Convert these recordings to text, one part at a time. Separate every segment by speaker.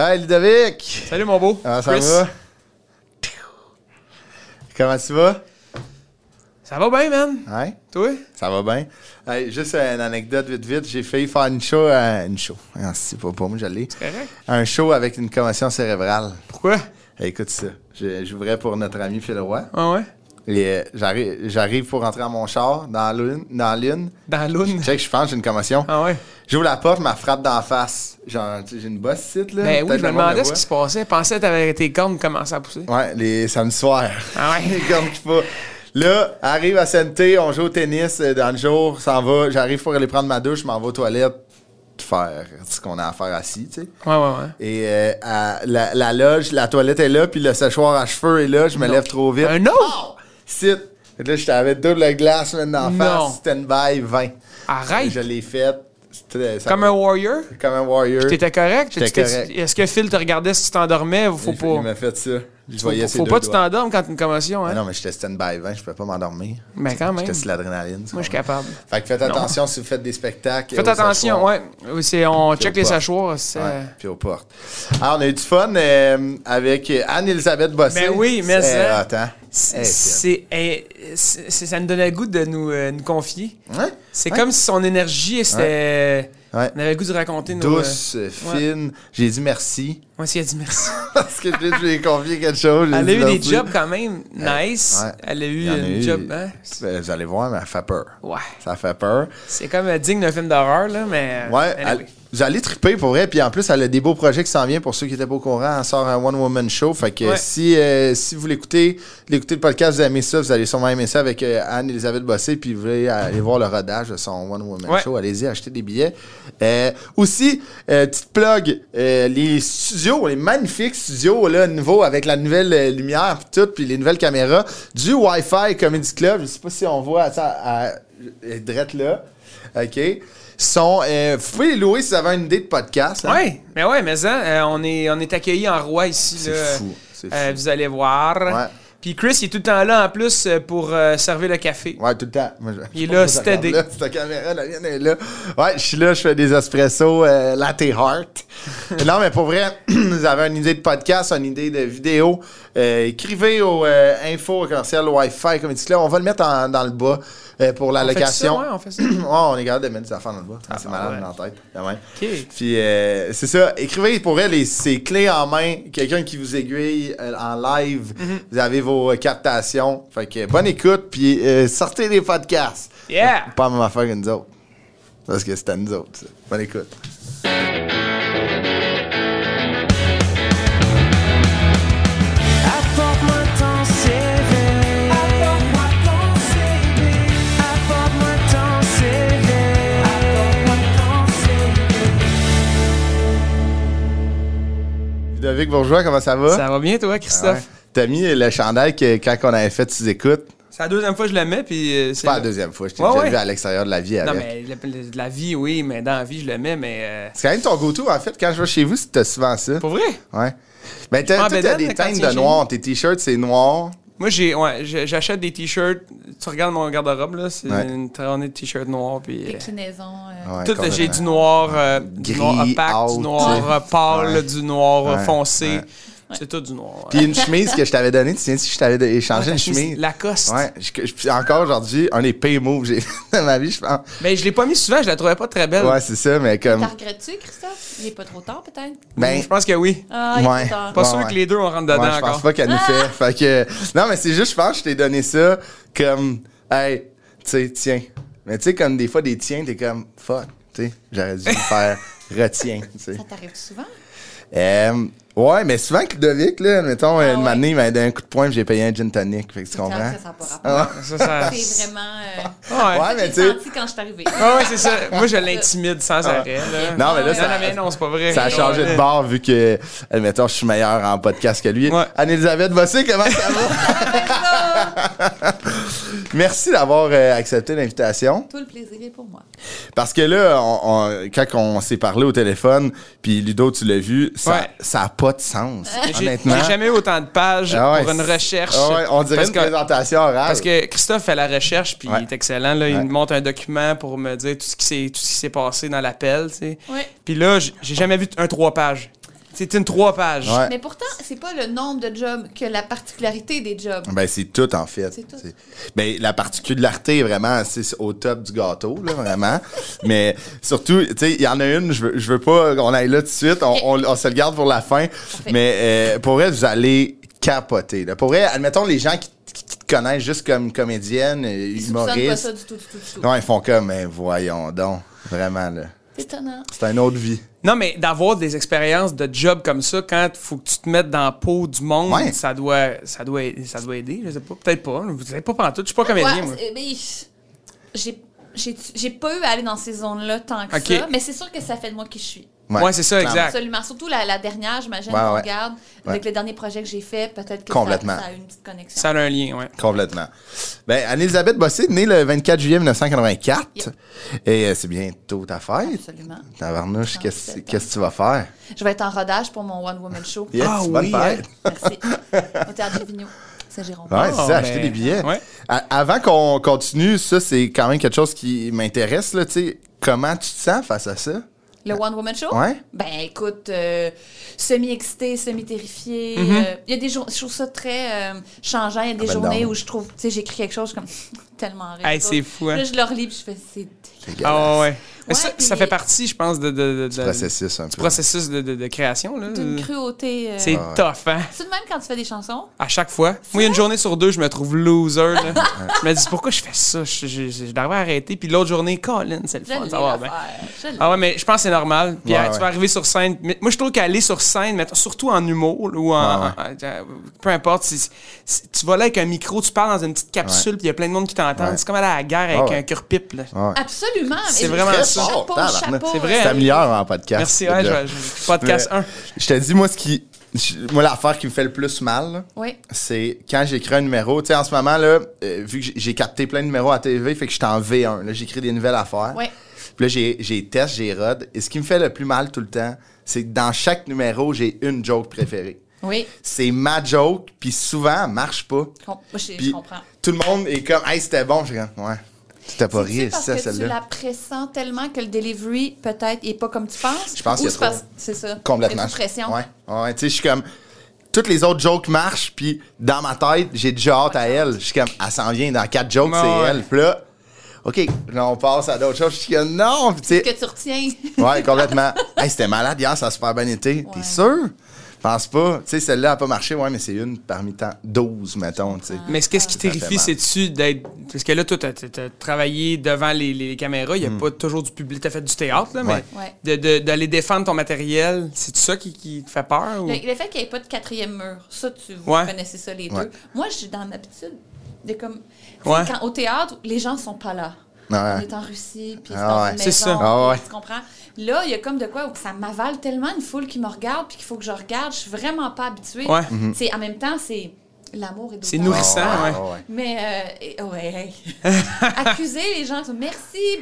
Speaker 1: Ah, Ludovic!
Speaker 2: Salut mon beau.
Speaker 1: Comment Ah, ça
Speaker 2: Chris.
Speaker 1: va? Comment tu vas?
Speaker 2: Ça va bien, man.
Speaker 1: Ouais,
Speaker 2: Toi?
Speaker 1: ça va bien. Hey, juste une anecdote vite vite, j'ai failli faire une show, à- une show, Ah, c'est pas pour moi, j'allais.
Speaker 2: Correct.
Speaker 1: Un show avec une commotion cérébrale.
Speaker 2: Pourquoi?
Speaker 1: Hey, écoute ça, je- j'ouvrais pour notre ami Phil Roy.
Speaker 2: Ah ouais?
Speaker 1: Et euh, j'arrive j'arrive pour rentrer dans mon char, dans l'une, dans l'une.
Speaker 2: Dans la lune.
Speaker 1: Je sais que je pense que j'ai une commotion.
Speaker 2: Ah ouais?
Speaker 1: J'ouvre la porte, ma frappe d'en face. Genre, tu sais, j'ai une bosse site, là.
Speaker 2: Ben
Speaker 1: Peut-être
Speaker 2: oui, je
Speaker 1: le
Speaker 2: me
Speaker 1: monde
Speaker 2: demandais
Speaker 1: le
Speaker 2: ce
Speaker 1: voit.
Speaker 2: qui se passait. Je pensais que t'avais tes cornes commençaient à pousser.
Speaker 1: Ouais, les samedis soirs.
Speaker 2: Ah ouais?
Speaker 1: Les cornes qui font. Là, arrive à SNT, on joue au tennis euh, dans le jour, s'en va. J'arrive pour aller prendre ma douche, je m'en vais aux toilettes faire ce qu'on a à faire assis, tu sais.
Speaker 2: Ouais, ouais, ouais.
Speaker 1: Et euh, à- la, la loge, la toilette est là, puis le séchoir à cheveux est là, je me lève trop vite.
Speaker 2: Un autre?
Speaker 1: Oh! Sit! Fait que Là, j'étais avec double glace même dans la
Speaker 2: Non.
Speaker 1: face, stand-by 20.
Speaker 2: Arrête.
Speaker 1: Je l'ai faite. C'était- ça-
Speaker 2: Comme un warrior?
Speaker 1: comme un warrior.
Speaker 2: T'étais correct?
Speaker 1: J'étais
Speaker 2: Tu t'es-
Speaker 1: correct.
Speaker 2: Est-ce que Phil te regardait si tu t'endormais? Faut
Speaker 1: Il- Il
Speaker 2: pas.
Speaker 1: m'a fait ça. Je
Speaker 2: Faut,
Speaker 1: voyais ses
Speaker 2: faut
Speaker 1: deux
Speaker 2: pas que tu
Speaker 1: doigts.
Speaker 2: t'endormes quand t'as une commotion,
Speaker 1: Ah
Speaker 2: hein?
Speaker 1: Non, mais j'étais stand-by 20, je pouvais pas m'endormir.
Speaker 2: Mais Ben, quand même.
Speaker 1: J'étais sur l'adrénaline. tu
Speaker 2: Moi, je suis
Speaker 1: comprends?
Speaker 2: capable.
Speaker 1: Fait que faites attention si vous faites des spectacles.
Speaker 2: Faites
Speaker 1: aux
Speaker 2: attention,
Speaker 1: sachoirs.
Speaker 2: ouais. Oui, c'est- On
Speaker 1: Puis
Speaker 2: check
Speaker 1: aux
Speaker 2: les
Speaker 1: portes.
Speaker 2: sachoirs. c'est-
Speaker 1: Ouais, Puis aux portes. Ah, on a eu du fun euh, avec Anne-Elisabeth Bossé.
Speaker 2: Ben oui, mais
Speaker 1: C'est
Speaker 2: ça-
Speaker 1: hot, hein?
Speaker 2: C'est-
Speaker 1: Eh, c'est-
Speaker 2: C'est, eh, c'est- c'est- ça nous donnait le goût de nous, euh, nous confier.
Speaker 1: Ouais.
Speaker 2: C'est
Speaker 1: Ouais.
Speaker 2: comme si son énergie, c'était.
Speaker 1: Ouais.
Speaker 2: On avait le goût de raconter nos.
Speaker 1: Douce,
Speaker 2: euh,
Speaker 1: euh,
Speaker 2: ouais.
Speaker 1: fine. J'ai dit merci.
Speaker 2: Moi aussi, elle a dit merci.
Speaker 1: Parce que je lui ai confié quelque chose. j'ai
Speaker 2: elle a
Speaker 1: dit
Speaker 2: eu des
Speaker 1: merci.
Speaker 2: jobs quand même nice.
Speaker 1: Ouais.
Speaker 2: Elle a
Speaker 1: Il
Speaker 2: eu
Speaker 1: y en a
Speaker 2: un
Speaker 1: eu.
Speaker 2: job. hein.
Speaker 1: Ben, Vous allez voir, mais elle fait peur.
Speaker 2: Ouais.
Speaker 1: Ça fait peur.
Speaker 2: C'est comme euh, digne d'un film d'horreur, là, mais. euh,
Speaker 1: Ouais,
Speaker 2: anyway.
Speaker 1: elle- vous allez triper pour vrai. Puis en plus, elle a des beaux projets qui s'en viennent pour ceux qui étaient pas au courant. Elle sort un One Woman Show. Fait que
Speaker 2: Ouais.
Speaker 1: si, euh, si vous l'écoutez, l'écoutez le podcast, vous aimez ça, vous allez sûrement aimer ça avec euh, Anne-Elisabeth Bossé. Puis vous voulez aller voir le rodage de son One Woman
Speaker 2: Ouais.
Speaker 1: Show. Allez-y, achetez des billets. Euh, aussi, euh, petite plug, euh, les studios, les magnifiques studios, là, nouveaux avec la nouvelle euh, lumière, puis tout, puis les nouvelles caméras du Wi-Fi Comedy Club. Je sais pas si on voit, attends, à, à- drette là. OK. Sont, euh, vous pouvez les louer si vous avez une idée de podcast. hein.
Speaker 2: Ouais, mais ouais, mais hein, euh, on est, on est accueillis en roi ici.
Speaker 1: C'est
Speaker 2: là.
Speaker 1: fou, c'est
Speaker 2: Euh,
Speaker 1: fou.
Speaker 2: Vous allez voir.
Speaker 1: Ouais.
Speaker 2: Puis Chris, il est tout le temps là en plus euh, pour euh, servir le café.
Speaker 1: Ouais, tout le temps. Moi, je-
Speaker 2: Il est
Speaker 1: je
Speaker 2: là,
Speaker 1: sais pas
Speaker 2: steady.
Speaker 1: si ta regarde là, si ta caméra, la mienne est là. Ouais, je suis là, je fais des espressos euh, latte heart. non, mais pour vrai, vous avez une idée de podcast, une idée de vidéo, euh, écrivez au euh, info au commercial Wi-Fi comme là. On va le mettre en- dans le bas euh, pour la
Speaker 2: On fait
Speaker 1: location.
Speaker 2: ça, ouais, on fait ça.
Speaker 1: Ouais, on est capable de mettre des affaires dans le bas. c'est malade
Speaker 2: Ah, ouais.
Speaker 1: dans la tête. quand même.
Speaker 2: Ok.
Speaker 1: Puis euh, c'est ça. Écrivez pour elle les- ces clés en main. Quelqu'un qui vous aiguille euh, en live.
Speaker 2: Mhm.
Speaker 1: Vous avez vos euh, captations. Fait que bonne écoute. Puis euh, sortez des podcasts.
Speaker 2: Yeah!
Speaker 1: Pas la même affaire que nous autres. Parce que c'était nous autres. ça. Bonne écoute.
Speaker 3: Apporte-moi ton CV. Apporte-moi ton CV. Apporte-moi ton CV. Apporte-moi ton CV.
Speaker 1: Ludovic Bourgeois, comment ça va?
Speaker 2: Ça va bien, toi,
Speaker 1: Ouais.
Speaker 2: Christophe?
Speaker 1: T'as mis euh, le chandail que quand on avait fait tes écoutes.
Speaker 2: C'est la deuxième fois que je le mets, puis euh, c'est.
Speaker 1: Pas la deuxième fois. Je t'ai
Speaker 2: Ouais,
Speaker 1: déjà
Speaker 2: ouais.
Speaker 1: vu à l'extérieur de la vie
Speaker 2: Non,
Speaker 1: avec.
Speaker 2: mais la- la- la vie, oui, mais dans la vie, je le mets, mais. euh,
Speaker 1: C'est quand même ton go-to, en fait. Quand je vais chez vous, t'as souvent ça.
Speaker 2: Pour vrai?
Speaker 1: Ouais. Ben, t'as,
Speaker 2: prends un
Speaker 1: toi, t'as
Speaker 2: bédaine
Speaker 1: des
Speaker 2: quand
Speaker 1: teintes
Speaker 2: tu viens
Speaker 1: de
Speaker 2: chez
Speaker 1: noir. Tes t-shirts, c'est noir.
Speaker 2: Moi, j'ai, ouais, j'ai- j'achète des t-shirts. Tu regardes mon garde-robe, là, c'est
Speaker 1: Ouais.
Speaker 2: une trandée de t-shirts noirs. Puis, euh,
Speaker 4: déclinaison. euh,
Speaker 1: Ouais,
Speaker 2: tout,
Speaker 1: complètement.
Speaker 2: j'ai du noir, euh, du
Speaker 1: Gris,
Speaker 2: noir opaque,
Speaker 1: haute,
Speaker 2: du noir euh, pâle,
Speaker 1: Ouais.
Speaker 2: du noir euh,
Speaker 1: Ouais,
Speaker 2: foncé.
Speaker 1: ouais.
Speaker 2: C'est tout du noir.
Speaker 1: Puis une chemise que je t'avais donnée, tu sais, si je t'avais échangé une chemise.
Speaker 2: Lacoste.
Speaker 1: Ouais, je- je- puis encore aujourd'hui, un des pires moves que j'ai fait dans ma vie, je pense.
Speaker 2: Mais je l'ai pas mis souvent, je la trouvais pas très belle.
Speaker 1: Ouais, c'est ça, mais comme.
Speaker 4: T'as regretté, Christophe? Il est pas trop tard, peut-être?
Speaker 1: Ben,
Speaker 2: je pense que oui.
Speaker 4: Ah, il est
Speaker 1: Ouais.
Speaker 4: trop tard.
Speaker 2: Pas
Speaker 1: Ouais,
Speaker 2: sûr
Speaker 1: ouais.
Speaker 2: que les deux, on rentre dedans
Speaker 1: ouais, je pense
Speaker 2: encore. Ah!
Speaker 1: pas qu'elle nous fait. Fait que. Non, mais c'est juste, je pense que je t'ai donné ça comme. Hey, tu sais, tiens. Mais tu sais, comme des fois, des tiens, t'es comme. Fuck. Tu sais, j'aurais dû le faire. Retiens. tu sais.
Speaker 4: Ça t'arrive souvent?
Speaker 1: Euh, Ouais, mais souvent que Ludovic, là, mettons,
Speaker 4: Ah
Speaker 1: une
Speaker 4: ouais.
Speaker 1: manée, il m'a donné un coup de poing, puis j'ai payé un gin tonic. Fait que tu
Speaker 4: Ça,
Speaker 1: comprends?
Speaker 4: ça, ça a pas rapport.
Speaker 1: Ah,
Speaker 2: Ça, ça...
Speaker 4: C'est vraiment. euh,
Speaker 2: Ouais.
Speaker 1: Ouais,
Speaker 4: ça,
Speaker 1: mais
Speaker 4: j'ai
Speaker 1: tu sais- Ah.
Speaker 4: senti quand je suis arrivée.
Speaker 2: Ouais, ouais, c'est ça. Moi, je l'intimide sans arrêt. là.
Speaker 1: Non,
Speaker 4: Ah,
Speaker 1: mais là, ça-
Speaker 2: non, mais non, c'est pas vrai.
Speaker 1: Ça a changé de bord vu que, admettons, je suis meilleur en podcast que lui.
Speaker 2: Ouais.
Speaker 1: Anne-Elisabeth Bossé, comment ça va? Merci d'avoir euh, accepté l'invitation.
Speaker 4: Tout le plaisir est pour moi.
Speaker 1: Parce que là, on- on- quand on s'est parlé au téléphone, puis Ludo, tu l'as vu, ça n'a
Speaker 2: Ouais.
Speaker 1: pas de sens,
Speaker 2: J'ai-
Speaker 1: honnêtement.
Speaker 2: J'ai jamais eu autant de pages
Speaker 1: Ah ouais,
Speaker 2: pour une
Speaker 1: c'est-
Speaker 2: recherche.
Speaker 1: Ah ouais, on dirait
Speaker 2: Parce
Speaker 1: une
Speaker 2: que-
Speaker 1: présentation orale.
Speaker 2: Parce que Christophe fait la recherche, puis
Speaker 1: Ouais.
Speaker 2: il est excellent. Là,
Speaker 1: Ouais.
Speaker 2: Il me montre un document pour me dire tout ce qui s'est, tout ce qui s'est passé dans l'appel. tu sais.
Speaker 4: Ouais.
Speaker 2: Puis là, j- j'ai jamais vu t- un trois pages. C'est une trois pages.
Speaker 1: Ouais.
Speaker 4: Mais pourtant, c'est pas le nombre de jobs que la particularité des jobs.
Speaker 1: Ben, c'est tout, en fait.
Speaker 4: C'est tout.
Speaker 1: C'est- Ben, la particularité, vraiment, c'est au top du gâteau, là, vraiment. Mais surtout, tu sais, il y en a une, je veux, je veux pas qu'on aille là tout de suite, on, on- on se le garde pour la fin. Mais euh, pour vrai, vous allez capoter. là. Pour vrai, admettons les gens qui, qui- qui te connaissent juste comme comédienne, euh,
Speaker 4: Ils soupçonnent pas ça
Speaker 1: humoriste.
Speaker 4: du tout, du tout, du tout.
Speaker 1: Non, ils font comme, mais voyons donc, vraiment, là.
Speaker 4: C'est étonnant.
Speaker 1: C'est une autre vie.
Speaker 2: Non, mais d'avoir des expériences de job comme ça, quand faut que tu te mettes dans la peau du monde,
Speaker 1: Ouais.
Speaker 2: ça, doit, ça, doit, ça doit aider. Je sais pas. Peut-être pas. Vous savez pas pantoute. Je suis pas comédien,
Speaker 4: Ouais,
Speaker 2: Ah, moi.
Speaker 4: c'est- mais il- j'ai- j'ai j'ai pas eu à aller dans ces zones-là tant que
Speaker 2: Ok.
Speaker 4: ça, mais c'est sûr que ça fait de moi qui je suis.
Speaker 2: Ouais, c'est ça,
Speaker 1: clairement.
Speaker 2: exact.
Speaker 4: Absolument. Surtout la, la dernière, j'imagine,
Speaker 1: Ouais,
Speaker 4: qu'on
Speaker 1: ouais.
Speaker 4: regarde, avec les derniers projets que j'ai faits, peut-être que ça-
Speaker 1: Complètement.
Speaker 4: Ça, a une petite connexion.
Speaker 2: Ça a un lien, ouais.
Speaker 1: Complètement. Ben, Anne-Elisabeth Bossé, née le 24 juillet 1984.
Speaker 4: Yep.
Speaker 1: Et euh, c'est bientôt ta fête.
Speaker 4: Absolument.
Speaker 1: Tabarnouche, qu'est-ce
Speaker 4: sept ans.
Speaker 1: qu'est-ce que tu vas faire?
Speaker 4: Je vais être en rodage pour mon One Woman Show.
Speaker 1: Yes,
Speaker 2: Ah
Speaker 1: bonne
Speaker 2: oui,
Speaker 1: fête.
Speaker 4: Merci. Au Théâtre Vigneault, Saint-Jérôme.
Speaker 1: Ouais, c'est ça,
Speaker 2: ben,
Speaker 1: acheter des billets.
Speaker 2: ouais.
Speaker 1: À- avant qu'on continue, ça, c'est quand même quelque chose qui m'intéresse, là, tu sais. Comment tu te sens face à ça?
Speaker 2: Ah,
Speaker 4: Le One Woman Show?
Speaker 1: Ouais.
Speaker 4: Ben écoute, euh, semi-excité, semi-terrifié. euh, Il y a des jours, je trouve ça très euh, changeant. Il y a des
Speaker 1: ben
Speaker 4: journées
Speaker 1: non.
Speaker 4: où je trouve, tu sais, j'écris quelque chose je suis comme tellement rire.
Speaker 2: Hey, c'est fou, hein?
Speaker 4: Là, je le relis puis je fais, c'est dégueulasse.
Speaker 2: Ah ouais. Mais
Speaker 4: Ouais,
Speaker 2: ça,
Speaker 4: puis-
Speaker 2: ça fait partie, je pense, de, de, de- de-
Speaker 1: Processus un
Speaker 2: du
Speaker 1: peu.
Speaker 2: processus de, de- de création. Là.
Speaker 4: C'est une cruauté. euh,
Speaker 2: Hmm. C'est
Speaker 1: Ah ouais.
Speaker 2: tough, hein?
Speaker 4: C'est de même quand tu fais des chansons.
Speaker 2: À chaque fois. Moi, il y a une journée sur deux, je me trouve loser. là. je me dis pourquoi je fais ça? Je, je, je- je devrais arrêter. Puis l'autre journée, Colin, c'est le
Speaker 4: Je
Speaker 2: fun,
Speaker 4: l'ai
Speaker 2: ça va bien.
Speaker 4: l'affaire, je l'ai.
Speaker 2: Ah ouais, mais je pense que c'est normal. Puis
Speaker 1: Ouais,
Speaker 2: euh,
Speaker 1: ouais.
Speaker 2: tu vas arriver sur scène. Mais moi, je trouve qu'aller sur scène, mettons, surtout en humour là, ou en.
Speaker 1: Ouais,
Speaker 2: en- en- peu importe, si- si- tu vas là avec un micro, tu parles dans une petite capsule, puis il y a plein de monde qui t'entend.
Speaker 1: Ouais.
Speaker 2: C'est comme aller à la guerre avec
Speaker 1: Ouais, ouais.
Speaker 2: un cure-pipe. là.
Speaker 1: Ouais.
Speaker 4: Absolument. mais
Speaker 2: C'est
Speaker 4: je-
Speaker 2: vraiment
Speaker 4: chapeau,
Speaker 2: ça.
Speaker 4: Chapeau,
Speaker 1: Tabarnak.
Speaker 4: chapeau.
Speaker 2: C'est vrai,
Speaker 4: euh,
Speaker 1: C'est hein? améliore en podcast.
Speaker 2: Merci, ouais,
Speaker 1: déjà.
Speaker 2: je, je- podcast
Speaker 1: Mais
Speaker 2: 1.
Speaker 1: Je te dis, moi, ce qui. je- moi, l'affaire qui me fait le plus mal, là,
Speaker 4: Oui.
Speaker 1: c'est quand j'écris un numéro. Tu sais, en ce moment, là, euh, vu que j'ai- j'ai capté plein de numéros à TV, fait que je suis en V1. Là, j'écris des nouvelles affaires.
Speaker 4: Ouais.
Speaker 1: Puis là, j'ai- j'ai test, j'ai rod. Et ce qui me fait le plus mal tout le temps, c'est que dans chaque numéro, j'ai une joke préférée.
Speaker 4: Oui.
Speaker 1: C'est ma joke, puis souvent, elle marche pas.
Speaker 4: Com- Moi, je, je
Speaker 1: Puis
Speaker 4: comprends.
Speaker 1: tout le monde est comme, hey, c'était bon. Je suis comme, ouais. C'était pas
Speaker 4: C'est-tu
Speaker 1: rire,
Speaker 4: parce
Speaker 1: ça,
Speaker 4: que tu la
Speaker 1: celle-là.
Speaker 4: pressens tellement que le delivery, peut-être, est pas comme tu penses?
Speaker 1: Je pense
Speaker 4: Ou
Speaker 1: qu'il y a
Speaker 4: c'est
Speaker 1: trop.
Speaker 4: parce- C'est ça. Il y
Speaker 1: Complètement.
Speaker 4: a trop de pression.
Speaker 1: Ouais. Ouais, tu sais, je suis comme, toutes les autres jokes marchent, puis dans ma tête, j'ai déjà hâte à elle. Je suis comme, elle s'en vient dans quatre jokes,
Speaker 2: Ouais,
Speaker 1: c'est
Speaker 2: ouais.
Speaker 1: elle. Puis là, OK, là, on passe à d'autres choses. Je suis comme, non, Puis tu sais.
Speaker 4: Que tu retiens.
Speaker 1: Ouais, complètement. hey, c'était malade hier, ça a super bien été. T'es
Speaker 4: Ouais.
Speaker 1: sûr? Pense pas. Tu sais, celle-là a pas marché. Ouais, mais c'est une parmi tant 12, mettons. tu sais.
Speaker 2: Mais ce- qu'est-ce qui
Speaker 1: Ça fait
Speaker 2: terrifie,
Speaker 1: mal.
Speaker 2: c'est-tu d'être. Parce que là, toi, t'as t'as- t'as travaillé devant les, les caméras, il n'y a pas toujours du public. T'as fait du théâtre, là,
Speaker 1: Hmm. Ouais.
Speaker 4: Ouais.
Speaker 2: mais de- de- d'aller défendre ton matériel, c'est ça qui, qui te fait peur? Ou...
Speaker 4: Le, le fait qu'il n'y ait pas de quatrième mur, ça, tu vous
Speaker 2: Ouais.
Speaker 4: connaissez ça les deux.
Speaker 1: Ouais.
Speaker 4: Moi, je suis dans l'habitude de comme. tu
Speaker 2: Ouais.
Speaker 4: sais, Quand, au théâtre, les gens sont pas là.
Speaker 1: Ouais.
Speaker 4: On est en Russie, puis c'est
Speaker 1: Ah
Speaker 4: dans
Speaker 1: ouais.
Speaker 4: une
Speaker 2: C'est
Speaker 4: maison,
Speaker 2: ça.
Speaker 1: Ah ouais.
Speaker 4: puis tu comprends? Là, il y a comme de quoi où ça m'avale tellement une foule qui me regarde, puis qu'il faut que je regarde. Je suis vraiment pas habituée.
Speaker 2: Ouais.
Speaker 1: Mhm.
Speaker 4: C'est, en même temps, c'est l'amour et
Speaker 2: C'est nourrissant, ouais.
Speaker 4: Mais, euh, et- ouais. Accuser les gens, tu- merci,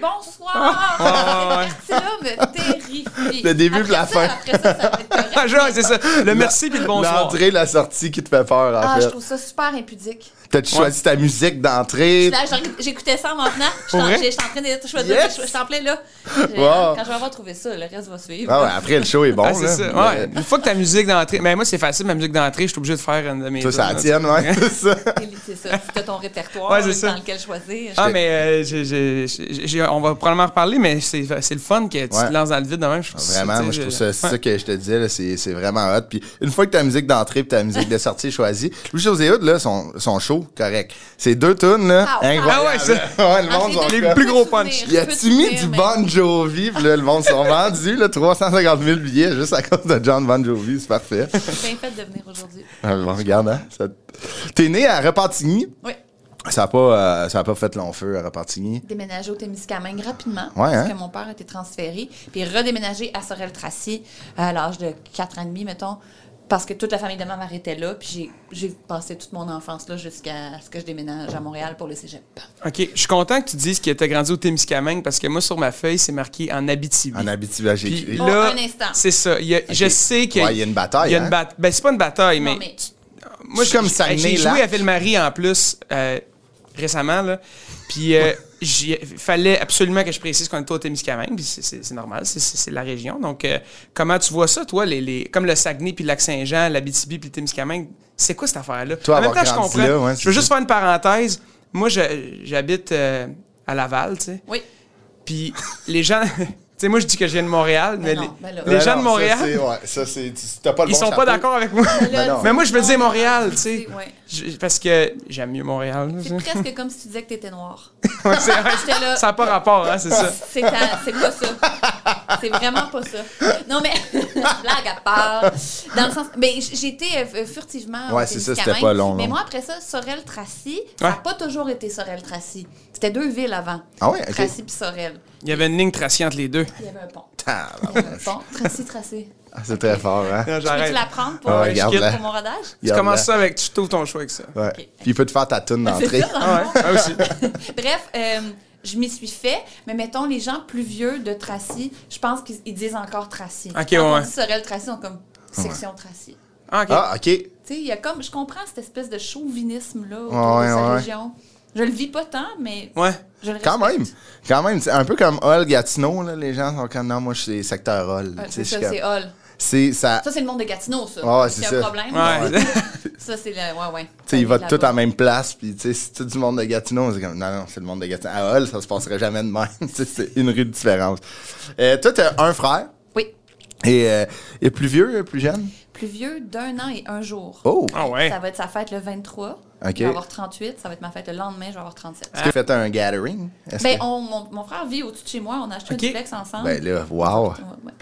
Speaker 4: bonsoir.
Speaker 2: ouais,
Speaker 4: Cette partie-là me terrifie.
Speaker 1: Ah, Le début
Speaker 4: Après
Speaker 1: puis la
Speaker 4: ça,
Speaker 1: fin.
Speaker 4: Après ça, ça va être correct.
Speaker 2: Ah, genre, c'est ça. Le merci puis le bonsoir.
Speaker 1: L'entrée, la sortie qui te fait peur, en
Speaker 4: Ah, je
Speaker 1: fait.
Speaker 4: trouve ça super impudique.
Speaker 1: T'as-tu
Speaker 2: Ouais.
Speaker 1: choisi ta musique d'entrée?
Speaker 4: Là, je- j'écoutais ça en m'en venant. Je
Speaker 2: Pour vrai?
Speaker 4: suis en- je suis en train de choisir.
Speaker 1: Yes!
Speaker 4: Je suis en plein là. J'ai-
Speaker 1: Wow.
Speaker 4: Quand je vais avoir trouvé ça, le reste va suivre.
Speaker 1: Ah ouais, après, le show est bon.
Speaker 2: Ah, c'est
Speaker 1: là.
Speaker 2: ça. Ouais.
Speaker 1: Mais-
Speaker 2: Une fois que ta musique d'entrée. Mais moi, c'est facile, ma musique d'entrée, je suis obligé de faire une de mes.
Speaker 1: Toi, ça
Speaker 2: tunes, là,
Speaker 1: attire, Étienne, ouais, c'est ça.
Speaker 4: C'est ça, c'était ton répertoire
Speaker 2: Ouais, c'est ça.
Speaker 4: dans lequel choisir.
Speaker 2: Ah, mais euh, j'ai- j'ai- j'ai- j'ai- on va probablement reparler, mais c'est c'est le fun que tu
Speaker 1: Ouais.
Speaker 2: te lances dans le vide de même. Je trouve ça, tu
Speaker 1: Vraiment,
Speaker 2: sais,
Speaker 1: moi, je trouve ça, c'est
Speaker 2: ouais.
Speaker 1: ça que je te disais, là, c'est, c'est vraiment hot. Puis une fois que ta musique d'entrée puis ta musique de sortie est choisie, Louis-José Hood, là, son, son show, correct. C'est deux tunes, là,
Speaker 4: Ah, ouais.
Speaker 1: incroyable.
Speaker 2: Ah ouais, ça-
Speaker 1: Ouais, le monde sont
Speaker 2: les
Speaker 1: comme-
Speaker 2: plus gros punch.
Speaker 4: punch.
Speaker 1: Y a-tu mis du Bon Jovi? Puis là, le monde s'en vendu, là, 350 000 billets juste à cause de John Bon Jovi, c'est parfait.
Speaker 4: Bien fait de venir aujourd'hui.
Speaker 1: Ah, bon, regarde, hein, ça- T'es né à Repentigny.
Speaker 4: Oui.
Speaker 1: Ça a pas, euh, ça a pas fait long feu à Repentigny.
Speaker 4: Déménager au Témiscamingue rapidement.
Speaker 1: Ouais,
Speaker 4: parce
Speaker 1: hein?
Speaker 4: que mon père a été transféré. Puis redéménager à Sorel-Tracy à l'âge de 4 ans et demi, mettons. Parce que toute la famille de ma mère était là. Puis j'ai- j'ai passé toute mon enfance là jusqu'à ce que je déménage à Montréal pour le cégep.
Speaker 2: OK, je suis content que tu dises qu'il était grandi au Témiscamingue parce que moi, sur ma feuille, c'est marqué en Abitibi.
Speaker 1: En Abitibi, j'ai
Speaker 2: Puis
Speaker 1: écrit.
Speaker 4: Oh,
Speaker 2: là,
Speaker 4: un instant.
Speaker 2: c'est ça. Il y a- Je sais qu'il
Speaker 1: Ouais, il y a une bataille,
Speaker 2: il y a une
Speaker 1: hein?
Speaker 2: bata- Ben, c'est pas une bataille, mais,
Speaker 4: Non, mais
Speaker 2: moi,
Speaker 1: C'est comme
Speaker 2: j'ai-
Speaker 1: Saguenay,
Speaker 2: J'ai joué
Speaker 1: là.
Speaker 2: à Ville-Marie en plus euh, récemment, là. Puis euh, j'y- fallait absolument que je précise qu'on était au Témiscamingue, puis c'est- c'est c'est normal, c'est- c'est c'est la région. Donc, euh, comment tu vois ça, toi, les, les- comme le Saguenay, puis le Lac-Saint-Jean, l'Abitibi, puis le Témiscamingue, c'est quoi cette affaire-là?
Speaker 1: Toi,
Speaker 2: en même
Speaker 1: avoir
Speaker 2: temps, je
Speaker 1: grandi
Speaker 2: comprends.
Speaker 1: là, ouais, c'est
Speaker 2: je veux
Speaker 1: ça.
Speaker 2: juste faire une parenthèse. Moi, je- j'habite euh, à Laval, tu sais.
Speaker 4: oui.
Speaker 2: Puis les gens. tu sais, moi, je dis que je viens de Montréal, mais
Speaker 4: Ben non,
Speaker 2: les,
Speaker 4: ben là.
Speaker 2: les
Speaker 1: Ouais,
Speaker 2: gens
Speaker 1: non,
Speaker 2: de
Speaker 1: ça,
Speaker 2: Montréal,
Speaker 1: c'est- ouais, ça, c'est- tu- t'as pas le
Speaker 2: ils
Speaker 1: bon
Speaker 2: sont
Speaker 1: chapeau.
Speaker 2: pas d'accord avec moi.
Speaker 4: Là,
Speaker 1: Ben non.
Speaker 2: mais moi, je veux dire Montréal, tu sais.
Speaker 4: Ouais.
Speaker 2: Je- Parce que j'aime mieux Montréal. là,
Speaker 4: C'est euh, presque comme si tu disais que t'étais noir.
Speaker 2: Ouais, c'est- ouais,
Speaker 4: J'étais là.
Speaker 2: ça n'a pas rapport, hein, c'est ça.
Speaker 4: C'est ta- c'est pas ça. C'est vraiment pas ça. Non, mais blague à part. Dans le sens. Mais j- j'ai été euh, furtivement.
Speaker 1: Ouais,
Speaker 4: au
Speaker 1: c'est ça,
Speaker 4: Témiscamingue,
Speaker 1: c'était pas long,
Speaker 4: Mais
Speaker 1: non.
Speaker 4: moi, après ça, Sorel-Tracy, ça n'a
Speaker 2: Ouais.
Speaker 4: pas toujours été Sorel-Tracy. C'était deux villes avant.
Speaker 1: Ah ouais, ok.
Speaker 4: Tracy puis Sorel.
Speaker 2: Il y avait une ligne tracée entre les deux.
Speaker 4: Il y avait un pont.
Speaker 1: Ah,
Speaker 4: Il y avait un pont. Tracy, Tracy.
Speaker 1: ah, c'est très fort, hein?
Speaker 4: Je peux-tu la prendre pour,
Speaker 1: Ah,
Speaker 4: euh,
Speaker 1: regarde, là.
Speaker 4: pour mon rodage?
Speaker 2: Tu commences ça avec. Tu trouves ton choix avec ça.
Speaker 1: Ouais. Puis il peut te faire ta toune d'entrée.
Speaker 4: C'est ça, dans le
Speaker 2: Ah
Speaker 4: fond.
Speaker 2: ouais, ah aussi.
Speaker 4: Bref, euh, je m'y suis fait, mais mettons les gens plus vieux de Tracy, je pense qu'ils ils disent encore Tracy.
Speaker 2: Ok,
Speaker 4: Quand
Speaker 2: ouais.
Speaker 4: on dit Sorel Tracy, on est comme section Tracy.
Speaker 2: Ah, ok.
Speaker 1: Ah, OK.
Speaker 4: Tu sais, il y a comme je comprends cette espèce de chauvinisme là autour
Speaker 1: Ouais,
Speaker 4: de sa
Speaker 1: ouais.
Speaker 4: région. Je le vis pas tant, mais
Speaker 2: Ouais.
Speaker 4: je le
Speaker 1: Quand
Speaker 4: respecte.
Speaker 1: même. Quand même. C'est un peu comme Hall Gatineau, là, les gens sont comme, non, moi, je suis secteur Hall.
Speaker 4: Ah,
Speaker 1: Tu sais,
Speaker 4: c'est ça,
Speaker 1: je suis
Speaker 4: c'est
Speaker 1: comme-
Speaker 4: Hall.
Speaker 1: c'est ça.
Speaker 4: Ça c'est le monde de Gatineau, ça.
Speaker 1: Ah, ouais,
Speaker 4: c'est
Speaker 1: c'est ça.
Speaker 4: un problème.
Speaker 2: Ouais.
Speaker 4: Ça c'est le, ouais, ouais.
Speaker 1: Tu sais, ils votent tout
Speaker 4: Là-bas.
Speaker 1: en même place, puis tu sais, c'est tout du monde de Gatineau. C'est comme, non, non, c'est le monde de Gatineau. À Hall, ça se passerait jamais de même. Tu sais, c'est une rue de différence. Euh, toi, t'as un frère,
Speaker 4: Oui,
Speaker 1: et, euh, et plus vieux, plus jeune?
Speaker 4: plus vieux d'un an et un jour.
Speaker 1: Oh!
Speaker 2: Ah ouais.
Speaker 4: Ça va être sa fête le 23.
Speaker 1: Ok.
Speaker 4: Je vais avoir 38. Ça va être ma fête le lendemain. Je vais avoir 37.
Speaker 2: Ah,
Speaker 1: Est-ce que tu fais un gathering? Est-ce
Speaker 4: Euh, Ben,
Speaker 1: que-
Speaker 4: on- mon, mon frère vit au-dessus de chez moi. On a acheté
Speaker 2: Ok.
Speaker 4: un duplex ensemble.
Speaker 1: ben là, wow!
Speaker 4: Ouais, ouais.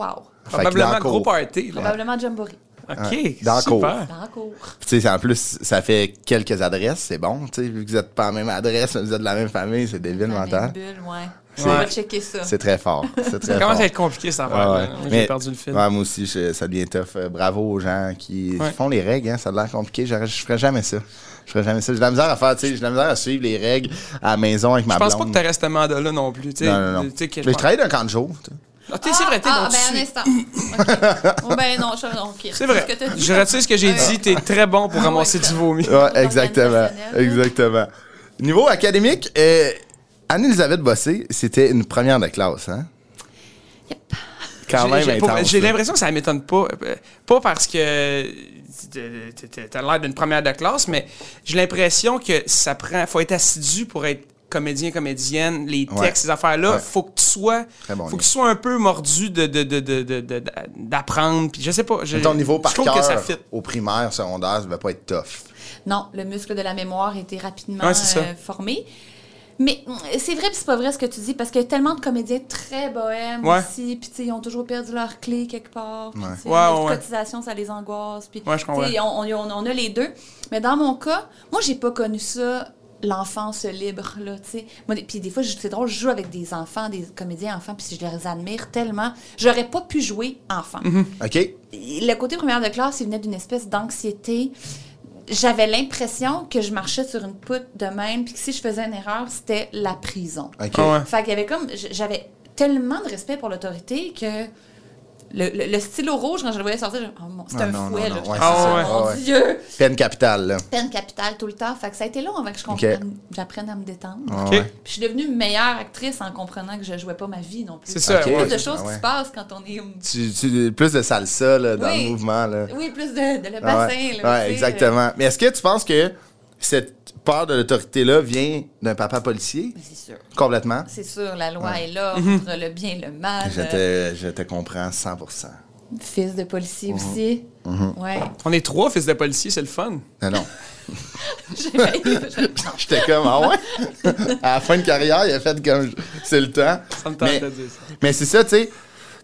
Speaker 1: Fait que dans
Speaker 2: Probablement
Speaker 1: la
Speaker 2: gros
Speaker 1: cour.
Speaker 2: party. Là.
Speaker 4: Probablement Jamboree.
Speaker 2: Ok.
Speaker 1: Dans la cour.
Speaker 2: super.
Speaker 4: Dans la cour.
Speaker 1: Tu sais, en plus, ça fait quelques adresses, c'est bon, tu sais, vu que vous êtes pas en même adresse, mais vous êtes de la même famille, c'est débile
Speaker 2: Ah,
Speaker 4: Dans la
Speaker 1: mental.
Speaker 4: bulle, ouais.
Speaker 1: hein? C'est-
Speaker 4: On va checker ça.
Speaker 1: C'est très fort. C'est très
Speaker 2: Ça
Speaker 1: fort.
Speaker 2: commence à être compliqué, cette
Speaker 1: Ah ouais.
Speaker 2: affaire. J'ai
Speaker 1: Mais-
Speaker 2: perdu le fil.
Speaker 1: ouais, moi aussi, je- ça devient tough. Euh, Bravo aux gens qui
Speaker 2: Ouais.
Speaker 1: font les règles. Hein. Ça a l'air compliqué. J'aurais- Je ferais jamais ça. Je ferais jamais ça. J'ai de la misère à faire, tu sais, j'ai de la misère à suivre les règles à la maison avec ma
Speaker 2: Je
Speaker 1: blonde.
Speaker 2: pense pas que t'aurais ce mandat-là non plus. tu sais.
Speaker 1: Non, non, non.
Speaker 2: Tu sais, que-
Speaker 1: Mais je travaille d'un camp de jour. tu sais.
Speaker 2: Ah, t'es- c'est vrai, t'es
Speaker 4: Ah,
Speaker 2: bon
Speaker 4: ben,
Speaker 2: dessus.
Speaker 4: un instant. Ok. Oh, ben, non, je on quitte.
Speaker 2: C'est
Speaker 4: Ce
Speaker 2: vrai.
Speaker 4: que t'as dit. Ah.
Speaker 2: Je retire ce que j'ai dit. T'es très bon pour ramasser
Speaker 4: ouais,
Speaker 2: du
Speaker 4: ça.
Speaker 2: vomi.
Speaker 1: Ouais, exactement.
Speaker 4: organisationnel, là.
Speaker 1: Exactement. Niveau académique, euh, Anne-Elisabeth Bossé, c'était une première de classe. Hein?
Speaker 4: Yep.
Speaker 1: Quand
Speaker 2: J'ai-
Speaker 1: même
Speaker 2: j'ai- pour-
Speaker 1: intense,
Speaker 2: J'ai
Speaker 1: là.
Speaker 2: l'impression que ça m'étonne pas. euh, Pas parce que t'es- t'es- t'es- t'as l'air d'une première de classe, mais j'ai l'impression que ça prend. Faut être assidu pour être comédien, comédienne, les textes,
Speaker 1: Ouais.
Speaker 2: ces affaires-là.
Speaker 1: Ouais.
Speaker 2: Faut que tu sois.
Speaker 1: Très bon
Speaker 2: faut que
Speaker 1: lien.
Speaker 2: tu sois un peu mordu de, de, de, de- de- de- d'apprendre. Puis je sais pas. je-
Speaker 1: Ton niveau
Speaker 2: je
Speaker 1: par
Speaker 2: trouve
Speaker 1: cœur
Speaker 2: que ça fit.
Speaker 1: au primaire, secondaire, ça va pas être tough.
Speaker 4: Non, le muscle de la mémoire était rapidement
Speaker 2: Ouais, c'est ça.
Speaker 4: euh, formé. Mais mm, c'est vrai, puis c'est pas vrai ce que tu dis, parce qu'il y a tellement de comédiens très bohèmes
Speaker 2: Ouais.
Speaker 4: aussi, puis tu sais, ils ont toujours perdu leur clé quelque part. puis, tu sais,
Speaker 2: Ouais,
Speaker 4: les
Speaker 2: ouais, ouais.
Speaker 4: cotisations, ça les angoisse. Puis,
Speaker 2: Ouais, je
Speaker 4: tu sais, on, on- on- on a les deux. Mais dans mon cas, moi, j'ai pas connu ça, l'enfance libre, là, tu sais. Moi, des- Puis des fois, je- c'est drôle, je joue avec des enfants, des comédiens enfants, puis je les admire tellement. J'aurais pas pu jouer enfant
Speaker 2: Mm-hmm.
Speaker 1: OK?
Speaker 4: le côté première de classe, il venait d'une espèce d'anxiété. J'avais l'impression que je marchais sur une poutre de même, puis que si je faisais une erreur, c'était la prison.
Speaker 1: OK.
Speaker 2: Ah ouais.
Speaker 4: Fait qu'il y avait comme. j- J'avais tellement de respect pour l'autorité que le, le- le stylo rouge, quand je le voyais sortir, je- oh, mon- c'est
Speaker 1: Ah,
Speaker 4: un
Speaker 1: non,
Speaker 4: fouet,
Speaker 1: non,
Speaker 4: là.
Speaker 1: non, ouais,
Speaker 4: Je-
Speaker 2: c'est
Speaker 4: oh,
Speaker 2: ça.
Speaker 1: Ah,
Speaker 4: mon
Speaker 1: ouais.
Speaker 4: Dieu!
Speaker 1: Peine capitale, là.
Speaker 4: Peine capitale tout le temps. Fait que ça a été long avant que je
Speaker 1: Ok.
Speaker 4: comprenne, j'apprenne à me détendre.
Speaker 1: Ah,
Speaker 2: OK.
Speaker 1: ouais.
Speaker 4: Puis je suis devenue meilleure actrice en comprenant que je jouais pas ma vie non plus.
Speaker 2: C'est ça,
Speaker 1: Ok.
Speaker 4: Il y a
Speaker 2: ouais.
Speaker 4: plus de choses
Speaker 1: Ah
Speaker 4: qui
Speaker 1: ouais.
Speaker 4: se passent quand on est.
Speaker 1: Tu, tu- plus de salsa là, dans
Speaker 4: Oui.
Speaker 1: le mouvement. Là.
Speaker 4: Oui, plus de, de le
Speaker 1: Ah
Speaker 4: bassin.
Speaker 1: ouais. Ouais,
Speaker 4: là, tu sais, euh,
Speaker 1: exactement. Mais est-ce que tu penses que cette peur de l'autorité-là vient d'un papa policier?
Speaker 4: euh, C'est sûr.
Speaker 1: Complètement.
Speaker 4: C'est sûr, la loi est là, entre le bien et le mal.
Speaker 1: Je te, je te comprends 100%.
Speaker 4: Euh, Fils de
Speaker 1: Mhm.
Speaker 4: policier aussi. Ouais.
Speaker 2: On est trois fils de policiers, c'est le fun.
Speaker 1: Non, non.
Speaker 4: J'ai failli- je- non.
Speaker 1: J'étais comme, ah ouais? à la fin de carrière, il a fait comme, c'est le temps.
Speaker 2: Ça me tente
Speaker 1: mais,
Speaker 2: de dire ça.
Speaker 1: mais c'est ça, tu sais.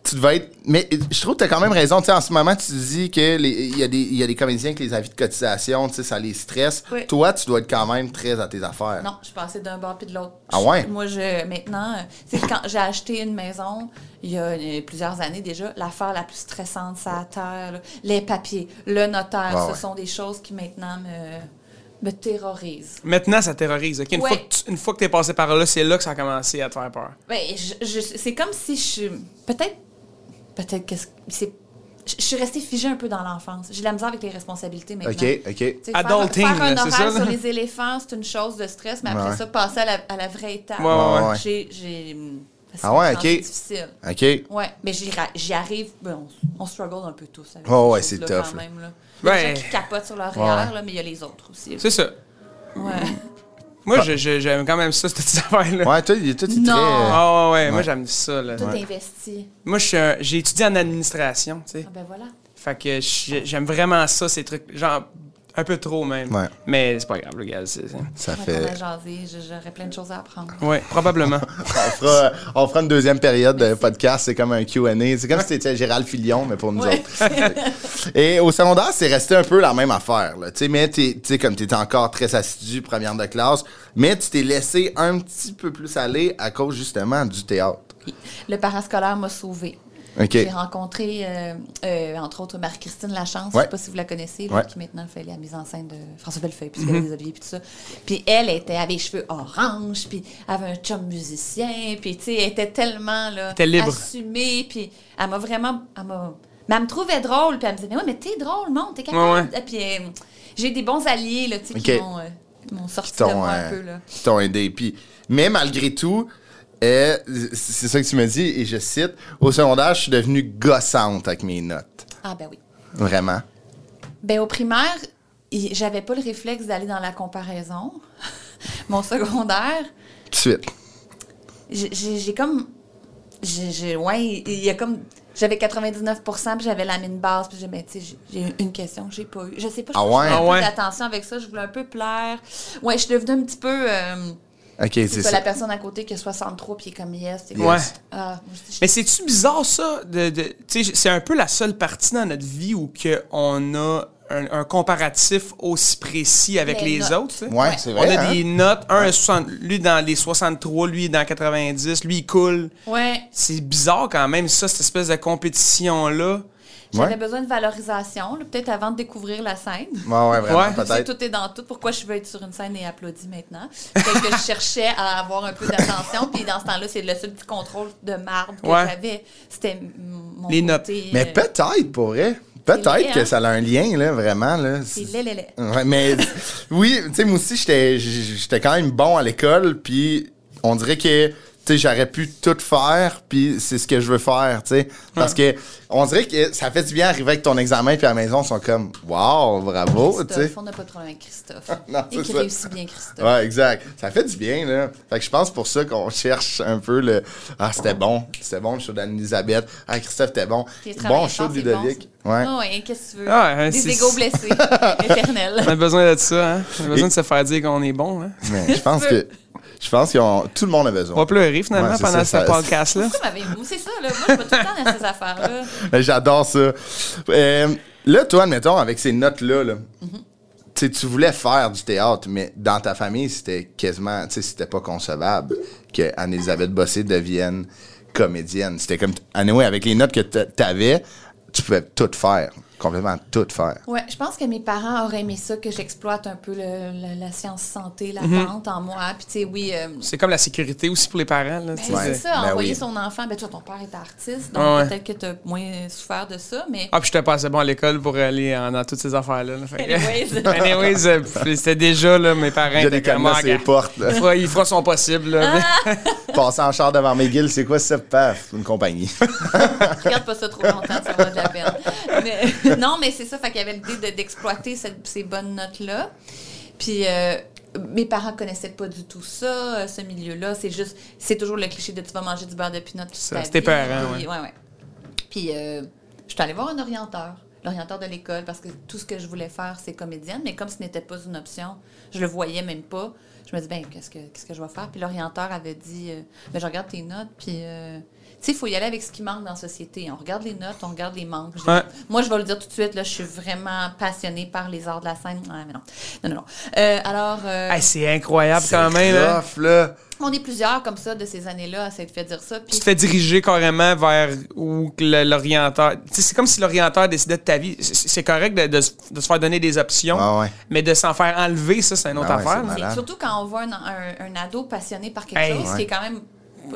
Speaker 1: Tu devais être. Mais je trouve que tu as quand même raison. Tu sais, en ce moment, tu dis qu'il y, a des- il y a des comédiens que les avis de cotisation, tu sais, ça les stresse.
Speaker 4: Oui.
Speaker 1: Toi, tu dois être quand même très à tes affaires.
Speaker 4: Non, je suis passée d'un bord puis de l'autre.
Speaker 1: Ah ouais?
Speaker 4: Moi, je, maintenant, euh, tu sais, quand j'ai acheté une maison, il y a euh, plusieurs années déjà, l'affaire la plus stressante, c'est la terre, là. les papiers, le notaire,
Speaker 1: Ah
Speaker 4: ce
Speaker 1: ouais.
Speaker 4: sont des choses qui maintenant me, me terrorisent.
Speaker 2: Maintenant, ça terrorise. ok? Une,
Speaker 4: Ouais.
Speaker 2: fois que tu, une fois que t'es passé par là, c'est là que ça a commencé à te faire peur.
Speaker 4: Ben, je- je- c'est comme si je suis. Peut-être. Peut-être que c'est- c'est. Je je suis restée figée un peu dans l'enfance. J'ai de la misère avec les responsabilités maintenant.
Speaker 1: OK, OK.
Speaker 4: Tu sais, faire-
Speaker 2: Adulting,
Speaker 4: faire, un
Speaker 2: là, c'est
Speaker 4: horaire
Speaker 2: ça, là?
Speaker 4: sur les éléphants, c'est une chose de stress, mais après
Speaker 1: Ouais.
Speaker 4: ça, passer à la, à la vraie étape.
Speaker 2: Ouais, ouais,
Speaker 1: ouais.
Speaker 4: J'ai- j'ai- parce que
Speaker 1: Ah ouais,
Speaker 4: quand
Speaker 1: ok.
Speaker 4: C'est difficile.
Speaker 1: OK.
Speaker 4: Ouais, mais j'y ra- j'y arrive. ben, on, on struggle un peu tous avec
Speaker 1: Oh
Speaker 4: ces
Speaker 1: ouais, c'est
Speaker 4: choses-là
Speaker 1: tough,
Speaker 4: quand
Speaker 1: là.
Speaker 4: même. Là. Il y a des
Speaker 2: Ouais.
Speaker 4: gens qui capotent sur leur
Speaker 1: Ouais.
Speaker 4: REER, là, mais il y a les autres aussi.
Speaker 2: C'est ça.
Speaker 4: Ouais.
Speaker 2: Moi, je- je- j'aime quand même ça, cette petite affaire-là.
Speaker 1: Ouais, toi, il- toi, t'es
Speaker 4: Non.
Speaker 1: très.
Speaker 2: Ah ouais, ouais, moi j'aime ça. Là.
Speaker 4: Tout investi.
Speaker 2: Moi, je suis un- j'ai étudié en administration, tu sais.
Speaker 4: Ah ben voilà.
Speaker 2: Fait que j'ai- j'aime vraiment ça, ces trucs, genre un peu trop même.
Speaker 1: Ouais.
Speaker 2: Mais c'est pas grave, le gars. c'est- c'est-
Speaker 1: Ça
Speaker 4: Quand on a
Speaker 1: fait.
Speaker 4: jasé, je- j'aurais plein de choses à apprendre.
Speaker 2: Ouais, probablement.
Speaker 1: On fera, on fera une deuxième période de podcast. C'est comme un QA. C'est comme si c'était Gérald Filion, mais pour nous
Speaker 4: Ouais.
Speaker 1: autres. Et au secondaire, c'est resté un peu la même affaire. Là. Tu sais, mais t'es- tu sais, comme tu étais encore très assidu, première de classe, mais tu t'es laissé un petit peu plus aller à cause justement du théâtre.
Speaker 4: Le parascolaire m'a sauvée.
Speaker 1: OK.
Speaker 4: J'ai rencontré, euh, euh, entre autres, Marie-Christine Lachance,
Speaker 1: Ouais.
Speaker 4: je sais pas si vous la connaissez, là,
Speaker 1: Ouais. Mm-hmm.
Speaker 4: qui maintenant fait la mise en scène de François Bellefeuille, puis Sylvie Olivier, puis tout ça. Puis elle était, avait les cheveux orange, puis avait un chum musicien, puis tu sais, elle était tellement là,
Speaker 2: était libre.
Speaker 4: assumée, puis elle m'a vraiment... Elle m'a- mais elle me trouvait drôle, puis elle me disait, mais ouais, mais t'es drôle, mon, t'es capable.
Speaker 2: Ouais,
Speaker 4: Puis euh, j'ai des bons alliés, là, tu sais, qui
Speaker 1: Ok.
Speaker 4: m'ont, euh, m'ont sorti
Speaker 1: qui
Speaker 4: de
Speaker 1: t'ont
Speaker 4: moi
Speaker 1: euh,
Speaker 4: un peu, là.
Speaker 1: qui t'ont aidé. Puis, mais malgré tout, euh, c'est ça que tu me dis, et je cite, au secondaire, je suis devenue gossante avec mes notes.
Speaker 4: Ah ben oui.
Speaker 1: Vraiment.
Speaker 4: Ben, au primaire, il- j'avais pas le réflexe d'aller dans la comparaison. Mon secondaire,
Speaker 1: Tout de suite.
Speaker 4: j'ai- j'ai j'ai comme. j'ai- j'ai- ouais, il il y a comme. J'avais 99 puis j'avais la mine basse, puis j'ai, ben, tu sais, j'ai j'ai une question que j'ai pas eue. Je sais pas, je
Speaker 1: Ah
Speaker 4: pense que j'ai
Speaker 1: ouais?
Speaker 4: un
Speaker 2: Ah
Speaker 4: peu
Speaker 2: ouais?
Speaker 4: d'attention avec ça, je voulais un peu plaire. Ouais, je suis devenue un petit peu. euh,
Speaker 1: OK, c'est
Speaker 4: c'est
Speaker 1: ça.
Speaker 4: pas la personne à côté qui a 63 puis qui est comme yes. t'es comme,
Speaker 2: Ouais.
Speaker 4: Ah, moi, je- je-
Speaker 2: Mais c'est-tu bizarre ça? De, de- tu sais, c'est un peu la seule partie dans notre vie où que on a un, un comparatif aussi précis avec
Speaker 4: Les
Speaker 2: les
Speaker 4: notes.
Speaker 2: autres. tu sais.
Speaker 1: Ouais, c'est vrai.
Speaker 2: on a
Speaker 1: hein?
Speaker 2: des notes, un à 60 lui dans les 63, lui dans 90, lui il coule.
Speaker 4: Ouais.
Speaker 2: C'est bizarre quand même ça, cette espèce de compétition-là.
Speaker 4: J'avais
Speaker 1: Ouais.
Speaker 4: besoin de valorisation, là, peut-être avant de découvrir la scène.
Speaker 1: Ouais, ouais, vraiment,
Speaker 2: Ouais.
Speaker 4: Tu sais,
Speaker 1: peut-être.
Speaker 4: tout est dans tout. Pourquoi je veux être sur une scène et applaudie maintenant? C'est que je cherchais à avoir un peu d'attention. Puis dans ce temps-là, c'est le seul petit contrôle de marbre que
Speaker 2: Ouais.
Speaker 4: j'avais. C'était m- mon
Speaker 2: Les
Speaker 4: côté,
Speaker 1: Mais
Speaker 4: euh,
Speaker 1: peut-être, pour vrai.
Speaker 4: C'est laid,
Speaker 1: Peut-être que
Speaker 4: hein?
Speaker 1: ça a un lien, là, vraiment. Là.
Speaker 4: c'est laid, laid, laid.
Speaker 1: Ouais, mais oui, tu sais, moi aussi, j'étais j- j'étais quand même bon à l'école, puis on dirait que, tu sais, j'aurais pu tout faire, puis c'est ce que je veux faire, tu sais. Parce que, on dirait que ça fait du bien arriver avec ton examen, puis à la maison, ils sont comme, wow, bravo, oh, tu sais.
Speaker 4: Christophe, on n'a pas de problème avec Christophe.
Speaker 1: Non, c'est
Speaker 4: et qui
Speaker 1: ça.
Speaker 4: réussit bien, Christophe.
Speaker 1: Ouais, exact. Ça fait du bien, là. Fait que je pense pour ça qu'on cherche un peu le. Ah, c'était bon. C'était bon le show d'Anne-Elisabeth. Ah, Christophe, t'es bon.
Speaker 4: Puis il travaille
Speaker 1: Bon show
Speaker 4: fort,
Speaker 1: de
Speaker 4: c'est bon,
Speaker 1: Ludovic.
Speaker 4: ça.
Speaker 1: Ouais.
Speaker 4: Ah ouais, qu'est-ce que tu veux?
Speaker 2: Ah, hein,
Speaker 4: Des
Speaker 2: c'est-
Speaker 4: égaux blessés, éternels.
Speaker 2: On a besoin de ça, hein? On a besoin de se faire dire qu'on est bon, hein?
Speaker 1: Mais je pense que. Je pense que tout le monde a
Speaker 2: On va
Speaker 1: besoin.
Speaker 2: pleurer finalement
Speaker 1: Ouais, c'est ça,
Speaker 2: pendant ce
Speaker 1: ça-
Speaker 2: podcast-là.
Speaker 4: Pourquoi m'avez- moi, C'est ça, là. Moi, je vais tout le temps dans ces affaires-là.
Speaker 1: Ben, J'adore ça. Euh, là, toi, admettons, avec ces notes-là, là, tu sais, tu voulais faire du théâtre, mais dans ta famille, c'était quasiment. Tu sais, c'était pas concevable que Anne-Elisabeth Bossé devienne comédienne. C'était comme. Anyway, avec les notes que t'a- t'avais, tu pouvais tout faire. complètement tout faire.
Speaker 4: Ouais, je pense que mes parents auraient aimé ça, que j'exploite un peu le- le- la science santé, la
Speaker 1: Mm-hmm.
Speaker 4: pente en moi. Puis, tu sais, oui, euh,
Speaker 2: C'est comme la sécurité aussi pour les parents. Là,
Speaker 4: ben,
Speaker 2: tu sais,
Speaker 4: c'est
Speaker 1: Ouais.
Speaker 2: c'est-
Speaker 4: ça,
Speaker 1: Ben
Speaker 4: envoyer
Speaker 1: oui.
Speaker 4: son enfant. Ben, tu vois, ton père est artiste,
Speaker 2: Ah
Speaker 4: donc
Speaker 2: ouais.
Speaker 4: peut-être que tu as moins souffert de ça, mais.
Speaker 2: Ah, puis j'étais pas assez bon à l'école pour aller en- dans toutes ces affaires-là. là. Fait que-
Speaker 4: Anyways.
Speaker 2: Anyways, euh, c'était déjà, là, mes parents
Speaker 1: Il y a des
Speaker 2: étaient comme,
Speaker 1: cadenas
Speaker 2: Ah,
Speaker 1: sur les
Speaker 2: gars,
Speaker 1: portes. là.
Speaker 2: il fera- Il fera son possible. là.
Speaker 1: Passer en char devant McGill, c'est quoi ça? Paf, une compagnie.
Speaker 4: Regarde pas ça trop longtemps, ça va de la peine. Mais- non, mais c'est ça, fait qu'il y avait l'idée de- d'exploiter cette- ces bonnes notes-là. Puis euh, mes parents connaissaient pas du tout ça, euh, ce milieu-là. C'est juste, c'est toujours le cliché de tu vas manger du beurre de pinot toute
Speaker 2: Ça,
Speaker 4: ta
Speaker 2: c'était
Speaker 4: vie.
Speaker 2: peurant,
Speaker 4: Puis, ouais, ouais. Puis euh, je suis allée voir un orienteur, l'orienteur de l'école, parce que tout ce que je voulais faire, c'est comédienne, mais comme ce n'était pas une option, je le voyais même pas. Je me dis, ben qu'est-ce que, qu'est-ce que je vais faire? Puis l'orienteur avait dit, euh, ben, je regarde tes notes, puis euh, tu sais, il faut y aller avec ce qui manque dans la société. On regarde les notes, on regarde les manques. Je dis,
Speaker 2: Ouais.
Speaker 4: Moi, je vais le dire tout de suite, là, je suis vraiment passionnée par les arts de la scène. Ouais, mais non. Non, non, non. Euh, alors, euh,
Speaker 2: Ah, c'est incroyable quand même. hein. là.
Speaker 1: Rough, là.
Speaker 4: on est plusieurs comme ça de ces années-là à s'être fait dire ça. Puis
Speaker 2: Tu te fais diriger carrément vers où que le- l'orienteur. Tu sais, C'est comme si l'orienteur décidait de ta vie. C'est- C'est correct de, de se- de se faire donner des options,
Speaker 1: Ah ouais.
Speaker 2: mais de s'en faire enlever, ça, c'est une autre
Speaker 1: Ah ouais, c'est
Speaker 2: affaire. là.
Speaker 1: malade.
Speaker 4: Et surtout quand on voit un, un- un ado passionné par quelque
Speaker 2: Hey.
Speaker 4: chose, ce qui
Speaker 1: Ouais.
Speaker 4: est quand même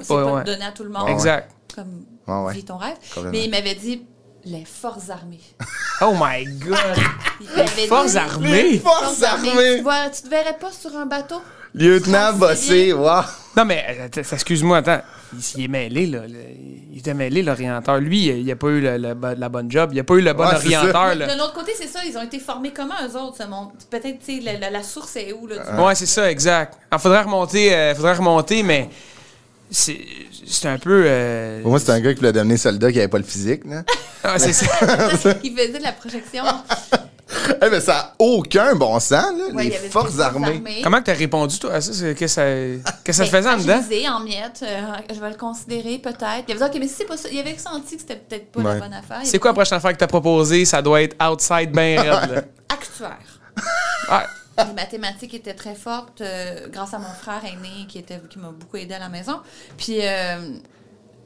Speaker 4: c'est
Speaker 2: Ouais,
Speaker 4: pas
Speaker 2: ouais.
Speaker 4: donné à tout le monde.
Speaker 2: exact.
Speaker 4: Comme
Speaker 1: Ouais, ouais.
Speaker 4: vis ton rêve.
Speaker 1: Complètement.
Speaker 4: Mais il m'avait dit les forces armées.
Speaker 2: Oh my God!
Speaker 4: Il m'avait
Speaker 2: Forces
Speaker 4: dit-
Speaker 1: Les
Speaker 2: armées!
Speaker 1: forces
Speaker 4: Tu, te
Speaker 1: armées!
Speaker 4: vois- tu te verrais pas sur un bateau
Speaker 1: Lieutenant bossé, wow!
Speaker 2: Non, mais euh, t- excuse-moi, attends. Il, il est mêlé, là. Le- Il était mêlé, l'orienteur. Lui, il n'a pas eu le- le bon- la bonne job. Il n'a pas eu le bon
Speaker 1: Ouais, c'est ça.
Speaker 2: orienteur, Ah, là.
Speaker 4: De l'autre côté, c'est ça, ils ont été formés comment eux autres, ce monde Peut-être, tu sais, la, la- la source est où là, du-
Speaker 1: Ah.
Speaker 2: Ouais, c'est ça, exact. Il faudrait remonter, euh, faudrait remonter, mais c'est c'est un peu. euh,
Speaker 1: Pour moi, c'est un gars qui voulait devenir soldat qui avait pas le physique, là.
Speaker 2: ah, c'est ça.
Speaker 4: Ils faisaient de la projection.
Speaker 1: Eh ben, ça a aucun bon sens, là.
Speaker 4: Ouais, il y
Speaker 1: les
Speaker 4: avait des
Speaker 1: forces armées.
Speaker 2: Comment que t'as répondu, toi, à ça? C'est- Qu'est-ce que ça, qu'est-ce que ça te
Speaker 4: Ben,
Speaker 2: faisait en dedans?
Speaker 4: fragilisé, en miettes. euh, je vais le considérer peut-être. Il avait dit, OK, mais si c'est pas ça, il avait senti que c'était peut-être pas
Speaker 1: Ouais.
Speaker 4: la bonne affaire. Il
Speaker 2: C'est quoi la
Speaker 4: avait
Speaker 2: prochaine affaire que t'as proposée? Ça doit être outside bien raide, là.
Speaker 4: dit, Actuaire.
Speaker 2: Ah,
Speaker 4: Les mathématiques étaient très fortes euh, grâce à mon frère aîné qui était qui m'a beaucoup aidé à la maison. Puis euh,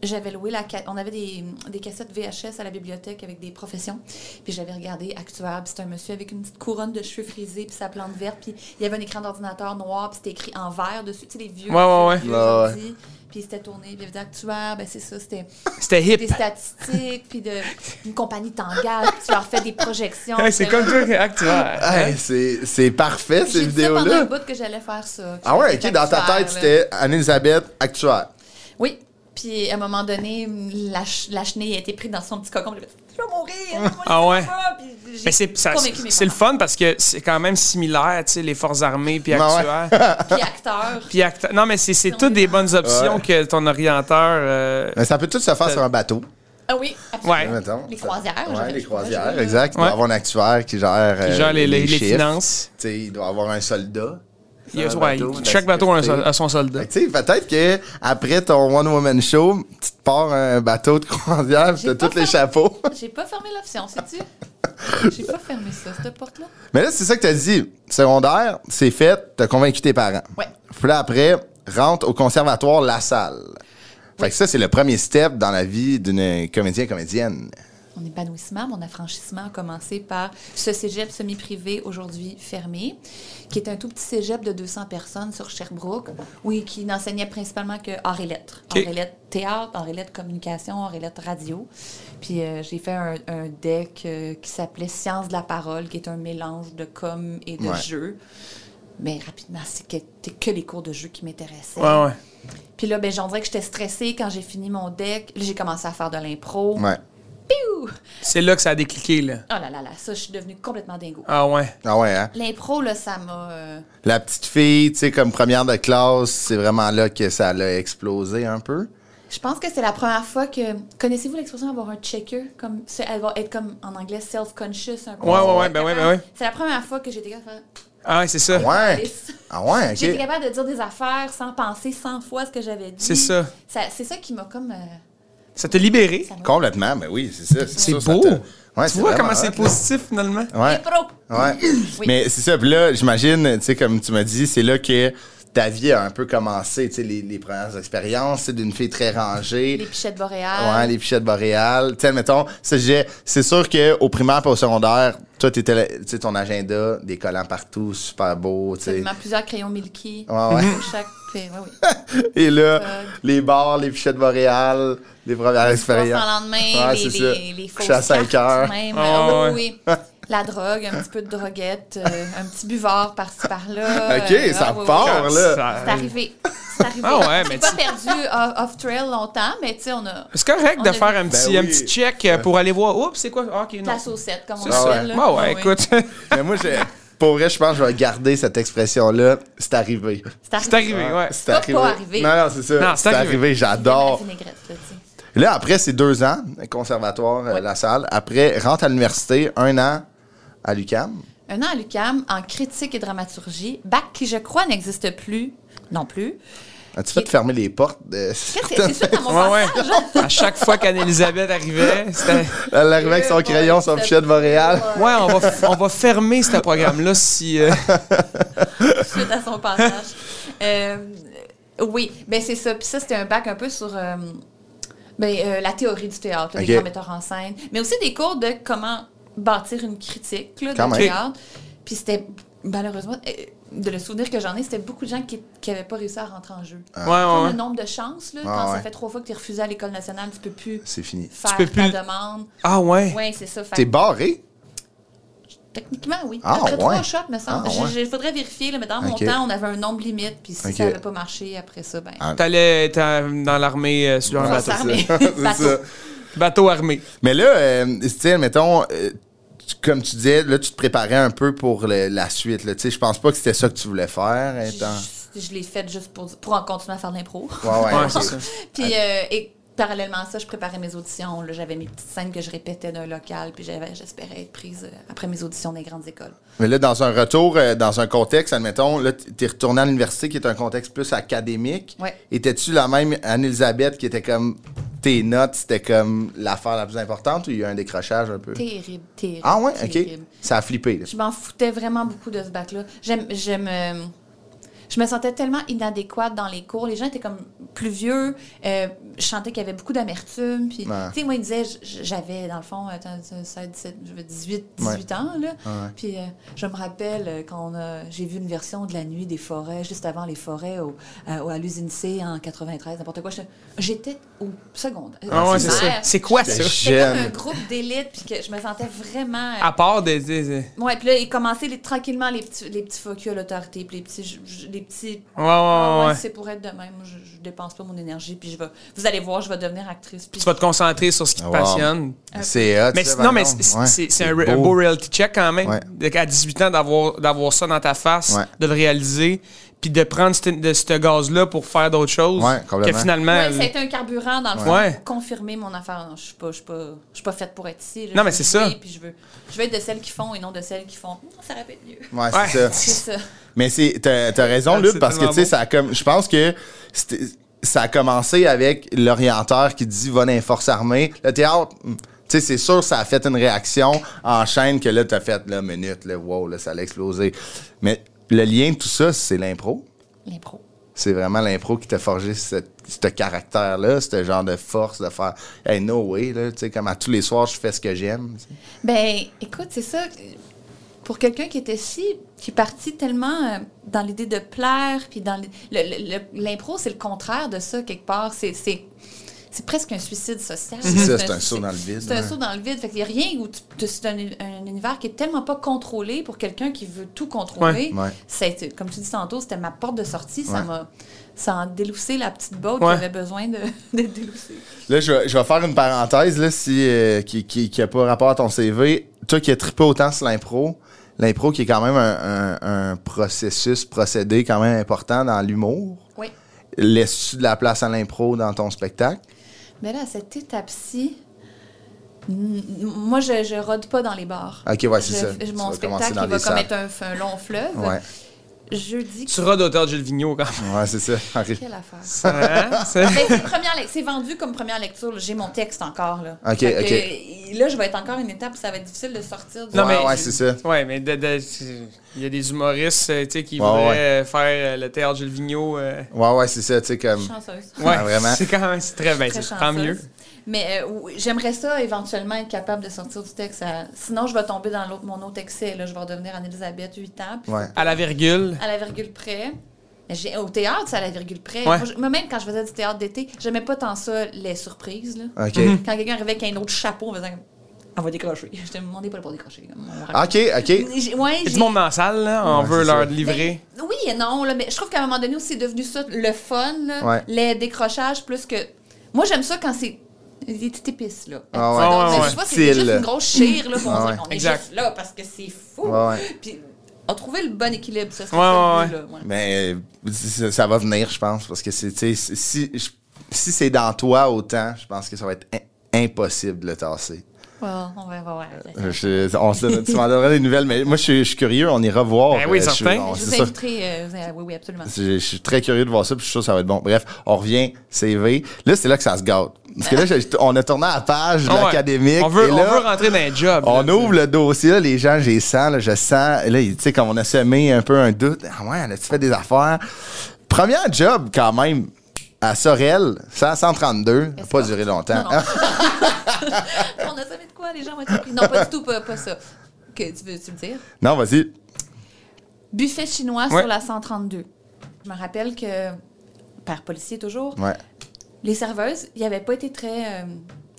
Speaker 4: j'avais loué la ca- on avait des, des cassettes VHS à la bibliothèque avec des professions. Puis j'avais regardé Actuaire, puis c'était un monsieur avec une petite couronne de cheveux frisés, puis sa plante verte, puis il y avait un écran d'ordinateur noir, puis c'était écrit en vert dessus, tu sais les vieux.
Speaker 2: Ouais, ouais, ouais.
Speaker 4: vieux
Speaker 1: Ouais, ouais.
Speaker 4: ordi. Puis c'était tourné, puis il avait dit Actuaire, ben c'est ça, c'était
Speaker 2: c'était
Speaker 4: des
Speaker 2: hip.
Speaker 4: statistiques, puis de, une compagnie t'engage, puis tu leur fais des projections.
Speaker 2: Hey, c'est
Speaker 4: Puis
Speaker 2: comme toi, actuaire.
Speaker 1: Hey, Eh, c'est c'est parfait, ces
Speaker 4: j'ai dit ça pendant un
Speaker 1: vidéos-là.
Speaker 4: bout que j'allais faire ça.
Speaker 1: Ah ouais,
Speaker 4: J'étais
Speaker 1: ok, dans ta
Speaker 4: actuaire,
Speaker 1: tête,
Speaker 4: là.
Speaker 1: c'était Anne-Elisabeth, actuaire.
Speaker 4: Oui. Puis à un moment donné, la, ch- la chenille a été prise dans son petit cocon. J'ai fait, Je vais mourir.
Speaker 2: Ah ouais. Mais
Speaker 4: Mais
Speaker 2: c'est ça- c'est le fun parce que c'est quand même similaire, tu sais, les forces armées puis
Speaker 1: Ben ouais.
Speaker 2: actuaires.
Speaker 4: Puis acteur.
Speaker 2: Puis acta- Non, mais c'est- c'est
Speaker 4: Ils ont
Speaker 2: toutes
Speaker 4: des
Speaker 2: des bonnes options
Speaker 1: Ouais.
Speaker 2: que ton orienteur. euh,
Speaker 1: Mais ça peut tout se faire sur un bateau.
Speaker 4: Ah oui, absolument.
Speaker 2: Ouais.
Speaker 1: mettons.
Speaker 4: Les croisières,
Speaker 1: Ouais,
Speaker 4: j'avais-
Speaker 1: les
Speaker 4: je-
Speaker 1: croisières,
Speaker 4: je-
Speaker 1: exact. Il doit
Speaker 2: Ouais.
Speaker 1: avoir un actuaire qui gère,
Speaker 2: Qui
Speaker 1: euh,
Speaker 2: gère les- les- les
Speaker 1: chiffres.
Speaker 2: finances.
Speaker 1: Tu sais, il doit avoir un soldat.
Speaker 2: il y a-
Speaker 1: Un
Speaker 2: ouais,
Speaker 1: bateau,
Speaker 2: chaque bateau a, un sol-
Speaker 1: sécurité.
Speaker 2: a son soldat.
Speaker 1: Fait que, Tu sais, peut-être que après ton One Woman Show, tu te pars un bateau de croisière, pis
Speaker 4: J'ai
Speaker 1: t'as
Speaker 4: pas
Speaker 1: tous les
Speaker 4: fait-
Speaker 1: chapeaux.
Speaker 4: J'ai pas fermé l'option, sais-tu? J'ai pas fermé ça, cette porte-là.
Speaker 1: Mais là, c'est ça que t'as dit. Secondaire, c'est fait, t'as convaincu tes parents.
Speaker 4: Ouais.
Speaker 1: Puis là, après, rentre au conservatoire La Salle. Fait que ça, c'est le premier step dans la vie d'une comédien-comédienne.
Speaker 4: Mon épanouissement, mon affranchissement a commencé par ce cégep semi-privé aujourd'hui fermé, qui est un tout petit cégep de 200 personnes sur Sherbrooke, oui, qui n'enseignait principalement que art et lettres.
Speaker 2: OK.
Speaker 4: Art et lettres théâtre, art et lettres communication, art et lettres radio. Puis euh, j'ai fait un, un deck euh, qui s'appelait Science de la parole, qui est un mélange de com et de
Speaker 1: Ouais.
Speaker 4: jeu. Mais rapidement, c'était que les cours de jeu qui m'intéressaient.
Speaker 2: Ouais, ouais.
Speaker 4: Puis là, ben, j'en dirais que j'étais stressée quand j'ai fini mon deck. Là, j'ai commencé à faire de l'impro.
Speaker 1: Ouais.
Speaker 4: Piou!
Speaker 2: C'est là que ça a décliqué, là.
Speaker 4: Oh là là là, ça, je suis devenue complètement dingo.
Speaker 2: Ah ouais.
Speaker 1: Ah ouais, hein?
Speaker 4: L'impro, là, ça m'a. euh,
Speaker 1: La petite fille, tu sais, comme première de classe, c'est vraiment là que ça l'a explosé un peu.
Speaker 4: Je pense que c'est la première fois que. Connaissez-vous l'expression avoir un checker comme se- avoir- être comme en anglais self-conscious un peu.
Speaker 2: Ouais, ouais, ouais, ben ouais, ben ouais.
Speaker 4: C'est la première fois que j'étais capable de faire.
Speaker 2: Ah ouais, c'est ça.
Speaker 1: Ouais. Ah ouais,
Speaker 4: J'étais
Speaker 1: ok.
Speaker 4: capable de dire des affaires sans penser 100 fois ce que j'avais dit.
Speaker 2: C'est ça.
Speaker 4: Ça- c'est ça qui m'a comme. euh,
Speaker 2: Ça t'a libéré.
Speaker 4: ça m'a-
Speaker 1: Complètement, mais oui, c'est ça.
Speaker 2: C'est
Speaker 1: ça, ça
Speaker 2: beau.
Speaker 1: te- Ouais,
Speaker 2: tu vois
Speaker 1: vraiment
Speaker 2: comment c'est
Speaker 1: hot, là.
Speaker 2: positif, finalement.
Speaker 1: Ouais.
Speaker 4: Impro!
Speaker 1: Ouais.
Speaker 4: Oui.
Speaker 1: Mais c'est ça. Puis là, j'imagine, tu sais, comme tu m'as dit, c'est là que ta vie a un peu commencé, tu sais, les, les premières expériences, c'est d'une fille très rangée.
Speaker 4: Les pichettes
Speaker 1: Ouais,
Speaker 4: boréales.
Speaker 1: les pichettes boréales. Tu sais, mettons, c'est j'ai- c'est sûr qu'au primaire et au secondaire, toi, t'étais, la- tu sais, ton agenda, des collants partout, super beau, tu sais.
Speaker 4: Absolument, plusieurs crayons Milky.
Speaker 1: Ouais, ouais.
Speaker 4: Pour Chaque... fait- ouais, oui.
Speaker 1: Et là,
Speaker 4: Euh,
Speaker 1: les bars, les pichettes boréales, les premières
Speaker 4: Expérience.
Speaker 1: expériences.
Speaker 4: Sans lendemain,
Speaker 1: Ouais,
Speaker 4: les,
Speaker 1: c'est ça.
Speaker 4: les, les fausses
Speaker 1: Coucher à cinq
Speaker 4: cartes
Speaker 1: heures.
Speaker 4: même.
Speaker 2: Ah,
Speaker 4: Euh,
Speaker 2: ouais.
Speaker 4: oui, oui. La drogue, un petit peu de droguette, euh, un petit buvard par-ci par-là.
Speaker 1: OK,
Speaker 4: euh,
Speaker 1: ça
Speaker 4: ah, oui, oui.
Speaker 1: part, là.
Speaker 2: Ça-
Speaker 4: C'est arrivé. C'est arrivé.
Speaker 2: Ah ouais,
Speaker 4: J'ai
Speaker 2: mais
Speaker 4: pas
Speaker 2: tu-
Speaker 4: perdu euh, off-trail longtemps, mais tu sais, on a
Speaker 2: C'est correct
Speaker 4: On
Speaker 2: de
Speaker 4: a
Speaker 2: faire
Speaker 4: vu.
Speaker 2: un petit,
Speaker 1: Ben
Speaker 2: un
Speaker 1: oui.
Speaker 2: petit check euh, pour aller voir. Oups, c'est quoi? Ah, OK, non.
Speaker 4: la saucette, comme on
Speaker 2: C'est
Speaker 1: Ah
Speaker 2: ça.
Speaker 4: l'appelle.
Speaker 2: Ouais,
Speaker 4: là.
Speaker 2: ouais,
Speaker 4: Ah oui.
Speaker 2: écoute.
Speaker 1: Mais moi, j'ai, pour vrai, je pense que je vais garder cette expression-là. C'est arrivé.
Speaker 2: c'est arrivé, ouais.
Speaker 1: C'est
Speaker 4: Pas pas arrivé.
Speaker 1: Non, non, c'est ça.
Speaker 2: Non,
Speaker 1: c'est
Speaker 2: c'est
Speaker 1: arrivé.
Speaker 2: arrivé.
Speaker 1: J'adore.
Speaker 4: La vinaigrette, là, tu sais.
Speaker 1: Là, après, c'est deux ans, conservatoire, euh, la salle. Après, rentre à l'université, un an à l'UCAM.
Speaker 4: Un an à l'UCAM en critique et dramaturgie, bac qui, je crois, n'existe plus non plus.
Speaker 1: As-tu
Speaker 4: Qui
Speaker 1: fait
Speaker 4: est-
Speaker 1: fermer les portes de
Speaker 4: Qu'est-ce que c'est ça dans mon
Speaker 2: Ouais, ouais.
Speaker 4: passage?
Speaker 2: À chaque fois qu'Anne-Elisabeth arrivait, c'était.
Speaker 1: Elle arrivait avec son
Speaker 4: Ouais,
Speaker 1: crayon, son
Speaker 4: c'est-
Speaker 1: fichier de Boréal.
Speaker 2: Ouais, on va, f- on va fermer ce programme-là si. euh,
Speaker 4: suite à son passage. Euh, oui, ben c'est ça. Puis ça, c'était un bac un peu sur euh, ben, euh, la théorie du théâtre, là,
Speaker 1: Ok.
Speaker 4: les grands metteurs en scène, mais aussi des cours de comment bâtir une critique là,
Speaker 1: Quand
Speaker 4: de
Speaker 1: même.
Speaker 4: théâtre. Puis c'était, malheureusement, euh, de le souvenir que j'en ai, c'était beaucoup de gens qui n'avaient pas réussi à rentrer en jeu.
Speaker 2: Ouais, ouais,
Speaker 4: Comme
Speaker 2: ouais.
Speaker 4: le nombre de chances, là,
Speaker 1: Ah,
Speaker 4: quand
Speaker 1: ouais.
Speaker 4: ça fait trois fois que tu es refusé à l'École nationale, tu peux plus
Speaker 1: C'est fini.
Speaker 4: faire
Speaker 2: peux plus-
Speaker 4: ta demande.
Speaker 2: Ah, ouais.
Speaker 4: Oui, c'est ça. Fait
Speaker 1: T'es
Speaker 4: que-
Speaker 1: barré?
Speaker 4: Techniquement, oui.
Speaker 1: Ah,
Speaker 4: après
Speaker 1: ouais.
Speaker 4: trois shots, me semble.
Speaker 1: Ah,
Speaker 4: Je-
Speaker 1: ouais.
Speaker 4: je- Il faudrait vérifier, là, mais dans
Speaker 1: Ok.
Speaker 4: mon temps, on avait un nombre limite, puis si
Speaker 1: Ok.
Speaker 4: ça n'avait pas marché après ça, ben.
Speaker 1: Ah,
Speaker 2: T'allais être euh, dans l'armée, euh, sur un
Speaker 4: on
Speaker 2: bateau.
Speaker 4: va s'armer.
Speaker 1: C'est
Speaker 4: Bateau.
Speaker 1: ça.
Speaker 2: Bateau armé.
Speaker 1: Mais là, euh, tu sais, mettons, euh, tu- comme tu disais, là, tu te préparais un peu pour le- la suite. là. Tu sais, je pense pas que c'était ça que tu voulais faire.
Speaker 4: Je-
Speaker 1: étant-
Speaker 4: Je, je l'ai faite juste pour, pour en continuer à faire de l'impro.
Speaker 1: Ouais, ouais.
Speaker 2: Ouais,
Speaker 1: ok.
Speaker 2: c'est ça.
Speaker 4: puis, euh, et parallèlement à ça, je préparais mes auditions. là. J'avais mes petites scènes que je répétais d'un local, puis j'avais- j'espérais être prise euh, après mes auditions des grandes écoles.
Speaker 1: Mais là, dans un retour, euh, dans un contexte, admettons, là, t- t'es retourné à l'université qui est un contexte plus académique.
Speaker 4: Ouais.
Speaker 1: Étais-tu la même Anne-Elisabeth qui était comme tes notes, c'était comme l'affaire la plus importante ou il y a eu un décrochage un peu?
Speaker 4: Terrible, terrible.
Speaker 1: Ah ouais, ok.
Speaker 4: terrible.
Speaker 1: Ça a flippé. là.
Speaker 4: Je m'en foutais vraiment beaucoup de ce bac-là. J'aime, j'aime, euh, je me sentais tellement inadéquate dans les cours. Les gens étaient comme plus vieux. euh, je sentais qu'il y avait beaucoup d'amertume. Puis,
Speaker 1: Ouais.
Speaker 4: tu sais, moi, ils disaient, j- j'avais, dans le fond, attends, 17, 17, je veux 18, 18 ans, là. Puis, euh, je me rappelle euh, quand on a- j'ai vu une version de La Nuit des Forêts, juste avant les forêts, au, à, au- à l'usine C en 93, n'importe quoi. J'étais- J'étais au seconde. euh,
Speaker 2: Ah, ouais, c'est ça.
Speaker 4: primaire.
Speaker 2: C'est
Speaker 1: Ben,
Speaker 2: quoi ça?
Speaker 4: J'étais comme un
Speaker 1: Jeune.
Speaker 4: groupe d'élite, puis que je me sentais vraiment. euh,
Speaker 2: À part des. des- des-
Speaker 4: Ouais, puis là, ils commençaient les- tranquillement les petits, les petits fuck you à l'autorité, puis les petits. je- je- les petits
Speaker 2: Ouais, ouais, ouais,
Speaker 4: Ah ouais,
Speaker 2: ouais.
Speaker 4: c'est pour être de même. Moi, Je, je dépense pas mon énergie, puis je vais. Vous allez voir, je vais devenir actrice. Puis
Speaker 2: Tu vas te concentrer sur ce qui te
Speaker 1: Wow.
Speaker 2: passionne.
Speaker 1: C'est hot.
Speaker 2: Mais
Speaker 1: ça,
Speaker 2: c'est-
Speaker 1: par
Speaker 2: non, mais
Speaker 1: exemple.
Speaker 2: c'est
Speaker 1: Ouais.
Speaker 2: c'est- c'est un, re- un beau reality check quand même.
Speaker 1: Ouais.
Speaker 2: De- À 18 ans, d'avoir d'avoir ça dans ta face,
Speaker 1: Ouais.
Speaker 2: de le réaliser, puis de prendre cette- de ce gaz-là pour faire d'autres choses.
Speaker 1: Ouais, complètement.
Speaker 2: Que finalement.
Speaker 4: Ouais, ça a été un carburant, dans le fond,
Speaker 2: Ouais.
Speaker 4: pour confirmer mon affaire. Non, je suis pas, je suis pas, je suis pas faite pour être ici. là.
Speaker 2: Non, mais
Speaker 4: Je veux
Speaker 2: c'est
Speaker 4: jouer,
Speaker 2: ça.
Speaker 4: Puis je veux, je veux être de celles qui font et non de celles qui font. Oh, ça répète mieux.
Speaker 1: Ouais,
Speaker 2: Ouais.
Speaker 1: c'est ça.
Speaker 4: C'est ça.
Speaker 1: Mais c'est t'as t'as raison
Speaker 2: Ah,
Speaker 1: Luc
Speaker 2: c'est
Speaker 1: parce que tu
Speaker 2: tellement
Speaker 1: sais
Speaker 2: beau.
Speaker 1: ça a comme je pense que c'était- ça a commencé avec l'orienteur qui dit va dans les forces armées le théâtre hmm, tu sais c'est sûr ça a fait une réaction en chaîne que là t'as fait là minute là wow là ça a explosé mais le lien de tout ça c'est l'impro
Speaker 4: L'impro.
Speaker 1: c'est vraiment l'impro qui t'a forgé ce, ce caractère-là, ce genre de force de faire Hey, no way, là, tu sais, comme à tous les soirs, je fais ce que j'aime.
Speaker 4: Ben, écoute, c'est ça. Pour quelqu'un qui était si, qui est parti tellement euh, dans l'idée de plaire, puis dans le- le- le- l'impro, c'est le contraire de ça quelque part. C'est c'est c'est presque un suicide social.
Speaker 1: C'est ça, c'est un saut dans le vide,
Speaker 4: C'est un
Speaker 1: ouais.
Speaker 4: saut dans le vide. Fait qu'il y a rien où tu- tu- c'est un, un univers qui est tellement pas contrôlé pour quelqu'un qui veut tout contrôler.
Speaker 1: Ouais. Ouais.
Speaker 4: C'est- comme tu dis tantôt, c'était ma porte de sortie.
Speaker 1: Ouais.
Speaker 4: Ça m'a ça a déloussé la petite botte
Speaker 2: Ouais.
Speaker 4: qui avait besoin de- d'être déloussée.
Speaker 1: Là, je vais, je vais faire une parenthèse là, si, euh, qui n'a qui, qui a pas rapport à ton CV. Toi qui as trippé autant sur l'impro, l'impro qui est quand même un, un- un processus, procédé quand même important dans l'humour.
Speaker 4: Oui.
Speaker 1: Laisses-tu de la place à l'impro dans ton spectacle?
Speaker 4: Mais là, à cette étape-ci, n- moi, je, je rôde pas dans les bars.
Speaker 1: Ok, ouais, c'est
Speaker 4: Je-
Speaker 1: ça.
Speaker 4: je-
Speaker 1: Ça
Speaker 4: mon
Speaker 1: va commencer
Speaker 4: spectacle,
Speaker 1: dans
Speaker 4: il va
Speaker 1: les
Speaker 4: comme être un, f- un long fleuve.
Speaker 1: Ouais.
Speaker 4: jeudi.
Speaker 2: Tu seras d'auteur de Gilles Vigneault quand même.
Speaker 1: Ouais, c'est ça. Henri.
Speaker 4: Quelle affaire.
Speaker 2: Hein? C'est-
Speaker 4: Ben, c'est, première lec- c'est vendu comme première lecture. là. J'ai mon texte encore. Là.
Speaker 1: Ok,
Speaker 4: Fait
Speaker 1: ok.
Speaker 4: que, euh, là, je vais être encore une étape où ça va être difficile de sortir du.
Speaker 2: Non,
Speaker 1: ouais,
Speaker 2: mais-
Speaker 1: ouais, c'est ça.
Speaker 2: Ouais, mais de- de- c'est- il y a des humoristes euh, tu sais, qui
Speaker 1: Ouais,
Speaker 2: voudraient
Speaker 1: ouais.
Speaker 2: euh, faire euh, le théâtre Gilles Vigneault. euh,
Speaker 1: Ouais, ouais, c'est ça, tu sais, comme.
Speaker 4: Chanceuse.
Speaker 2: Ouais,
Speaker 1: Ah, vraiment?
Speaker 2: C'est quand même c'est très bien.
Speaker 4: Très
Speaker 2: C'est tant mieux.
Speaker 4: chanceuse. Mais euh, oui, j'aimerais ça éventuellement être capable de sortir du texte. à- Sinon, je vais tomber dans l'autre, mon autre excès. Là. Je vais redevenir Anne-Elisabeth, 8 ans. puis
Speaker 1: Ouais.
Speaker 2: À la virgule.
Speaker 4: à la virgule près. J'ai- Au théâtre, c'est à la virgule près.
Speaker 2: Ouais.
Speaker 4: Moi, je- Moi-même, quand je faisais du théâtre d'été, j'aimais pas tant ça, les surprises. là. Mm-hmm.
Speaker 1: OK.
Speaker 4: Quand quelqu'un arrivait avec un autre chapeau, on faisait comme, Ah, On va décrocher. Je te demandais pas pour décrocher. comme, on raconte.
Speaker 1: OK, OK.
Speaker 4: J'ai- Ouais,
Speaker 2: Il y a
Speaker 4: j'ai-
Speaker 2: du monde dans la salle, là, on
Speaker 1: Ouais,
Speaker 2: veut
Speaker 1: c'est
Speaker 2: leur
Speaker 1: ça.
Speaker 2: livrer.
Speaker 4: Ben, oui et non, là, mais je trouve qu'à un moment donné aussi, c'est devenu ça le fun, là,
Speaker 1: Ouais.
Speaker 4: les décrochages, plus que. Moi, j'aime ça quand c'est. Il est épice, là.
Speaker 1: Ah ouais.
Speaker 4: C'est drôle,
Speaker 2: Ah ouais,
Speaker 4: mais
Speaker 1: ouais.
Speaker 4: des fois, c'est
Speaker 1: Subtil.
Speaker 4: juste une grosse chire, là. puis on
Speaker 1: Ah
Speaker 4: dirait
Speaker 1: ouais.
Speaker 4: qu'on est
Speaker 2: Exact.
Speaker 4: juste là parce que c'est fou.
Speaker 1: Ouais, ouais.
Speaker 4: Puis, on trouvait le bon équilibre, ça. c'est
Speaker 2: Ouais,
Speaker 4: ça,
Speaker 2: ouais,
Speaker 4: le but, là, ouais.
Speaker 1: Mais euh, ça, ça va venir, je pense, parce que c'est, tu sais, si, si, je- si c'est dans toi autant, je pense que ça va être im- impossible de le tasser.
Speaker 4: Ouais, on va voir.
Speaker 1: Euh, je- on se donne- tu m'en donneras des nouvelles, mais moi, je suis, je suis curieux, on ira voir.
Speaker 2: Ben oui,
Speaker 1: Euh, je suis-
Speaker 2: certain.
Speaker 1: on-
Speaker 4: Je
Speaker 1: c'est
Speaker 4: vous
Speaker 1: ça.
Speaker 4: inviterai. euh, vous- euh, oui, oui, absolument.
Speaker 1: Je, je suis très curieux de voir ça, puis je suis sûr que ça va être bon. Bref, on revient, CV. Là, c'est là que ça se gâte. Parce que là, je- on a tourné à la page de
Speaker 2: Ah ouais.
Speaker 1: l'académique.
Speaker 2: On veut,
Speaker 1: et
Speaker 2: on
Speaker 1: là,
Speaker 2: veut rentrer dans un job.
Speaker 1: On
Speaker 2: là.
Speaker 1: ouvre le dossier, là, les gens, j'ai sens, là, je sens, là, tu sais, comme on a semé un peu un doute. Ah ouais, on a-tu fait des affaires? Premier job, quand même, à Sorel, 132. Ça hein? n'a pas
Speaker 4: Escorte.
Speaker 1: duré longtemps.
Speaker 4: Non, non. on a ça, mais de quoi? Les gens vont être surpris. Non, pas du tout, pas, pas ça. Que tu veux tu le dire?
Speaker 1: Non, vas-y.
Speaker 4: Buffet chinois
Speaker 2: Ouais.
Speaker 4: sur la 132. Je me rappelle que, par policier toujours,
Speaker 1: Ouais.
Speaker 4: les serveuses, il avait pas été très. euh,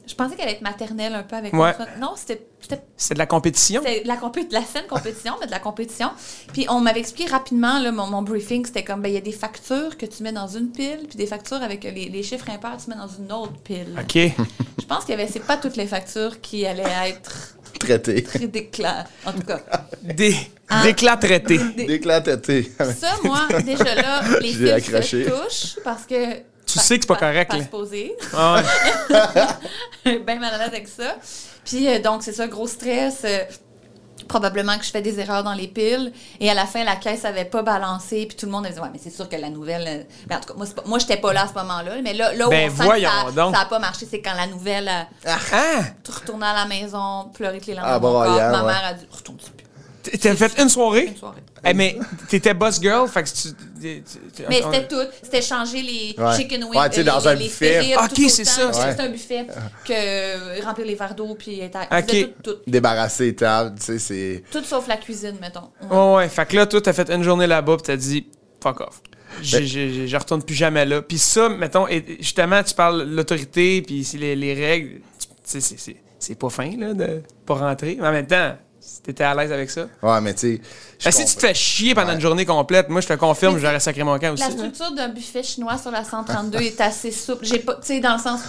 Speaker 4: je pensais qu'elle allait être maternelle un peu avec
Speaker 2: Ouais.
Speaker 4: moi. Non, c'était c'était-
Speaker 2: C'est de la compétition.
Speaker 4: c'était de la, compé- de la saine compétition, mais de la compétition. Puis on m'avait expliqué rapidement, là, mon, mon briefing, c'était comme, ben, il y a des factures que tu mets dans une pile, puis des factures avec euh, les, les chiffres impairs, tu mets dans une autre pile.
Speaker 2: OK.
Speaker 4: Je pense qu'il y avait, c'est pas toutes les factures qui allaient être
Speaker 1: Traité.
Speaker 4: très décla- En tout cas,
Speaker 2: Des,
Speaker 4: Ah.
Speaker 2: des clats traités.
Speaker 1: Déclaté.
Speaker 4: ça, moi, déjà là, les
Speaker 1: J'ai
Speaker 4: fils
Speaker 1: accroché.
Speaker 4: se touchent parce que.
Speaker 2: Tu sais que c'est pas correct,
Speaker 4: Pas
Speaker 2: là.
Speaker 4: se poser.
Speaker 2: Ah ouais.
Speaker 4: ben mal à l'aise avec ça. Puis euh, donc, c'est ça, gros stress. euh, probablement que je fais des erreurs dans les piles. Et à la fin, la caisse avait pas balancé. Puis tout le monde avait dit, ouais, mais c'est sûr que la nouvelle... euh, Ben, en tout cas, moi, c'est pas- moi j'étais pas là à ce moment-là. Mais là, là où
Speaker 2: Ben,
Speaker 4: on sent que
Speaker 2: voyons
Speaker 4: ça- ça
Speaker 2: donc.
Speaker 4: n'a pas marché, c'est quand la nouvelle a
Speaker 2: Hein?
Speaker 4: retourné à la maison, pleurer que les lendemains.
Speaker 1: Ah, bon, hier,
Speaker 4: ma
Speaker 1: ouais.
Speaker 4: mère a dit, retourne-tu plus.
Speaker 2: T- T'as fait une soirée?
Speaker 4: Une soirée.
Speaker 2: Eh, mais t'étais boss girl, fait que tu. tu- tu-
Speaker 4: Mais
Speaker 2: on-
Speaker 4: c'était tout. C'était changer les
Speaker 1: Ouais.
Speaker 4: chicken wings, euh,
Speaker 1: Ouais, tu sais,
Speaker 4: les-
Speaker 1: dans
Speaker 4: les,
Speaker 1: un
Speaker 4: les
Speaker 1: buffet.
Speaker 4: stériles,
Speaker 2: Ah, Ok,
Speaker 4: tout autant.
Speaker 2: c'est ça.
Speaker 4: C'était
Speaker 1: Ouais.
Speaker 4: juste un buffet que euh, remplir les verres d'eau puis être à-
Speaker 2: Ok.
Speaker 4: c'était tout, tout,
Speaker 1: Débarrassé, table, tu sais, c'est.
Speaker 4: tout sauf la cuisine, mettons. Ouais.
Speaker 2: Ouais, ouais. Fait que là, toi, t'as fait une journée là-bas, puis t'as dit, fuck off.
Speaker 1: Ben
Speaker 2: Je, je- je- je retourne plus jamais là. Puis ça, mettons, et- et justement, tu parles de l'autorité, puis c'est les, les règles. Tu- tu sais, c'est- c'est- C'est pas fin, là, de pas rentrer. Mais en même temps, si t'étais à l'aise avec ça.
Speaker 1: Ouais, mais tu sais. je
Speaker 2: Ben, si tu te
Speaker 1: comprends.
Speaker 2: fais chier pendant une journée complète, moi, je te confirme,
Speaker 4: Mais
Speaker 2: j'aurais sacré mon camp aussi.
Speaker 4: La
Speaker 2: là.
Speaker 4: structure d'un buffet chinois sur la 132 est assez souple. J'ai pas, tu sais, dans le sens,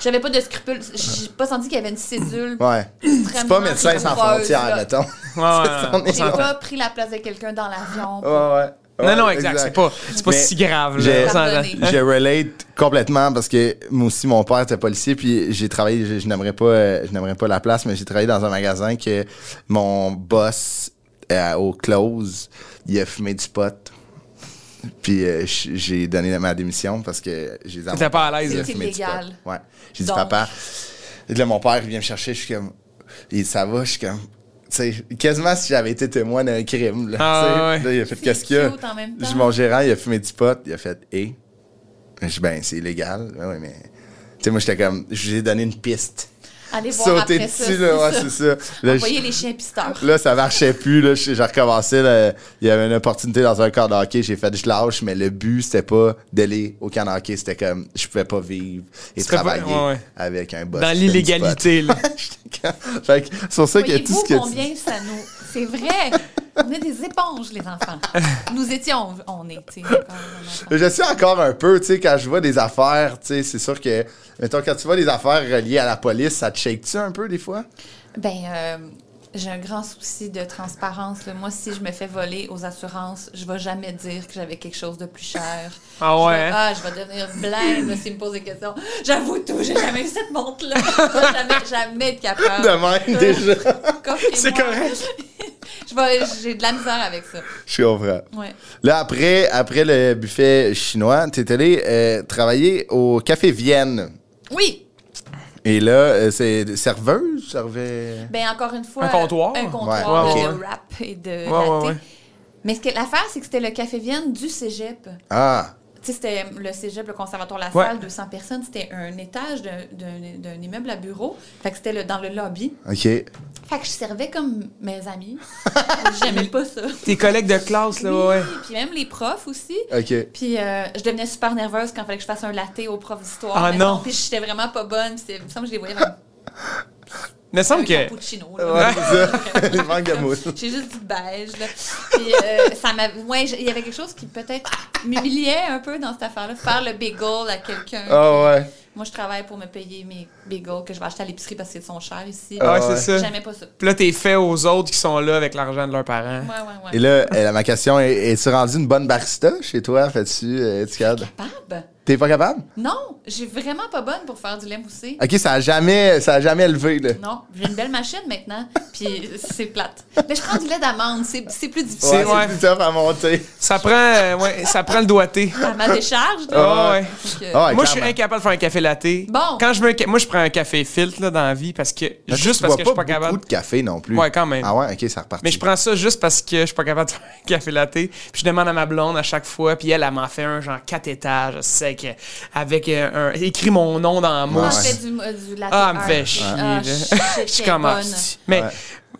Speaker 4: j'avais pas de scrupules. J'ai pas senti qu'il y avait une cédule.
Speaker 1: Ouais. C'est pas médecin sans frontières, mettons.
Speaker 2: Ouais, ouais, ouais.
Speaker 4: J'ai pas pris la place de quelqu'un dans l'avion.
Speaker 1: Ouais, ouais. Ouais,
Speaker 2: non, non, exact. C'est pas, c'est pas
Speaker 1: Mais
Speaker 2: si grave.
Speaker 1: j'ai-
Speaker 2: Là, On s'entend.
Speaker 4: Pardonnez.
Speaker 1: je relate complètement parce que moi aussi mon père était policier puis j'ai travaillé je, je n'aimerais pas euh, je n'aimerais pas la place mais j'ai travaillé dans un magasin que mon boss euh, au close il a fumé du pot puis euh, j- j'ai donné ma démission parce que j'ai dit à mon
Speaker 2: T'étais pas à
Speaker 1: père,
Speaker 2: l'aise,
Speaker 1: il a
Speaker 2: là.
Speaker 4: C'est
Speaker 1: fumé du
Speaker 4: illégal.
Speaker 1: pot. ouais j'ai dit
Speaker 4: Donc.
Speaker 1: papa et là mon père il vient me chercher je suis comme il dit ça va je suis comme tu sais, quasiment si j'avais été témoin d'un crime là,
Speaker 2: Ah,
Speaker 1: Tu sais.
Speaker 2: ouais.
Speaker 1: Là, il a fait
Speaker 4: C'est
Speaker 1: qu'est-ce qu'il y a
Speaker 4: cute en même temps.
Speaker 1: J'ai- mon gérant il a fumé du pot il a fait et je dis, ben, c'est illégal. Ben oui, mais. Tu sais, moi, j'étais comme. J'ai donné une piste.
Speaker 4: Allez voir
Speaker 1: Sauter
Speaker 4: après ça.
Speaker 1: dessus, là. Ouais, c'est ça. Là,
Speaker 4: Envoyez
Speaker 1: je-
Speaker 4: les chiens pisteurs.
Speaker 1: là, ça marchait plus. Là, j'ai j'ai recommencé. là. il y avait une opportunité dans un corps de hockey. J'ai fait, je lâche, mais le but, c'était pas d'aller au camp de hockey. C'était comme, je pouvais pas vivre et
Speaker 2: Tu pouvais pas-
Speaker 1: travailler
Speaker 2: ouais, ouais.
Speaker 1: avec un boss.
Speaker 2: Dans
Speaker 1: qui fume du pot.
Speaker 2: l'illégalité, là.
Speaker 1: J'étais comme- fait que c'est pour ça que tout
Speaker 4: Voyez-vous
Speaker 1: ce que tu-
Speaker 4: combien ça nous. C'est vrai! On est des éponges, les enfants. Nous étions. On est, tu sais, encore des enfants.
Speaker 1: Je suis encore un peu, tu sais, quand je vois des affaires, tu sais, c'est sûr que, mettons, quand tu vois des affaires reliées à la police, ça te shake-tu un peu des fois?
Speaker 4: Ben, euh, j'ai un grand souci de transparence. là. Moi, si je me fais voler aux assurances, je vais jamais dire que j'avais quelque chose de plus cher.
Speaker 2: Ah
Speaker 4: Je
Speaker 2: ouais,
Speaker 4: vais-
Speaker 2: hein?
Speaker 4: ah, je vais devenir blême là, s'il me pose des questions. J'avoue tout, j'ai jamais eu cette montre-là. Je vais jamais, jamais être capable.
Speaker 1: De même, déjà.
Speaker 4: Coffrez-moi.
Speaker 2: C'est correct.
Speaker 4: Je Je vais- J'ai de la misère avec ça.
Speaker 1: Je comprends.
Speaker 4: Ouais.
Speaker 1: Là, après, après le buffet chinois, t'es allé euh, travailler au Café Vienne.
Speaker 4: Oui!
Speaker 1: Et là, euh, c'est serveuse, servait...
Speaker 4: Ben encore une fois.
Speaker 2: Un comptoir?
Speaker 4: Un comptoir
Speaker 2: Ouais, ouais,
Speaker 4: de
Speaker 2: ouais.
Speaker 4: rap et de
Speaker 2: Ouais,
Speaker 4: latte.
Speaker 2: ouais, ouais.
Speaker 4: Mais ce que- l'affaire, c'est que c'était le Café Vienne du cégep.
Speaker 1: Ah,
Speaker 4: Tu sais, c'était le cégep, le conservatoire La Salle,
Speaker 2: Ouais.
Speaker 4: 200 personnes. C'était un étage d'un- d'un d'un immeuble à bureau. Fait que c'était le- dans le lobby.
Speaker 1: OK.
Speaker 4: Fait que je servais comme mes amis. J'aimais pas ça.
Speaker 2: Tes collègues de classe, là, ouais, ouais.
Speaker 4: Oui, Puis même les profs aussi.
Speaker 1: OK.
Speaker 4: Puis euh, je devenais super nerveuse quand il fallait que je fasse un latte au prof d'histoire.
Speaker 2: Ah
Speaker 4: Mais
Speaker 2: non.
Speaker 4: Puis j'étais vraiment pas bonne. Puis c'est- il me semble que je les voyais avec
Speaker 2: Mais il semble
Speaker 4: un
Speaker 2: que.
Speaker 4: cappuccino.
Speaker 1: Ouais,
Speaker 4: là. euh,
Speaker 1: c'est ça. Les manques de mots.
Speaker 4: J'ai juste dit beige. Là. Puis euh, ça m'a. Ouais, j- il y avait quelque chose qui peut-être m'humiliait un peu dans cette affaire-là. Faire le bagel à quelqu'un.
Speaker 1: Ah ouais.
Speaker 4: Moi, je travaille pour me payer mes bagels que je vais acheter à l'épicerie parce qu'ils sont chers ici.
Speaker 2: Ah,
Speaker 1: ouais.
Speaker 2: ouais, c'est ça.
Speaker 4: J'aimais pas ça.
Speaker 2: Puis là, t'es fait aux autres qui sont là avec l'argent de leurs parents.
Speaker 4: Ouais, ouais, ouais.
Speaker 1: Et là, euh, ma question est, es-tu rendu une bonne barista chez toi? Fais-tu, euh, es-tu capable?
Speaker 4: Capable?
Speaker 1: T'es pas capable?
Speaker 4: Non, j'ai vraiment pas bonne pour faire du lait moussé.
Speaker 2: Ah,
Speaker 1: OK, ça a jamais, ça a jamais levé, là.
Speaker 4: Non, j'ai une belle machine maintenant, puis c'est plate. Mais je prends du lait d'amande, c'est c'est plus
Speaker 1: Ouais,
Speaker 4: difficile.
Speaker 2: ouais.
Speaker 1: c'est plus tough à monter.
Speaker 2: Ça prend, euh, ouais, ça prend le doigté.
Speaker 4: À ma décharge,
Speaker 2: Ah,
Speaker 4: là.
Speaker 2: ouais.
Speaker 4: Donc, euh,
Speaker 1: Ah ouais,
Speaker 2: moi, je suis
Speaker 1: clairement.
Speaker 2: incapable de faire un café latte.
Speaker 4: Bon.
Speaker 2: Quand je veux un ca- moi, je prends un café filtre là, dans la vie parce que
Speaker 1: Parce que
Speaker 2: juste
Speaker 1: tu
Speaker 2: parce
Speaker 1: bois
Speaker 2: que je suis pas
Speaker 1: pas beaucoup
Speaker 2: capable.
Speaker 1: de café non plus.
Speaker 2: Ouais, quand même.
Speaker 1: Ah ouais, OK, ça repart.
Speaker 2: Mais je prends ça juste parce que je suis pas capable de faire un café latte. Puis je demande à ma blonde à chaque fois, puis elle, elle m'en fait un genre quatre étages sec avec euh, un écrit mon nom dans la
Speaker 4: Moi,
Speaker 2: mousse.
Speaker 4: je
Speaker 1: Ouais.
Speaker 4: fais du, euh, du latte
Speaker 2: Ah, elle me
Speaker 4: art.
Speaker 2: fait chier.
Speaker 4: Ah,
Speaker 2: là.
Speaker 4: shit,
Speaker 2: je
Speaker 4: t'es bonne.
Speaker 2: commence. Mais
Speaker 1: Ouais.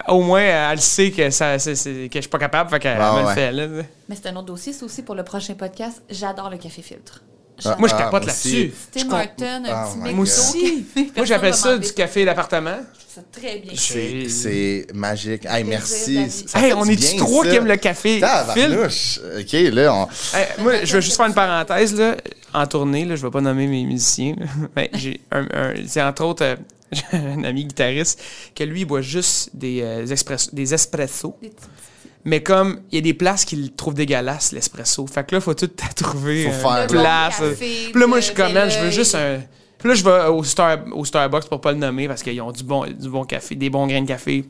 Speaker 2: au moins, elle sait que, ça, c'est- c'est- que je suis pas capable, fait qu'elle
Speaker 1: Ah,
Speaker 2: me le
Speaker 1: ouais.
Speaker 2: fait. là.
Speaker 4: Mais c'est un autre dossier, c'est aussi pour le prochain podcast. J'adore le café filtre.
Speaker 1: Ah,
Speaker 2: Moi, je
Speaker 1: ah,
Speaker 2: capote
Speaker 1: moi aussi.
Speaker 2: là-dessus.
Speaker 4: Tim Horton, un
Speaker 1: Ah,
Speaker 4: petit
Speaker 1: my
Speaker 4: mec
Speaker 1: God.
Speaker 2: Moi aussi. Moi, j'appelle ça du café d'appartement.
Speaker 4: Ça très bien.
Speaker 1: C'est- C'est magique. Hey,
Speaker 4: plaisir,
Speaker 1: merci.
Speaker 4: David.
Speaker 1: Ça
Speaker 2: Hey,
Speaker 1: fait
Speaker 2: on
Speaker 1: du
Speaker 2: est-tu
Speaker 1: bien,
Speaker 2: trois
Speaker 1: ça.
Speaker 2: qui aiment le café? Phil?
Speaker 1: Tabarnouche. OK, là, on...
Speaker 2: Hey, moi, je veux juste faire une parenthèse. Là. En tournée, là, je ne vais pas nommer mes musiciens. là. Mais j'ai un, un- c'est entre autres euh, j'ai un ami guitariste que lui, il boit juste des, euh, express- des espressos.
Speaker 4: Des petits-
Speaker 2: Mais comme il y a des places qu'il trouve dégueulasse, l'espresso. Fait que là, faut tout trouver
Speaker 1: Faut
Speaker 2: euh,
Speaker 1: faire
Speaker 2: une
Speaker 1: le
Speaker 2: place.
Speaker 4: bon
Speaker 2: euh.
Speaker 4: café,
Speaker 2: Puis là, moi,
Speaker 4: le
Speaker 2: je suis comme, man, je veux
Speaker 4: bel
Speaker 2: juste un. Puis là, je vais au, Star, au Starbucks pour pas le nommer parce qu'ils ont du bon, du bon café, des bons grains de café.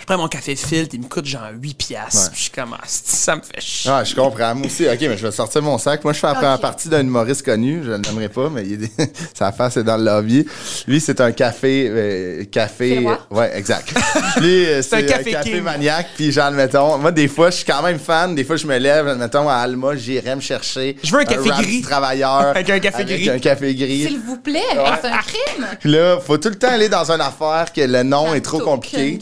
Speaker 2: Je prends mon café filtre, il me coûte genre 8 piastres.
Speaker 1: Ouais.
Speaker 2: Puis je suis comme, ah, c'ti, ça me fait chier.
Speaker 1: Ah, je comprends. Moi aussi. OK, mais je vais sortir mon sac. Moi, je fais la première
Speaker 4: Ok.
Speaker 1: partie d'un humoriste connu. Je ne l'aimerais pas, mais il est... sa face est dans le lobby. Lui, c'est un café... euh,
Speaker 4: Fais
Speaker 1: café...
Speaker 4: voir.
Speaker 1: Ouais, exact. Lui, euh, c'est un
Speaker 2: un
Speaker 1: café,
Speaker 2: café king.
Speaker 1: maniaque. Puis, genre, admettons, moi, des fois, je suis quand même fan. Des fois, je me lève, admettons, à Alma, j'irai me chercher...
Speaker 2: Je veux un café
Speaker 1: rap
Speaker 2: gris.
Speaker 1: travailleur.
Speaker 2: Avec un café
Speaker 1: avec
Speaker 2: gris.
Speaker 1: un café gris.
Speaker 4: S'il vous plaît, c'est un crime.
Speaker 1: Puis là, faut tout le temps aller dans une affaire que le nom est trop compliqué.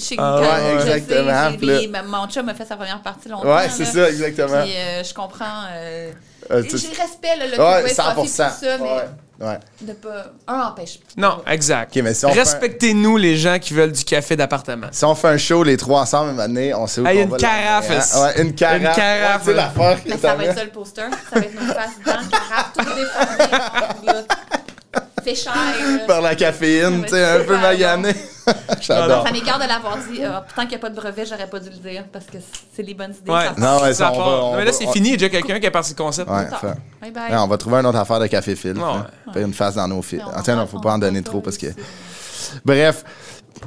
Speaker 4: Ah,
Speaker 1: ouais, exactement. Puis là-
Speaker 4: Mon chum a fait sa première partie longtemps.
Speaker 1: Ouais, c'est
Speaker 4: là.
Speaker 1: ça, exactement.
Speaker 4: Puis euh, je comprends. Euh,
Speaker 1: Euh, tu-
Speaker 4: j'ai respect, là, le
Speaker 1: Ouais,
Speaker 4: Quebec Coffee,
Speaker 1: 100
Speaker 4: tout ça, mais
Speaker 1: Ouais. ouais.
Speaker 4: de pas. Un empêche.
Speaker 2: Non, exact.
Speaker 1: Ok, mais si on
Speaker 2: Respectez-nous, les gens qui veulent du café d'appartement.
Speaker 1: Si on fait un show, les trois ensemble, une année, on sait où
Speaker 2: Hey,
Speaker 1: qu'on
Speaker 2: une
Speaker 1: va
Speaker 2: carafe,
Speaker 1: l'amener, hein. Ouais, une carafe.
Speaker 2: Une carafe.
Speaker 1: Ouais, c'est l'affaire.
Speaker 4: Mais ça va être ça le poster. Ça va être nos faces dans le carafe, tout déformé. Fait cher. là.
Speaker 1: Par la caféine,
Speaker 4: Ouais,
Speaker 1: tu sais, un
Speaker 4: c'est
Speaker 1: peu
Speaker 4: pas
Speaker 1: magané. J'adore.
Speaker 4: Ça m'écarte de l'avoir dit. Ah, tant qu'il n'y a pas de brevet, j'aurais pas dû le dire parce que c'est les bonnes idées.
Speaker 2: Ouais.
Speaker 4: ça
Speaker 1: Non, ouais,
Speaker 2: Ça
Speaker 1: ça, on
Speaker 2: part.
Speaker 1: va. on
Speaker 2: Non, mais là,
Speaker 1: va-
Speaker 2: c'est
Speaker 1: on-
Speaker 2: fini. Il y a déjà quelqu'un qui a parti le concept.
Speaker 1: Ouais,
Speaker 4: part.
Speaker 1: fait-
Speaker 4: Bye bye.
Speaker 1: Ouais, on va trouver une autre affaire de café fil.
Speaker 2: Ouais.
Speaker 1: hein. Faire une face dans nos fils.
Speaker 4: Mais on
Speaker 1: En tout cas,
Speaker 4: va-
Speaker 1: non, faut pas
Speaker 4: on
Speaker 1: en
Speaker 4: va
Speaker 1: donner
Speaker 4: pas
Speaker 1: trop parce que.
Speaker 4: laisser.
Speaker 1: Bref,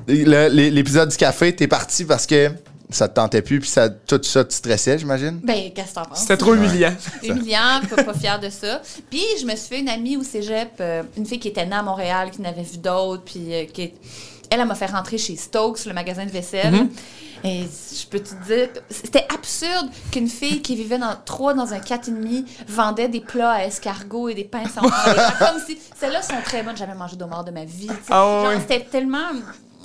Speaker 1: le- l'é- l'épisode du café, t'es parti parce que ça te tentait plus, puis ça, tout ça te stressait, j'imagine.
Speaker 4: Ben, qu'est-ce que t'en penses?
Speaker 2: C'était trop humiliant.
Speaker 4: humiliant, pas, pas fière de ça. Puis je me suis fait une amie au cégep, euh, une fille qui était née à Montréal, qui n'avait vu d'autres, puis euh, qui est- elle, elle m'a fait rentrer chez Stokes, le magasin de vaisselle.
Speaker 2: Mhm.
Speaker 4: Et je peux te dire, c'était absurde qu'une fille qui vivait dans trois dans un quatre et demi vendait des plats à escargots et des pains sans beurre. Comme si celles-là sont très bonnes, j'avais mangé d'homard de ma vie. tu sais.
Speaker 2: Ah
Speaker 4: Genre,
Speaker 2: ouais.
Speaker 4: C'était tellement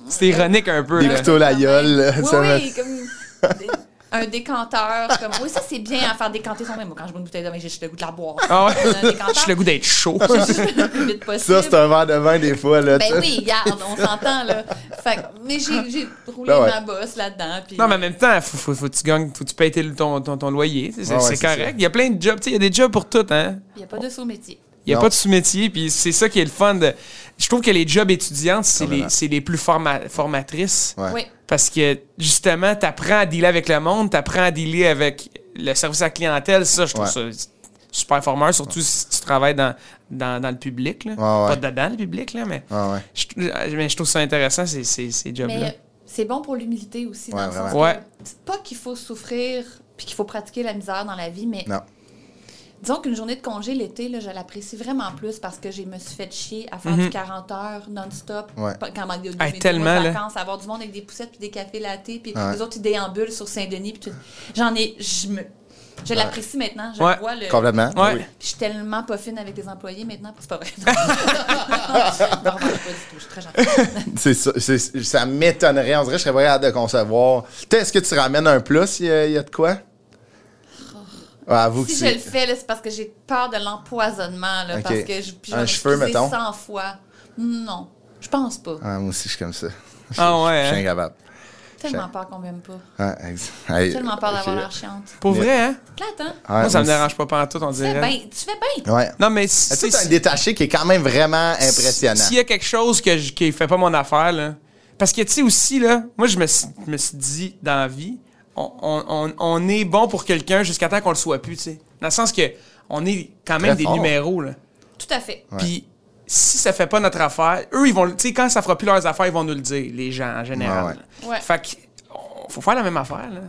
Speaker 2: C'était ironique un peu.
Speaker 1: Des
Speaker 2: là.
Speaker 1: couteaux la gueule. là,
Speaker 4: oui,
Speaker 1: ça me-
Speaker 4: oui, comme des- un décanteur. Comme, oui, ça, c'est bien à faire décanter son même. Moi, Quand je bois une bouteille de vin, j'ai juste le goût de la boire.
Speaker 2: Ah ouais.
Speaker 4: Un décanteur,
Speaker 2: J'ai le goût d'être chaud.
Speaker 4: le plus vite possible.
Speaker 1: Ça, c'est un verre de vin des fois. Là, tu
Speaker 4: ben
Speaker 1: sais.
Speaker 4: oui, regarde, on s'entend, là. Fait que- mais j'ai j'ai roulé
Speaker 1: Ben ouais.
Speaker 4: ma bosse là-dedans. puis-
Speaker 2: Non, mais en même temps, faut, faut, faut que tu gagnes, faut que tu payes tes- ton, ton, ton loyer. C'est, c'est-
Speaker 1: Ouais, ouais,
Speaker 2: c'est
Speaker 1: c'est ça.
Speaker 2: correct. Il y a plein de jobs. tu sais, Il y a des jobs pour tout. Hein?
Speaker 4: Il n'y a pas de sous-métier.
Speaker 2: Il n'y a
Speaker 1: Non.
Speaker 2: pas de sous-métier. Puis c'est ça qui est le fun. De... Je trouve que les jobs étudiantes, c'est, les,
Speaker 1: Complètement.
Speaker 2: c'est les plus forma- formatrices.
Speaker 1: Ouais.
Speaker 4: Oui.
Speaker 2: Parce que justement, tu apprends à dealer avec le monde, tu apprends à dealer avec le service à la clientèle. Ça, je trouve
Speaker 1: Ouais.
Speaker 2: ça super formeur, surtout si tu travailles dans, dans, dans le public. Là.
Speaker 1: ouais.
Speaker 2: Pas dedans le public, là, mais,
Speaker 1: Ouais, ouais.
Speaker 2: Je, mais je trouve ça intéressant, ces, ces, ces jobs-là.
Speaker 4: Mais C'est bon pour l'humilité aussi.
Speaker 1: Ouais,
Speaker 4: dans le sens
Speaker 1: vraiment.
Speaker 2: Ouais.
Speaker 4: que- c'est pas qu'il faut souffrir puis qu'il faut pratiquer la misère dans la vie, mais
Speaker 1: Non.
Speaker 4: disons qu'une journée de congé l'été, là, je l'apprécie vraiment plus parce que je me suis fait chier à faire du 40 heures non-stop.
Speaker 1: Ouais.
Speaker 4: pas- Quand manque de
Speaker 2: Hey,
Speaker 4: de
Speaker 2: tellement, là.
Speaker 4: vacances, avoir du monde avec des poussettes puis des cafés latés, puis
Speaker 1: Ouais.
Speaker 4: les autres, ils déambulent sur Saint-Denis. puis tout. J'en ai. Je me. Je l'apprécie maintenant. Je
Speaker 2: Ouais.
Speaker 4: vois le.
Speaker 1: Complètement.
Speaker 2: Ouais.
Speaker 1: Oui.
Speaker 4: Je suis tellement pas fine avec les employés maintenant. C'est pas vrai. Non, non, pas du tout. Je suis très gentille.
Speaker 1: C'est ça, c'est- ça m'étonnerait. On dirait que je serais pas capable de concevoir. T'sais, Est-ce que tu ramènes un plus? Il y, a- il y a de quoi? Ah, avoue que
Speaker 4: Oh. Si je
Speaker 1: c'est-
Speaker 4: le fais, là, c'est parce que j'ai peur de l'empoisonnement. là,
Speaker 1: Ok.
Speaker 4: Parce que je, puis je
Speaker 1: Un
Speaker 4: vais
Speaker 1: cheveu,
Speaker 4: m'excuser
Speaker 1: mettons.
Speaker 4: 100 fois. Non, je pense pas.
Speaker 1: Ah, moi aussi, je suis comme ça. Je,
Speaker 2: Ah ouais,
Speaker 1: Je
Speaker 2: hein?
Speaker 1: suis incapable.
Speaker 4: Tellement peur qu'on m'aime pas.
Speaker 1: Ah, ex- hey,
Speaker 4: Tellement peur
Speaker 1: ok.
Speaker 4: d'avoir l'air chiante.
Speaker 2: Pour
Speaker 1: Mais-
Speaker 2: vrai, hein?
Speaker 4: Plate, hein?
Speaker 1: Ouais,
Speaker 2: Moi, ça me
Speaker 1: moi aussi.
Speaker 2: dérange pas partout, on
Speaker 4: Tu fais
Speaker 2: dirait.
Speaker 4: bien. Tu fais bien.
Speaker 1: Ouais.
Speaker 2: Non, mais
Speaker 1: Est-ce
Speaker 2: si-
Speaker 1: que t'as un
Speaker 2: si-
Speaker 1: détaché qui est quand même vraiment impressionnant?
Speaker 2: s'il y a quelque chose que je, qui fait pas mon affaire, là. Parce que, tu sais, aussi, là, moi, je me, suis- me suis dit, dans la vie, on, on- on- on est bon pour quelqu'un jusqu'à temps qu'on le soit plus, tu sais. Dans le sens que, on est quand même
Speaker 1: Très
Speaker 2: des
Speaker 1: fort.
Speaker 2: numéros, là.
Speaker 4: Tout à fait.
Speaker 2: Puis si ça fait pas notre affaire, eux, ils vont. le- Tu sais, quand ça fera plus leurs affaires, ils vont nous le dire, les gens en général.
Speaker 4: Ouais, ouais. Ouais.
Speaker 2: Fait que, on- faut faire la même affaire, là.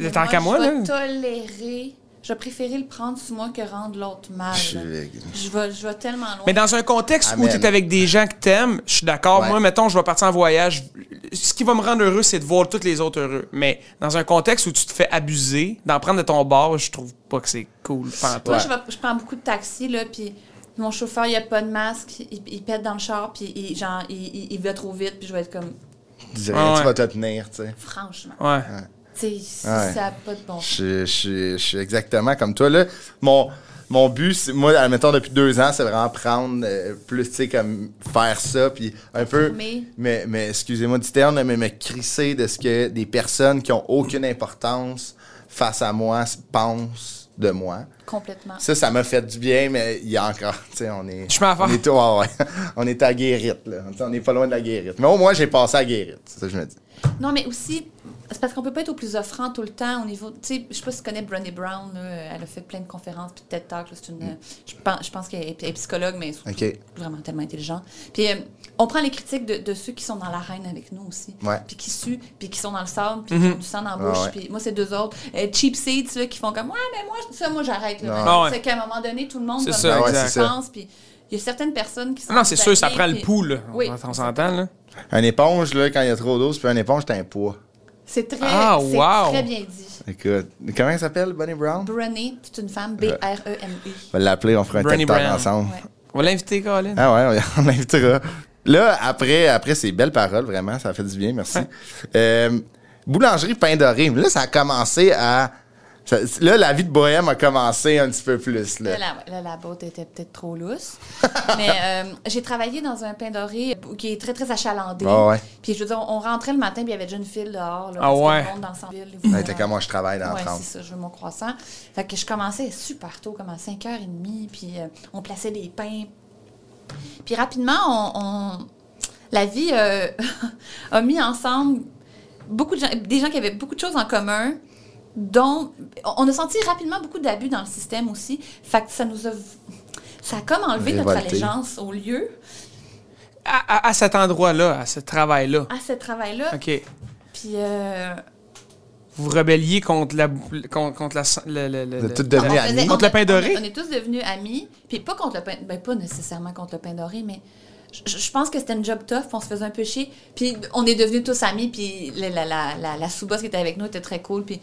Speaker 2: C'est Tant
Speaker 4: Moi,
Speaker 2: qu'à moi,
Speaker 4: je
Speaker 2: là.
Speaker 4: vais tolérer. Je vais préférer le prendre sur moi que rendre l'autre mal.
Speaker 1: Je suis
Speaker 4: là.
Speaker 1: deg.
Speaker 4: Je vais, je vais tellement loin.
Speaker 2: Mais dans un contexte où
Speaker 1: Amen.
Speaker 2: tu es avec des gens que t'aimes, je suis d'accord.
Speaker 1: Ouais.
Speaker 2: Moi, mettons, je vais partir en voyage. Ce qui va me rendre heureux, c'est de voir tous les autres heureux. Mais dans un contexte où tu te fais abuser, d'en prendre de ton bord, je trouve pas que c'est cool. pantoute.
Speaker 4: Moi, je, vais- je prends beaucoup de taxis, là, puis mon chauffeur, il a pas de masque, il, il pète dans le char, puis il, genre, il, il, il va trop vite, puis je vais être comme,
Speaker 1: Tu dirais,
Speaker 2: Ah ouais.
Speaker 1: tu vas te tenir, tu sais.
Speaker 4: franchement,
Speaker 2: Ouais.
Speaker 4: tu sais, si
Speaker 1: Ouais.
Speaker 4: ça n'a pas de bon sens.
Speaker 1: Je, je- je suis exactement comme toi. Là. Mon, mon but, c'est- moi, admettons, depuis deux ans, c'est vraiment prendre euh, plus, tu sais, comme faire ça, puis un peu.
Speaker 4: Former.
Speaker 1: Mais, mais excusez-moi du terme, mais me crisser de ce que des personnes qui ont aucune importance face à moi s- pensent de moi.
Speaker 4: Complètement.
Speaker 1: Ça, ça m'a fait du bien, mais il y a encore, tu sais, on est.
Speaker 2: Je suis en affaire.
Speaker 1: on est, ah ouais, ouais. on est à guérite, là. Tu sais, on est pas loin de la guérite. Mais au moins, j'ai passé à guérite. C'est ça que je me dis.
Speaker 4: Non, mais aussi, c'est parce qu'on peut pas être au plus offrant tout le temps au niveau. Tu sais, je sais pas si tu connais Brené Brown, là, euh, elle a fait plein de conférences puis de TED Talks. là, c'est une, euh, Je pense, je pense qu'elle est, elle est psychologue, mais surtout
Speaker 1: Ok.
Speaker 4: vraiment tellement intelligente. Puis euh, on prend les critiques de, de ceux qui sont dans l'arène avec nous aussi,
Speaker 1: Ouais.
Speaker 4: puis qui suent, puis qui sont dans le sable,
Speaker 2: Mm-hmm.
Speaker 4: puis qui ont du sang dans la
Speaker 1: Ah
Speaker 4: bouche.
Speaker 1: ouais.
Speaker 4: Puis moi, c'est deux autres euh, cheap seats là, qui font comme ouais, mais moi ça, moi j'arrête. là.
Speaker 1: Non.
Speaker 4: maintenant.
Speaker 2: Ah ouais.
Speaker 4: C'est qu'à un moment donné, tout le monde
Speaker 2: C'est
Speaker 4: va
Speaker 2: ça,
Speaker 4: me dire
Speaker 1: exact.
Speaker 4: ce qu'il
Speaker 1: Ouais, c'est ça.
Speaker 4: pense, Puis il y a certaines personnes qui sont.
Speaker 2: Non, c'est sûr, ça
Speaker 4: désagréables,
Speaker 2: prend le
Speaker 4: Ben, puis-
Speaker 2: pouls, là.
Speaker 4: Oui.
Speaker 2: On s'entend, là.
Speaker 1: Un éponge, là, quand il y a trop d'eau, c'est pas un éponge, c'est un poids.
Speaker 4: C'est très,
Speaker 2: Ah,
Speaker 4: c'est
Speaker 2: wow.
Speaker 4: très bien dit.
Speaker 1: Écoute, comment elle s'appelle, Bonnie Brown?
Speaker 4: Brené, c'est une femme, B-R-E-N-E.
Speaker 1: On va l'appeler, on fera un
Speaker 2: Brené
Speaker 1: TED Talk
Speaker 2: Brown.
Speaker 1: ensemble.
Speaker 4: E. Ouais.
Speaker 2: On va l'inviter, Colin.
Speaker 1: Ah ouais, on l'invitera. Là, après, après ces belles paroles, vraiment, ça fait du bien, merci. Euh, boulangerie Pain Doré, là, ça a commencé à... ça- là, la vie de bohème a commencé un petit peu plus. Là.
Speaker 4: Là, la, là, la botte était peut-être trop lousse. mais euh, j'ai travaillé dans un pain doré qui est très, très achalandé.
Speaker 1: Ah ouais.
Speaker 4: Puis je veux dire, on, on rentrait le matin, puis il y avait déjà une file dehors.
Speaker 2: Ah
Speaker 4: Là, parce que
Speaker 2: ouais.
Speaker 4: le monde dans son ville,
Speaker 1: Elle Ah, était comme moi, je travaille dans
Speaker 4: Ouais,
Speaker 1: 30.
Speaker 4: c'est ça, je veux mon croissant. Fait que je commençais super tôt, comme à 5h30, puis euh, on plaçait des pains. Puis rapidement, on, on- la vie euh, a mis ensemble beaucoup de gens, des gens qui avaient beaucoup de choses en commun, dont on a senti rapidement beaucoup d'abus dans le système aussi. Fait que ça nous a... Ça a comme enlevé notre
Speaker 1: Révolté.
Speaker 4: allégeance au lieu,
Speaker 2: À, à- à cet endroit-là, à ce travail-là.
Speaker 4: à ce travail-là.
Speaker 2: OK.
Speaker 4: Puis... euh,
Speaker 2: Vous vous rebelliez contre la. boule- contre, contre la. le- le- le-
Speaker 1: Vous êtes
Speaker 2: le-
Speaker 1: toutes devenues
Speaker 4: On
Speaker 1: amies.
Speaker 4: faisait-
Speaker 2: Contre
Speaker 4: on
Speaker 2: le pain
Speaker 4: est-
Speaker 2: doré?
Speaker 4: On est, on est tous devenus amis. Puis pas contre le pain... Ben, pas nécessairement contre le pain doré, mais... je- Je je pense que c'était une job tough, puis on se faisait un peu chier. Puis on est devenus tous amis, puis la, la, la, la, la sous-boss qui était avec nous était très cool. Puis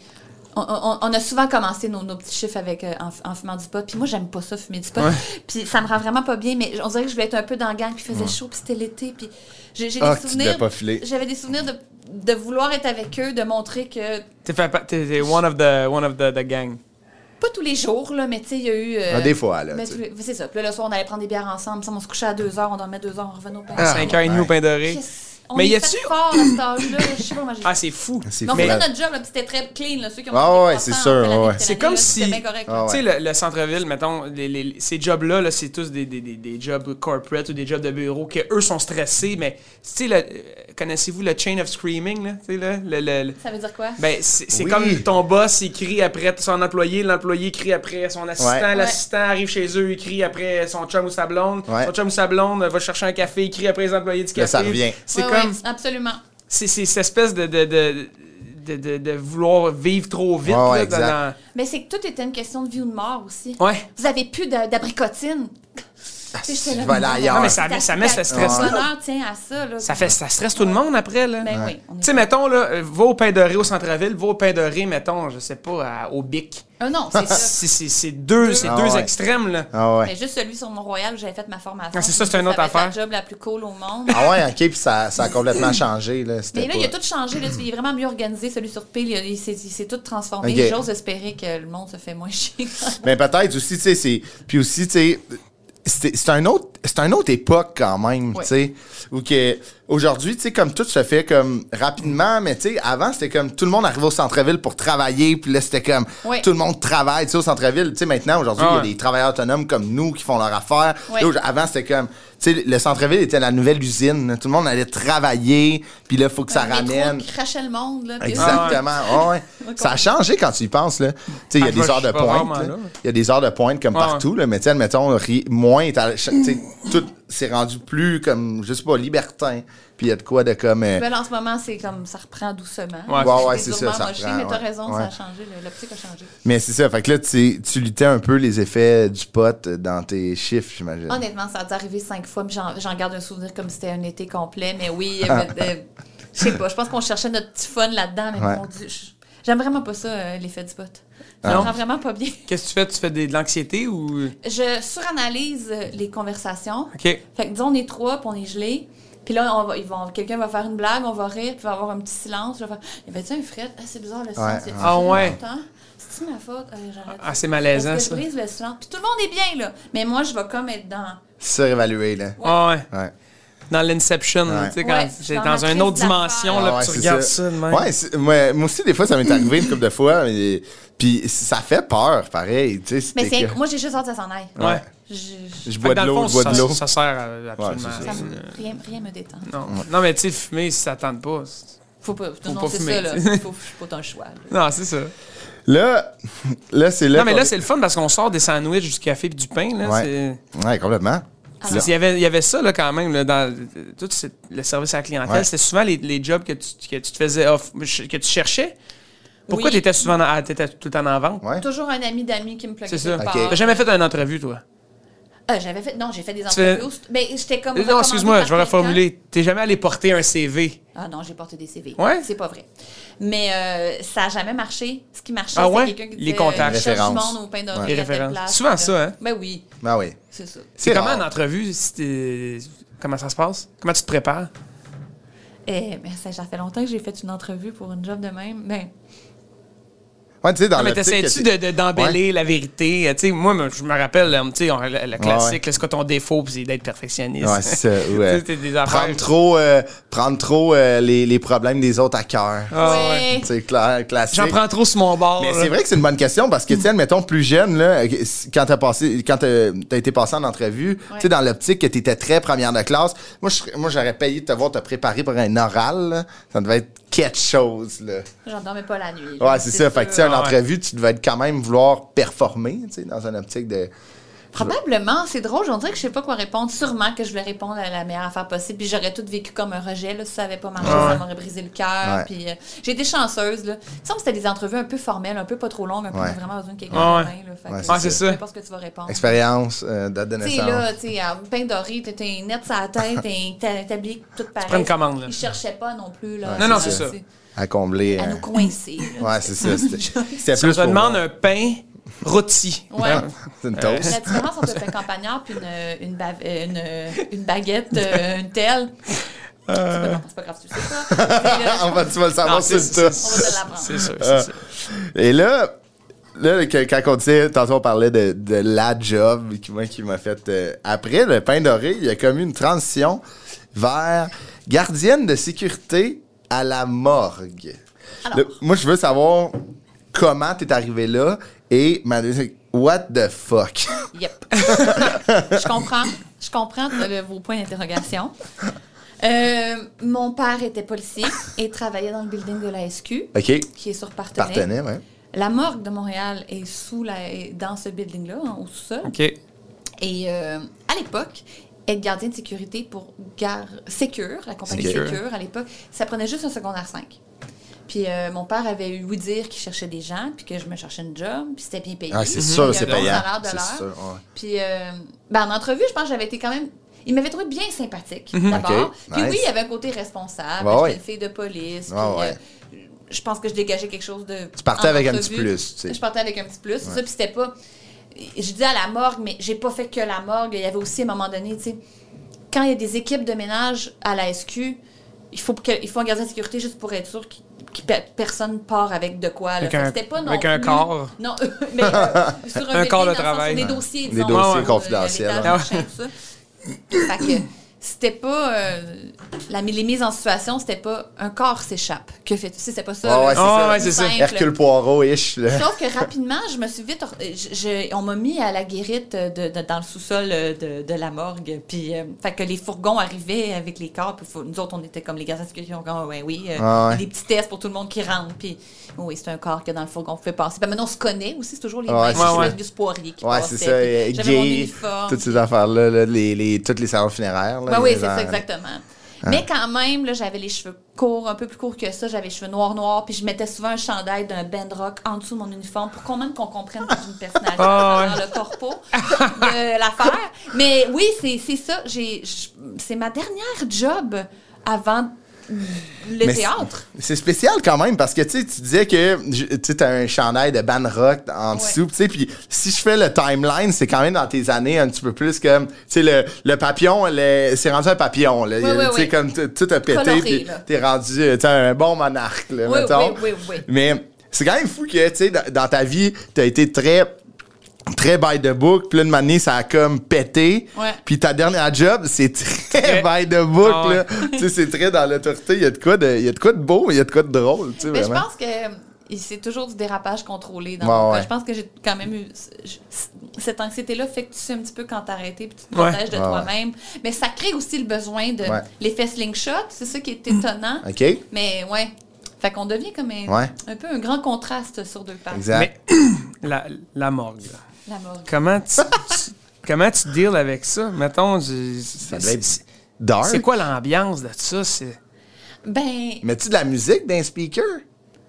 Speaker 4: on, on- on a souvent commencé nos, nos petits chiffres avec, euh, en, f- en fumant du pot. Puis moi, j'aime pas ça, fumer du pot. Puis ça me rend vraiment pas bien, mais on dirait que je voulais être un peu dans le gang, puis il faisait chaud, puis c'était l'été. Puis j'ai j'ai
Speaker 1: Ah, que
Speaker 4: des
Speaker 1: tu
Speaker 4: souvenirs.
Speaker 1: devais pas filer.
Speaker 4: J'avais des souvenirs de, de vouloir être avec eux, de montrer que
Speaker 2: T'es fait pa- t'es- t'es one of the, one of the, the gang.
Speaker 4: pas tous les jours, là, mais tu sais, il y a eu. euh,
Speaker 1: Ah, des fois, là,
Speaker 4: mais
Speaker 1: tu
Speaker 4: tous les- C'est ça. Puis là, le soir, on allait prendre des bières ensemble. Ça, on se couchait à 2 heures, on dormait 2 heures, on revenait au père.
Speaker 1: Ah,
Speaker 2: 5h30
Speaker 1: ouais.
Speaker 2: au pain doré. Mais y a-tu-
Speaker 4: fort à cet âge-là. Je sais pas, moi, j'ai.
Speaker 2: Ah, c'est fou.
Speaker 1: C'est
Speaker 4: mais on
Speaker 1: fou,
Speaker 4: faisait
Speaker 1: là.
Speaker 4: notre job, là, puis c'était très clean, là, ceux qui ont
Speaker 1: Ah,
Speaker 4: fait des
Speaker 1: ouais,
Speaker 4: croissants,
Speaker 1: c'est sûr,
Speaker 4: on fait la
Speaker 1: ouais.
Speaker 4: même
Speaker 2: C'est
Speaker 4: année,
Speaker 2: comme
Speaker 4: là,
Speaker 2: si-
Speaker 4: C'était bien correct.
Speaker 1: Ah,
Speaker 4: là.
Speaker 1: ouais.
Speaker 2: Tu sais, le, le centre-ville, mettons, les- les- les- ces jobs-là, là, c'est tous des, des, des, des jobs corporate ou des jobs de bureau que eux sont stressés, mais tu sais, le- euh, connaissez-vous le chain of screaming, là? Tu sais, là, le- le- le-
Speaker 4: Ça veut dire quoi?
Speaker 2: ben, c'est c'est
Speaker 1: Oui.
Speaker 2: comme ton boss, il crie après son employé, l'employé crie après son assistant,
Speaker 1: Ouais.
Speaker 2: l'assistant arrive chez eux, il crie après son chum ou sa blonde,
Speaker 1: Ouais.
Speaker 2: son chum ou sa blonde euh, va chercher un café, il crie après les employés du café.
Speaker 1: Là, ça revient.
Speaker 2: C'est
Speaker 4: Ouais,
Speaker 2: comme...
Speaker 4: ouais, absolument.
Speaker 2: c'est c'est cette espèce de, de, de, de, de- de vouloir vivre trop vite.
Speaker 1: Ouais, ouais,
Speaker 2: là,
Speaker 1: exact.
Speaker 2: dans-
Speaker 4: Mais c'est que tout était une question de vie ou de mort aussi.
Speaker 2: Ouais.
Speaker 4: Vous avez plus d'a- d'abricotine.
Speaker 1: si,
Speaker 4: J'étais là,
Speaker 1: je vais aller
Speaker 4: mais
Speaker 1: Ah, ailleurs.
Speaker 2: Non, mais ça- ça met ce stress-là.
Speaker 4: Le bonheur tient à ça. Là.
Speaker 2: Ça, fait, ça stresse tout le monde après. Là.
Speaker 4: Ben oui. on est-
Speaker 2: Tu sais, mettons, là, euh, va au pain doré au centre-ville, va au pain doré, mettons, je sais pas, à- au bic.
Speaker 4: Ah non, c'est ça.
Speaker 2: C'est c'est- c'est deux, c'est
Speaker 1: Ah
Speaker 2: deux
Speaker 1: ouais.
Speaker 2: extrêmes, là.
Speaker 1: Ah
Speaker 4: Mais
Speaker 1: ouais.
Speaker 4: juste celui sur Mont-Royal où j'avais fait ma formation.
Speaker 2: Ah, c'est ça, c'est
Speaker 4: J'ai
Speaker 2: une
Speaker 4: dit,
Speaker 2: autre
Speaker 4: va être la
Speaker 2: affaire.
Speaker 4: job la plus cool au monde.
Speaker 1: Ah ouais, ok, puis ça, ça a complètement changé. Là,
Speaker 4: Mais
Speaker 1: c'était
Speaker 4: là, il a
Speaker 1: pas-
Speaker 4: tout changé. Là, il est vraiment mieux organisé. Celui sur Peel, il a- il s'est il s'est tout transformé.
Speaker 1: Ok.
Speaker 4: J'ose espérer que le monde se fait moins chier.
Speaker 1: Mais ben, peut-être aussi, tu sais, c'est. Puis aussi, tu sais. C'est c'est un autre c'est une autre époque quand même
Speaker 4: Ouais.
Speaker 1: tu sais où que aujourd'hui tu sais comme tout se fait comme rapidement mais tu sais avant c'était comme tout le monde arrivait au centre-ville pour travailler puis là c'était comme
Speaker 4: Ouais.
Speaker 1: tout le monde travaille tu sais au centre-ville tu sais maintenant aujourd'hui il
Speaker 2: Ouais.
Speaker 1: y a des travailleurs autonomes comme nous qui font leur affaire
Speaker 4: Ouais.
Speaker 1: Là, aujourd'hui, avant c'était comme tu sais le centre-ville était la nouvelle usine tout le monde allait travailler puis là faut que ça
Speaker 4: Le métro
Speaker 1: ramène
Speaker 4: crachait le monde. Là, puis-
Speaker 1: Exactement. Ah ouais. Ça a changé quand tu y penses. là. Tu sais, Il y
Speaker 2: Ah,
Speaker 1: a des
Speaker 2: moi,
Speaker 1: heures
Speaker 2: je
Speaker 1: de
Speaker 2: suis pas
Speaker 1: pointe.
Speaker 2: vraiment
Speaker 1: là.
Speaker 2: là. Ah
Speaker 1: Il y a des heures de pointe comme
Speaker 2: Ouais.
Speaker 1: partout. Là. Mais tu sais, admettons, ri- moins, est à- ch- tu sais, tout s'est rendu plus comme, je sais pas, libertin. Puis il y a de quoi de comme... euh,
Speaker 4: Mais ben, là, en ce moment, c'est comme ça reprend doucement.
Speaker 2: Ouais.
Speaker 1: Ouais, ouais,
Speaker 4: Des
Speaker 1: c'est ça,
Speaker 4: gourmands
Speaker 1: ça
Speaker 4: mochés,
Speaker 1: reprend,
Speaker 4: Mais t'as
Speaker 1: ouais.
Speaker 4: raison,
Speaker 1: Ouais.
Speaker 4: ça a changé. le- L'optique a changé.
Speaker 1: Mais c'est ça. Fait que là, tu, tu luttais un peu les effets du pot dans tes chiffres, j'imagine.
Speaker 4: Honnêtement, ça a dû arriver cinq fois, mais j'en j'en garde un souvenir comme si c'était un été complet. Mais oui, il y avait de- je sais pas, je pense qu'on cherchait notre petit fun là-dedans. Mais
Speaker 1: Ouais.
Speaker 4: mon Dieu, je- j'aime vraiment pas ça, euh, l'effet du pot. Ça
Speaker 2: Non.
Speaker 4: me rend vraiment pas bien.
Speaker 2: Qu'est-ce que tu fais? Tu fais des- de l'anxiété ou.
Speaker 4: Je suranalyse euh, les conversations.
Speaker 2: OK.
Speaker 4: Fait que disons, on est trois, puis on est gelé. Puis là, on va, ils vont, quelqu'un va faire une blague, on va rire, puis il va avoir un petit silence. Je vais faire, y avait-tu un fret? Ah, c'est bizarre le silence.
Speaker 1: Ouais,
Speaker 4: y a-tu
Speaker 2: ah ouais.
Speaker 4: longtemps? C'est-tu ma faute? Euh, j'arrête.
Speaker 2: Ah, c'est
Speaker 4: Parce
Speaker 2: malaisant,
Speaker 4: que je
Speaker 2: ça.
Speaker 4: brise le silence. Puis tout le monde est bien, là. Mais moi, je vais comme être dans.
Speaker 1: Surévalué, là.
Speaker 2: Ah ouais.
Speaker 1: Ouais.
Speaker 2: Dans l'Inception,
Speaker 1: Ouais.
Speaker 2: tu sais, quand
Speaker 4: Ouais,
Speaker 2: c'est
Speaker 4: dans
Speaker 2: dans
Speaker 4: la
Speaker 2: une autre
Speaker 4: crise
Speaker 2: dimension,
Speaker 4: d'affaires.
Speaker 2: là,
Speaker 1: Ah ouais,
Speaker 2: puis tu
Speaker 1: c'est
Speaker 2: regardes ça, de même.
Speaker 1: Ouais, c'est- moi, moi aussi, des fois, ça m'est arrivé une couple de fois. Mais, puis ça fait peur, pareil. tu sais,
Speaker 4: Mais
Speaker 1: c'était
Speaker 4: c'est,
Speaker 1: que-
Speaker 4: moi, j'ai juste hâte que ça s'en aille.
Speaker 2: Ouais.
Speaker 1: Ouais.
Speaker 4: Je- je-
Speaker 1: Je
Speaker 2: Fait que
Speaker 1: bois
Speaker 2: dans
Speaker 1: de
Speaker 2: le
Speaker 1: l'eau,
Speaker 2: fond,
Speaker 1: je bois
Speaker 2: ça,
Speaker 1: de l'eau.
Speaker 2: ça sert euh, absolument
Speaker 1: c'est
Speaker 4: ça
Speaker 2: à
Speaker 4: me-
Speaker 2: rien.
Speaker 4: rien, rien me détend.
Speaker 2: Non. non, mais tu sais, fumer, ça tente pas. C'est-
Speaker 4: Faut pas. non,
Speaker 2: pas
Speaker 4: c'est
Speaker 2: fumer.
Speaker 4: ça, là. Faut, faut pas ton choix. là.
Speaker 2: Non, c'est ça.
Speaker 1: Là, là c'est là.
Speaker 2: non, mais
Speaker 1: qu'on
Speaker 2: là,
Speaker 1: est-
Speaker 2: c'est le fun parce qu'on sort des sandwichs, du café et du pain. Là,
Speaker 1: Ouais.
Speaker 2: c'est-
Speaker 1: ouais, complètement.
Speaker 2: c'est- Il, y avait, il y avait ça là, quand même là, dans euh, tout ce- le service à la clientèle.
Speaker 1: Ouais.
Speaker 2: C'était souvent les, les jobs que tu, que tu te faisais off, que tu cherchais. Pourquoi
Speaker 4: Oui.
Speaker 2: t'étais souvent en- ah, t'étais tout le temps en vente?
Speaker 1: Ouais.
Speaker 4: Toujours un ami d'amis qui me plaît.
Speaker 2: C'est ça.
Speaker 1: Ok.
Speaker 2: T'as jamais fait une entrevue, toi?
Speaker 4: Euh, j'avais fait. Non, j'ai fait des
Speaker 2: fais-
Speaker 4: interviews. Mais j'étais comme.
Speaker 2: non,
Speaker 4: recommandée
Speaker 2: excuse-moi,
Speaker 4: par
Speaker 2: je vais
Speaker 4: quelqu'un.
Speaker 2: reformuler. T'es jamais allé porter un CV.
Speaker 4: Ah non, j'ai porté des CV.
Speaker 2: Ouais?
Speaker 4: C'est pas vrai. Mais euh, ça n'a jamais marché. Ce qui marchait,
Speaker 2: Ah ouais?
Speaker 4: c'est quelqu'un qui
Speaker 2: Les
Speaker 4: disait,
Speaker 2: contacts.
Speaker 4: euh, je cherche du
Speaker 1: Références.
Speaker 4: monde au pain
Speaker 1: Ouais.
Speaker 4: doré
Speaker 2: Les
Speaker 4: à telle
Speaker 2: références.
Speaker 4: place.
Speaker 2: Souvent ça, hein?
Speaker 4: Ben oui,
Speaker 1: Ben oui.
Speaker 4: c'est ça.
Speaker 2: C'est comment
Speaker 1: rare.
Speaker 2: une entrevue? si t'es- Comment ça se passe? Comment tu te prépares?
Speaker 4: Eh, mais ça, ça fait longtemps que j'ai fait une entrevue pour une job de même. Ben,
Speaker 1: Ouais, tu sais, dans
Speaker 2: Non, Ah, mais
Speaker 1: le
Speaker 2: t'essaies-tu de- de- d'embellir la vérité? Euh, Tu sais, moi, me- je me rappelle, euh, tu sais, on- le, le classique, c'est quoi ton défaut, puis c'est d'être perfectionniste.
Speaker 1: Ouais, c'est ça. ou, euh,
Speaker 2: Tu sais, t'es des affaires-
Speaker 1: prendre trop, euh, prendre trop euh, les, les problèmes des autres à cœur.
Speaker 2: Ah, ouais.
Speaker 4: ouais.
Speaker 1: C'est clair, classique.
Speaker 2: J'en prends trop sur mon bord.
Speaker 1: Mais
Speaker 2: là.
Speaker 1: c'est vrai que c'est une bonne question parce que, tiens, mettons, plus jeune, là, euh, quand t'as passé, quand t'as t'as été passé en entrevue, tu sais, dans l'optique que t'étais très première de classe, moi, je serais- moi, j'aurais payé de te voir te préparer pour un oral, là. Ça devait être quelque chose, là.
Speaker 4: J'en dormais pas la nuit. là.
Speaker 1: Ouais, c'est ça. Fait que, tu sais, une
Speaker 2: Ah ouais.
Speaker 1: entrevue, tu devais être quand même vouloir performer, tu sais, dans une optique de.
Speaker 4: Probablement, c'est drôle, on dirait que je sais pas quoi répondre. Sûrement que je voulais répondre à la meilleure affaire possible, puis j'aurais tout vécu comme un rejet. Là, si ça avait pas marché, ça m'aurait brisé le cœur.
Speaker 1: Ouais.
Speaker 4: Puis euh, j'ai été chanceuse. Là. Il me semble que c'était des entrevues un peu formelles, un peu pas trop longues, un peu
Speaker 1: Ouais.
Speaker 4: on a vraiment besoin de quelqu'un
Speaker 2: Ouais.
Speaker 4: de main, là. Fait
Speaker 1: Ouais,
Speaker 4: que,
Speaker 1: c'est
Speaker 4: euh,
Speaker 2: ça.
Speaker 4: Peu importe ce que tu vas répondre.
Speaker 1: Expérience, euh, date de
Speaker 4: Tu sais,
Speaker 1: naissance.
Speaker 4: là, tu sais, à pain doré, t'as un net sur la tête, t'as- t'as un tablier tout pareil.
Speaker 2: prends une commande, là.
Speaker 4: Ils cherchaient pas non plus, là.
Speaker 1: Ouais,
Speaker 2: Non, non,
Speaker 1: c'est
Speaker 2: c'est ça.
Speaker 4: tu sais,
Speaker 1: à combler.
Speaker 4: À
Speaker 1: euh,
Speaker 4: nous coincer. là.
Speaker 1: Ouais, c'est ça. C'était c'était
Speaker 2: Si on
Speaker 1: plus.
Speaker 2: te
Speaker 1: pour
Speaker 2: demande
Speaker 1: moi.
Speaker 2: un pain rôti.
Speaker 4: Ouais. Ah,
Speaker 1: C'est une toast.
Speaker 4: La différence entre un pain campagnard puis une, une, bav- euh, une, euh, une baguette, euh, une telle. C'est pas- non, c'est pas grave, tu le sais pas. C'est, euh,
Speaker 1: Euh. On va, tu vas le savoir
Speaker 2: Non,
Speaker 1: sur
Speaker 2: c'est
Speaker 1: le tas.
Speaker 4: On va te l'apprendre.
Speaker 2: C'est sûr,
Speaker 1: Ah.
Speaker 2: c'est sûr.
Speaker 1: Et là, là que- quand on disait, tantôt on parlait de, de la job qui, moi, qui m'a fait. euh, après le pain doré, il y a comme eu une transition vers gardienne de sécurité à la morgue.
Speaker 4: Alors.
Speaker 1: Le- moi, je veux savoir comment t'es arrivé là et ma deuxième- What the fuck?
Speaker 4: Yep. je comprends. Je comprends le- vos points d'interrogation. Euh, mon père était policier et travaillait dans le building de la SQ,
Speaker 1: OK.
Speaker 4: qui est sur Partenay.
Speaker 1: Partenay, ouais.
Speaker 4: La morgue de Montréal est sous la, est dans ce building-là, hein, au sous-sol.
Speaker 2: OK.
Speaker 4: Et euh, à l'époque, être gardien de sécurité pour Gar... Secure, la compagnie
Speaker 1: Secure.
Speaker 4: Secure, à l'époque, ça prenait juste un secondaire 5. Puis euh, mon père avait eu ouï dire qu'il cherchait des gens, puis que je me cherchais une job, puis c'était bien payé.
Speaker 1: Ah, c'est
Speaker 4: Puis
Speaker 1: sûr,
Speaker 4: Mhm. il y
Speaker 1: c'est
Speaker 4: avait un
Speaker 1: payant.
Speaker 4: salaire de
Speaker 1: C'est
Speaker 4: l'heure.
Speaker 1: sûr, ouais.
Speaker 4: Puis, euh, ben, en entrevue, je pense que j'avais été quand même. Il m'avait trouvé bien sympathique, d'abord.
Speaker 1: Ok,
Speaker 4: Puis
Speaker 1: nice.
Speaker 4: oui, il y avait un côté responsable.
Speaker 1: Ouais,
Speaker 4: j'étais
Speaker 1: ouais.
Speaker 4: une fille de police.
Speaker 1: Ouais,
Speaker 4: puis,
Speaker 1: ouais.
Speaker 4: euh, je pense que je dégageais quelque chose de.
Speaker 1: Tu partais
Speaker 4: en
Speaker 1: avec un
Speaker 4: entrevue.
Speaker 1: petit plus, tu sais.
Speaker 4: Je partais avec un petit plus. c'est Ça, puis c'était pas. Je disais à la morgue, mais j'ai pas fait que la morgue. Il y avait aussi, à un moment donné, tu sais, quand il y a des équipes de ménage à la SQ, il faut, que, il faut un gardien de sécurité juste pour être sûr que personne part avec de quoi. là.
Speaker 2: Avec
Speaker 4: Fait que
Speaker 2: un-
Speaker 4: c'était pas non
Speaker 2: avec un
Speaker 4: plus-
Speaker 2: corps.
Speaker 4: Non, mais euh, sur un,
Speaker 2: Un corps de
Speaker 4: building, dans le sens
Speaker 2: travail.
Speaker 4: où
Speaker 1: Ouais.
Speaker 4: Des dossiers,
Speaker 1: Des
Speaker 4: disons,
Speaker 1: dossiers
Speaker 4: euh,
Speaker 1: confidentiels, hein.
Speaker 4: l'étage
Speaker 2: ouais.
Speaker 4: machin, tout ça. fait que c'était pas. euh, la, les mises en situation, c'était pas un corps s'échappe. Que fait tu sais, c'est pas ça.
Speaker 1: Ouais, ouais,
Speaker 4: là.
Speaker 1: c'est
Speaker 2: Ah,
Speaker 1: ça.
Speaker 2: ouais, c'est ça.
Speaker 4: Simple.
Speaker 1: Hercule Poirot-ish, là.
Speaker 4: Sauf que rapidement, je me suis vite. or- je- je- on m'a mis à la guérite de, de- dans le sous-sol euh, de, de la morgue. Puis, euh, fait que les fourgons arrivaient avec les corps. Puis, faut- nous autres, on était comme les gardiens de sécurité. On dit, Ah ouais, oui. euh,
Speaker 1: Ah ouais.
Speaker 4: Des petits tests pour tout le monde qui rentre. Puis, oui, c'est un corps que dans le fourgon, on fait passer. Puis maintenant, on se connaît aussi. C'est toujours les
Speaker 1: Ouais,
Speaker 4: mêmes.
Speaker 1: c'est
Speaker 4: C'est
Speaker 2: ça.
Speaker 4: juste du poirier qui
Speaker 1: Ouais,
Speaker 4: passait,
Speaker 1: c'est ça. euh,
Speaker 4: puis J'avais mon
Speaker 1: Gay,
Speaker 4: uniforme.
Speaker 1: toutes ces affaires-là, là, les, les, tous les salons funéraires.
Speaker 4: Oui,
Speaker 1: là,
Speaker 4: oui,
Speaker 1: les Hein?
Speaker 4: c'est
Speaker 1: gens-
Speaker 4: ça, exactement. Mais quand même, là, j'avais les cheveux courts, un peu plus courts que ça. J'avais les cheveux noirs, noirs. Puis je mettais souvent un chandail d'un band rock en dessous de mon uniforme pour quand même qu'on comprenne que j'ai une personnalité à
Speaker 2: Ah,
Speaker 4: travers le corpo de l'affaire. Mais oui, c'est c'est ça. J'ai- j- C'est ma dernière job avant le
Speaker 1: Mais c'est-
Speaker 4: théâtre.
Speaker 1: C'est spécial quand même parce que tu sais, tu disais que je- tu sais, t'as un chandail de ban rock en dessous, tu sais, puis si je fais le timeline, c'est quand même dans tes années un petit peu plus comme tu sais le, le papillon, le- c'est rendu un papillon là,
Speaker 4: Oui, oui,
Speaker 1: tu sais
Speaker 4: oui.
Speaker 1: comme t- tout a pété
Speaker 4: Coloré,
Speaker 1: puis
Speaker 4: là.
Speaker 1: t'es rendu euh, tu sais, un bon monarque là,
Speaker 4: Oui,
Speaker 1: mettons.
Speaker 4: oui, oui, oui.
Speaker 1: Mais c'est quand même fou que tu sais dans, dans ta vie, t'as été très très by the book, puis là, une année, ça a comme pété.
Speaker 4: Ouais.
Speaker 1: Puis ta dernière job, c'est très
Speaker 2: Très.
Speaker 1: by the book,
Speaker 2: Ah ouais.
Speaker 1: là. tu sais, c'est très dans l'autorité. Il y a de quoi de, il y a de quoi de beau, il y a de quoi de drôle, tu sais,
Speaker 4: Mais je
Speaker 1: vraiment.
Speaker 4: pense que euh, il- c'est toujours du dérapage contrôlé. Dans
Speaker 1: Ouais,
Speaker 4: mon cas.
Speaker 1: ouais.
Speaker 4: Je pense que j'ai quand même eu. je- Cette anxiété-là fait que tu sais un petit peu quand t'arrêter puis tu te
Speaker 2: Ouais.
Speaker 4: protèges de
Speaker 1: Ouais,
Speaker 4: toi-même. Mais ça crée aussi le besoin de
Speaker 1: Ouais.
Speaker 4: l'effet slingshot. C'est ça qui est étonnant.
Speaker 1: OK? Exact.
Speaker 4: Mais ouais. Fait qu'on devient comme un,
Speaker 1: Ouais.
Speaker 4: un peu un grand contraste sur deux pages.
Speaker 1: Ah.
Speaker 2: Mais la, la morgue, là.
Speaker 4: La mort.
Speaker 2: Comment tu, tu- comment tu deals avec ça? Mettons, je-
Speaker 1: Ça doit
Speaker 2: c'est-
Speaker 1: être
Speaker 2: c'est-
Speaker 1: dark.
Speaker 2: c'est quoi l'ambiance de ça? C'est
Speaker 4: Ben.
Speaker 1: Mets-tu de la musique dans un speaker?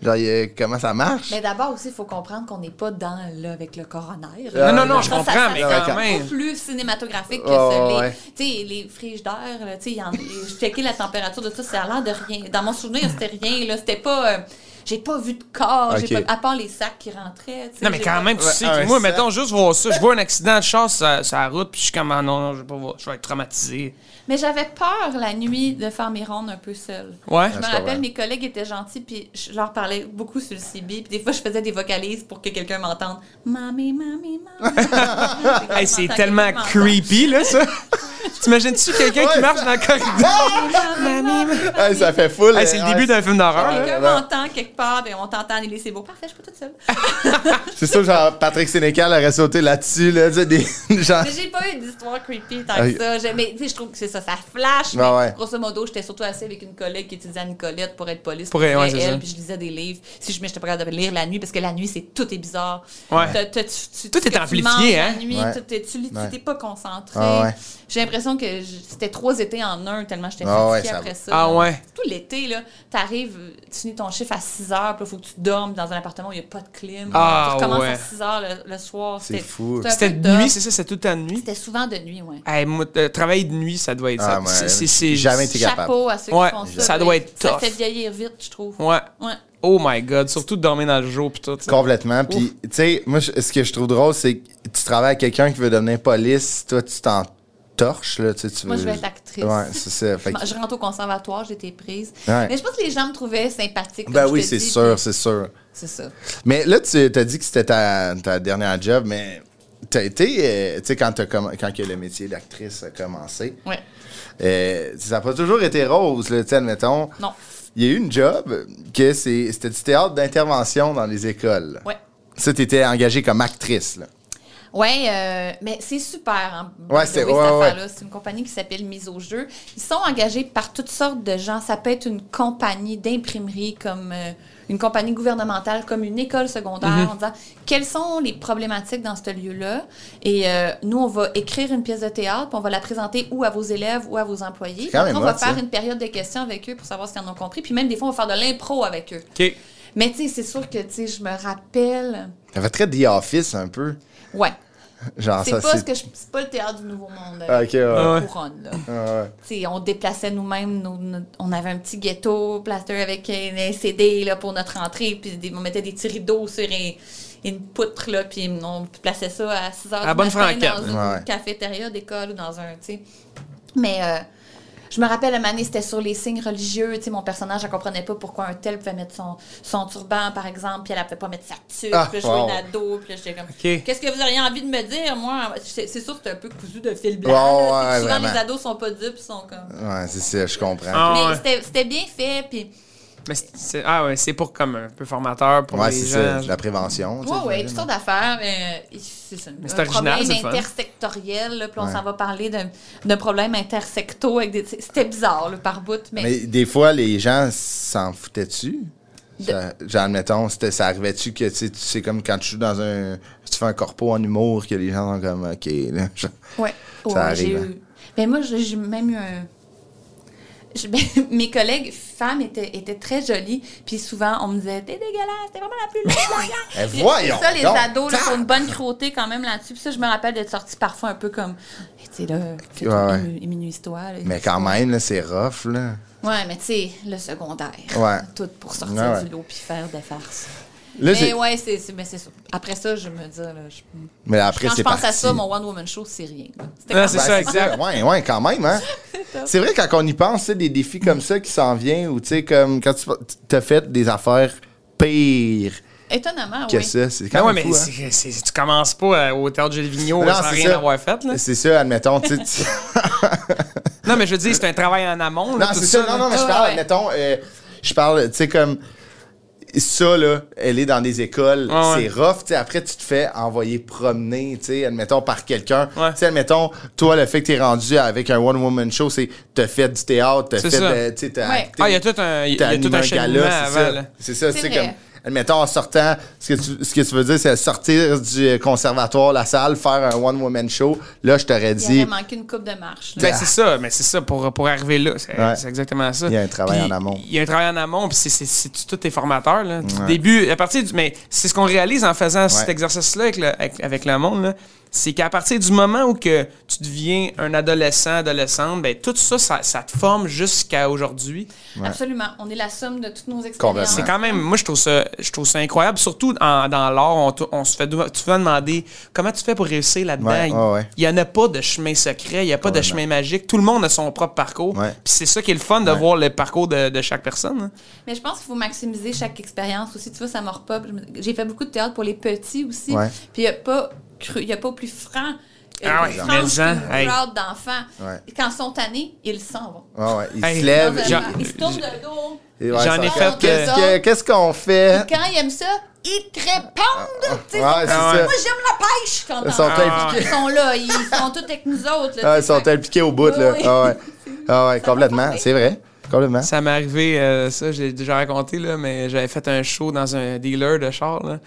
Speaker 1: Genre, il y a- comment ça marche?
Speaker 4: Mais ben d'abord aussi, il faut comprendre qu'on n'est pas dans là avec le coroner.
Speaker 1: Ah,
Speaker 2: non, non, non, je
Speaker 4: Ça, ça,
Speaker 2: comprends,
Speaker 4: ça,
Speaker 2: mais
Speaker 4: c'est
Speaker 2: quand
Speaker 4: beaucoup
Speaker 2: même.
Speaker 4: plus cinématographique que
Speaker 2: Ah,
Speaker 1: Oh,
Speaker 4: ça. Les,
Speaker 1: ouais.
Speaker 4: Tu sais, les friges d'air, là, tu sais, il y en- je checkais la température de ça, ça a l'air de rien. Dans mon souvenir, c'était rien, là. C'était pas. euh, j'ai pas vu de corps, j'ai
Speaker 1: Ok.
Speaker 4: pas- à part les sacs qui rentraient. tu sais,
Speaker 2: Non, mais
Speaker 4: j'ai
Speaker 2: quand
Speaker 4: pas-
Speaker 2: même, tu
Speaker 1: Ouais,
Speaker 2: sais,
Speaker 1: un
Speaker 2: que moi,
Speaker 1: sac.
Speaker 2: mettons, juste voir ça, je vois un accident de chasse sur, sur la route, puis je suis comme, ah non, non, je vais, pas voir, je vais être traumatisé.
Speaker 4: Mais j'avais peur la nuit de faire mes rondes un peu seule.
Speaker 2: Ouais.
Speaker 4: Je
Speaker 1: Ah,
Speaker 4: me
Speaker 1: c'est pas vrai.
Speaker 4: rappelle, mes collègues étaient gentils, puis je leur parlais beaucoup sur le CB, puis des fois, je faisais des vocalises pour que quelqu'un m'entende. Mamie, mamie, mamie.
Speaker 2: Hey, c'est
Speaker 4: M'entend,
Speaker 2: tellement
Speaker 4: quelqu'un m'entend.
Speaker 2: creepy, là, ça. T'imagines-tu quelqu'un qui
Speaker 1: Ouais.
Speaker 2: marche dans le corridor?
Speaker 1: Hey, ça fait full.
Speaker 2: Hey, c'est
Speaker 1: euh,
Speaker 2: le début
Speaker 1: ouais,
Speaker 2: d'un film d'horreur, là.
Speaker 4: Quelqu'un
Speaker 1: Ouais, ouais.
Speaker 4: m'entend quelque part, ben on t'entend, Anneli, c'est beau. Parfait, je suis pas toute seule.
Speaker 1: C'est sûr, genre, Patrick Sénécal aurait sauté là-dessus, là, tu sais, des genre.
Speaker 4: Mais j'ai pas eu d'histoire creepy tant que
Speaker 1: Ok.
Speaker 4: ça. J'ai- Mais tu sais, je trouve que c'est ça, ça flash.
Speaker 1: Ouais,
Speaker 4: mais
Speaker 1: ouais.
Speaker 4: Grosso modo, j'étais surtout assise avec une collègue qui étudiait à Nicolette pour être police.
Speaker 2: Pour
Speaker 4: puis
Speaker 2: elle, ouais, c'est ça.
Speaker 4: elle, puis je lisais des livres. Si je mais j'étais pas capable de lire la nuit, parce que la nuit, c'est tout est bizarre.
Speaker 2: Ouais.
Speaker 4: T'as- t'as- tu- tu-
Speaker 2: Tout
Speaker 4: ce
Speaker 2: est
Speaker 4: que tu
Speaker 2: amplifié,
Speaker 4: manges
Speaker 2: hein?
Speaker 4: La nuit,
Speaker 1: Ouais.
Speaker 4: tout est- tu lis- tu
Speaker 1: Ouais.
Speaker 4: t'es pas concentré.
Speaker 1: Ah ouais.
Speaker 4: J'ai l'impression que je- c'était trois étés en un, tellement j'étais
Speaker 1: Ah ouais,
Speaker 4: fatiguée
Speaker 1: ça
Speaker 4: après
Speaker 1: va.
Speaker 4: ça.
Speaker 2: Ah ouais.
Speaker 4: Tout l'été, là, t'arrives, tu finis ton chiffre à 6 heures, puis là, faut que tu dormes dans un appartement où il n'y a pas de clim.
Speaker 2: Ah
Speaker 4: tu recommences
Speaker 2: ouais.
Speaker 4: à 6 heures le, le soir.
Speaker 1: C'est fou.
Speaker 4: un
Speaker 2: C'était
Speaker 4: peu
Speaker 2: de
Speaker 4: tough.
Speaker 2: nuit, c'est ça, c'est tout le temps de nuit.
Speaker 4: C'était souvent de nuit, oui.
Speaker 2: Hey, moi, euh, travailler de nuit, ça doit être
Speaker 1: Ah,
Speaker 2: ça.
Speaker 1: ouais.
Speaker 2: C'est- c'est- c'est-
Speaker 1: Jamais été capable.
Speaker 4: Chapeau à ceux
Speaker 2: Ouais,
Speaker 4: qui font ça.
Speaker 2: ça
Speaker 4: là.
Speaker 2: doit être
Speaker 4: Ça
Speaker 2: tough.
Speaker 4: fait vieillir vite, je trouve.
Speaker 2: Ouais.
Speaker 4: Ouais.
Speaker 2: Oh my god, surtout de dormir dans le jour pis tout. ça.
Speaker 1: Complètement. Puis, tu sais, moi, je- ce que je trouve drôle, c'est que tu travailles avec quelqu'un qui veut devenir police, toi, tu t'en torches, là, tu sais, tu
Speaker 4: Moi,
Speaker 1: veux-
Speaker 4: je vais être actrice.
Speaker 1: Ouais, c'est ça. Fait que-
Speaker 4: Je rentre au conservatoire, j'étais prise.
Speaker 1: Ouais.
Speaker 4: Mais je pense que les gens me trouvaient sympathique. comme
Speaker 1: Ben
Speaker 4: je
Speaker 1: oui,
Speaker 4: te
Speaker 1: c'est
Speaker 4: dis,
Speaker 1: sûr,
Speaker 4: puis
Speaker 1: c'est sûr.
Speaker 4: C'est ça.
Speaker 1: Mais là, tu t'as dit que c'était ta, ta dernière job, mais t'as été, euh, tu sais, quand, t'as comm- quand que le métier d'actrice a commencé,
Speaker 4: Ouais.
Speaker 1: euh, ça n'a pas toujours été rose, là, tu sais, admettons.
Speaker 4: Non.
Speaker 1: Il y a eu une job que c'est- c'était du théâtre d'intervention dans les écoles. là.
Speaker 4: Ouais.
Speaker 1: Ça, t'étais engagée comme actrice, là.
Speaker 4: Ouais, euh, mais c'est super. hein, by
Speaker 1: Ouais,
Speaker 4: the
Speaker 1: c'est-
Speaker 4: way,
Speaker 1: ouais,
Speaker 4: cette
Speaker 1: ouais.
Speaker 4: affaire-là. C'est une compagnie qui s'appelle Mise au jeu. Ils sont engagés par toutes sortes de gens. Ça peut être une compagnie d'imprimerie comme euh, une compagnie gouvernementale comme une école secondaire
Speaker 1: Mm-hmm.
Speaker 4: en disant quelles sont les problématiques dans ce lieu-là. Et euh, nous, on va écrire une pièce de théâtre, puis on va la présenter ou à vos élèves ou à vos employés.
Speaker 1: C'est quand même
Speaker 4: Après, on va
Speaker 1: hot, ça.
Speaker 4: faire une période de questions avec eux pour savoir s'ils en ont compris. Puis même des fois, on va faire de l'impro avec eux.
Speaker 2: OK.
Speaker 4: Mais tu sais, c'est sûr que tu sais, je me rappelle.
Speaker 1: Ça fait très The Office un peu.
Speaker 4: Ouais.
Speaker 1: Genre
Speaker 4: C'est
Speaker 1: Ah, ça,
Speaker 4: pas ce que je- c'est pas le théâtre du Nouveau Monde. euh,
Speaker 1: Ok, ouais.
Speaker 2: Ah ouais.
Speaker 4: couronne, là.
Speaker 1: Ah ouais.
Speaker 4: T'sais, on déplaçait nous-mêmes, nos- nos- on avait un petit ghetto plaster avec un CD là, pour notre entrée, puis des- on mettait des petits rideaux sur un- une poutre, là, puis on plaçait ça à 6 heures
Speaker 2: À
Speaker 4: du
Speaker 2: bonne
Speaker 4: matin
Speaker 2: franquette.
Speaker 4: dans une
Speaker 1: Ouais.
Speaker 4: cafétéria d'école ou dans un, tu sais. Mais euh, je me rappelle, une année, c'était sur les signes religieux. Tu sais, mon personnage, elle comprenait pas pourquoi un tel pouvait mettre son, son turban, par exemple, puis elle ne pouvait pas mettre sa tuque.
Speaker 1: Ah,
Speaker 4: puis là, je voyais
Speaker 1: wow.
Speaker 4: une ado, puis là, j'étais comme,
Speaker 2: OK.
Speaker 4: qu'est-ce que vous auriez envie de me dire, moi? C'est c'est sûr que c'est un peu cousu de fil blanc.
Speaker 1: Ouais,
Speaker 4: là.
Speaker 1: ouais,
Speaker 4: souvent,
Speaker 1: vraiment.
Speaker 4: les ados sont pas dupes, ils sont comme...
Speaker 1: Ouais, c'est ça, je comprends.
Speaker 2: Ah.
Speaker 4: Mais
Speaker 2: ouais.
Speaker 4: c'était- c'était bien fait, puis...
Speaker 2: Mais c'est- c'est- ah ouais, c'est pour comme un peu formateur pour
Speaker 1: ouais,
Speaker 2: les
Speaker 1: c'est
Speaker 2: gens.
Speaker 1: ça, c'est la prévention. tu sais,
Speaker 4: Ouais, ouais,
Speaker 1: j'imagine.
Speaker 4: toutes sortes d'affaires, mais euh, c'est ça.
Speaker 2: Mais c'est
Speaker 4: un
Speaker 2: original, c'est le
Speaker 4: problème
Speaker 2: fun.
Speaker 4: intersectoriel, là, puis on
Speaker 1: Ouais.
Speaker 4: s'en va parler d'un d'un problème intersecto avec des... C'était bizarre, là, par bout, mais...
Speaker 1: Mais des fois, les gens s'en foutaient-tu? Ça- Genre, admettons, c'était- ça arrivait-tu que, tu sais, tu sais, comme quand tu joues dans un... Tu fais un corpo en humour, que les gens sont comme, OK, là, genre,
Speaker 4: Ouais.
Speaker 1: Ça
Speaker 4: Ouais,
Speaker 1: arrive,
Speaker 4: j'ai
Speaker 1: hein.
Speaker 4: eu. Mais moi, j'ai j'ai même eu un. je- ben, mes collègues femmes étaient, étaient très jolies, puis souvent on me disait T'es dégueulasse, t'es vraiment la plus laide de la gang.
Speaker 1: Eh, voyons
Speaker 4: C'est ça, les
Speaker 1: donc.
Speaker 4: ados, là, ils ont une bonne cruauté quand même là-dessus. Puis ça, je me rappelle d'être sortie parfois un peu comme Eh, Tu sais, là,
Speaker 1: Ouais, ouais.
Speaker 4: toi
Speaker 1: Mais quand même, là, c'est rough, là.
Speaker 4: Ouais, mais tu sais, le secondaire.
Speaker 1: Ouais.
Speaker 4: Tout pour sortir
Speaker 1: Ouais, ouais.
Speaker 4: du lot puis faire des farces.
Speaker 1: Là,
Speaker 4: mais
Speaker 1: j'ai-
Speaker 4: ouais, c'est c'est- mais c'est ça. Après ça, je me dis, là, je-
Speaker 1: Mais après,
Speaker 4: quand
Speaker 1: c'est
Speaker 4: je pense à
Speaker 1: parti.
Speaker 4: ça, mon One Woman Show, c'est rien. là. C'était
Speaker 2: Non,
Speaker 4: quand
Speaker 2: c'est
Speaker 1: Ben,
Speaker 2: ça, exact.
Speaker 1: Ouais, ouais, quand même, hein. C'est vrai, quand on y pense, tu sais, des défis comme ça qui s'en viennent, ou tu sais, comme quand tu t'as fait des affaires pires
Speaker 4: Étonnamment,
Speaker 1: que
Speaker 4: oui.
Speaker 1: ça, c'est
Speaker 2: Ben
Speaker 1: quand
Speaker 2: ouais,
Speaker 1: même
Speaker 2: mais
Speaker 1: fou, hein.
Speaker 2: c'est- c'est- tu commences pas euh, au théâtre Gilles Vigneault
Speaker 1: Non,
Speaker 2: sans
Speaker 1: c'est
Speaker 2: rien
Speaker 1: ça.
Speaker 2: avoir fait. Là.
Speaker 1: C'est ça, admettons, tu sais, tu-
Speaker 2: Non, mais je veux dire, c'est un travail en amont. là,
Speaker 1: Non,
Speaker 2: tout hein?
Speaker 1: c'est ça.
Speaker 2: là.
Speaker 1: Non, non, mais je
Speaker 4: Ouais,
Speaker 1: parle,
Speaker 4: Ah, ouais.
Speaker 1: admettons, euh, je parle, tu sais, comme. Ça, là, elle est dans des écoles,
Speaker 2: Ouais, Ah,
Speaker 1: c'est
Speaker 2: ouais.
Speaker 1: rough. tu sais, Après, tu te fais envoyer promener, tu sais, admettons, par quelqu'un.
Speaker 2: Ouais.
Speaker 1: Tu sais, Admettons, toi, le fait que t'es rendu avec un one-woman show, c'est t'as fait du théâtre, t'as
Speaker 2: C'est
Speaker 1: fait
Speaker 2: ça.
Speaker 1: de- tu sais, t'as
Speaker 4: Ouais.
Speaker 1: acté,
Speaker 2: Ah, il y a tout un, il y
Speaker 1: t'as
Speaker 2: a tout
Speaker 1: animé
Speaker 2: un cheminement
Speaker 1: gala, c'est
Speaker 2: avant.
Speaker 1: ça.
Speaker 2: là.
Speaker 1: C'est ça, tu
Speaker 4: C'est
Speaker 1: sais,
Speaker 4: vrai.
Speaker 1: comme, admettons, en sortant, ce que tu, ce que tu veux dire, c'est sortir du euh, conservatoire, la salle, faire un one-woman show. Là, je t'aurais
Speaker 4: Il
Speaker 1: dit,
Speaker 4: aurait manqué une coupe de marche. là.
Speaker 2: Ben, c'est ça, mais c'est ça, pour, pour arriver là, c'est
Speaker 1: Ouais.
Speaker 2: c'est exactement ça.
Speaker 1: Il y a un travail
Speaker 2: Puis,
Speaker 1: en amont.
Speaker 2: Il y a un travail en amont, puis c'est- c'est- c'est tous tes formateurs. Là. Du début, à partir du. Mais c'est ce qu'on réalise en faisant cet exercice-là avec le, avec, avec le monde, là, c'est qu'à partir du moment où que tu deviens un adolescent, adolescente, ben, tout ça, ça, ça te forme jusqu'à aujourd'hui.
Speaker 4: Absolument. On est la somme de toutes nos
Speaker 1: Complètement.
Speaker 4: expériences.
Speaker 2: C'est quand même, moi je trouve ça, je trouve ça incroyable, surtout en- dans l'art, on, te- on se fait dou- souvent demander comment tu fais pour réussir là-dedans.
Speaker 1: Ouais, ouais, ouais.
Speaker 2: Il n'y en a pas de chemin secret, il n'y a pas de chemin magique, tout le monde a son propre parcours.
Speaker 1: Ouais.
Speaker 2: Puis c'est ça qui est le fun de voir le parcours de, de chaque personne. hein.
Speaker 4: Mais je pense qu'il faut maximiser chaque expérience aussi. Tu vois, ça me repop. Je me- J'ai fait beaucoup de théâtre pour les petits aussi.
Speaker 1: Ouais.
Speaker 4: Puis il n'y a pas cru- il y a pas plus franc. euh,
Speaker 2: Ah
Speaker 4: plus
Speaker 2: ouais,
Speaker 4: franche
Speaker 2: mais en,
Speaker 4: qu'une
Speaker 2: hey.
Speaker 4: crowd d'enfants.
Speaker 1: Ouais. Eh,
Speaker 4: Et Quand ils sont tannés, ils s'en vont.
Speaker 1: ouais, ouais, il
Speaker 2: Hey.
Speaker 1: se lève.
Speaker 4: Dans un
Speaker 1: il-
Speaker 2: J'en-
Speaker 4: banc. Ils se tournent le dos.
Speaker 1: Et ouais,
Speaker 2: J'en
Speaker 1: ça
Speaker 2: ai
Speaker 1: regarde,
Speaker 2: fait,
Speaker 1: Qu'est-ce
Speaker 4: euh,
Speaker 1: que- qu'est-ce qu'on fait?
Speaker 4: Et quand ils aiment ça, ils te répondent. Tu
Speaker 1: Ouais, c'est
Speaker 4: sais,
Speaker 2: Ah ouais.
Speaker 1: ça.
Speaker 4: Moi, j'aime la pêche quand
Speaker 1: Ils sont
Speaker 4: on-
Speaker 2: Ah,
Speaker 1: impliqués.
Speaker 4: Ils sont là. Ils sont tous avec nous autres. là,
Speaker 1: Ah,
Speaker 4: tu
Speaker 1: ils
Speaker 4: sais,
Speaker 1: sont
Speaker 4: fait-
Speaker 1: impliqués au bout, là.
Speaker 4: Oui.
Speaker 1: Ah ouais. Ah ouais, complètement.
Speaker 4: parler.
Speaker 1: C'est vrai.
Speaker 4: Hein?
Speaker 1: Complètement.
Speaker 2: Ça m'est arrivé, euh, ça, je l'ai déjà raconté, là, mais j'avais fait un show dans un dealer de char. là.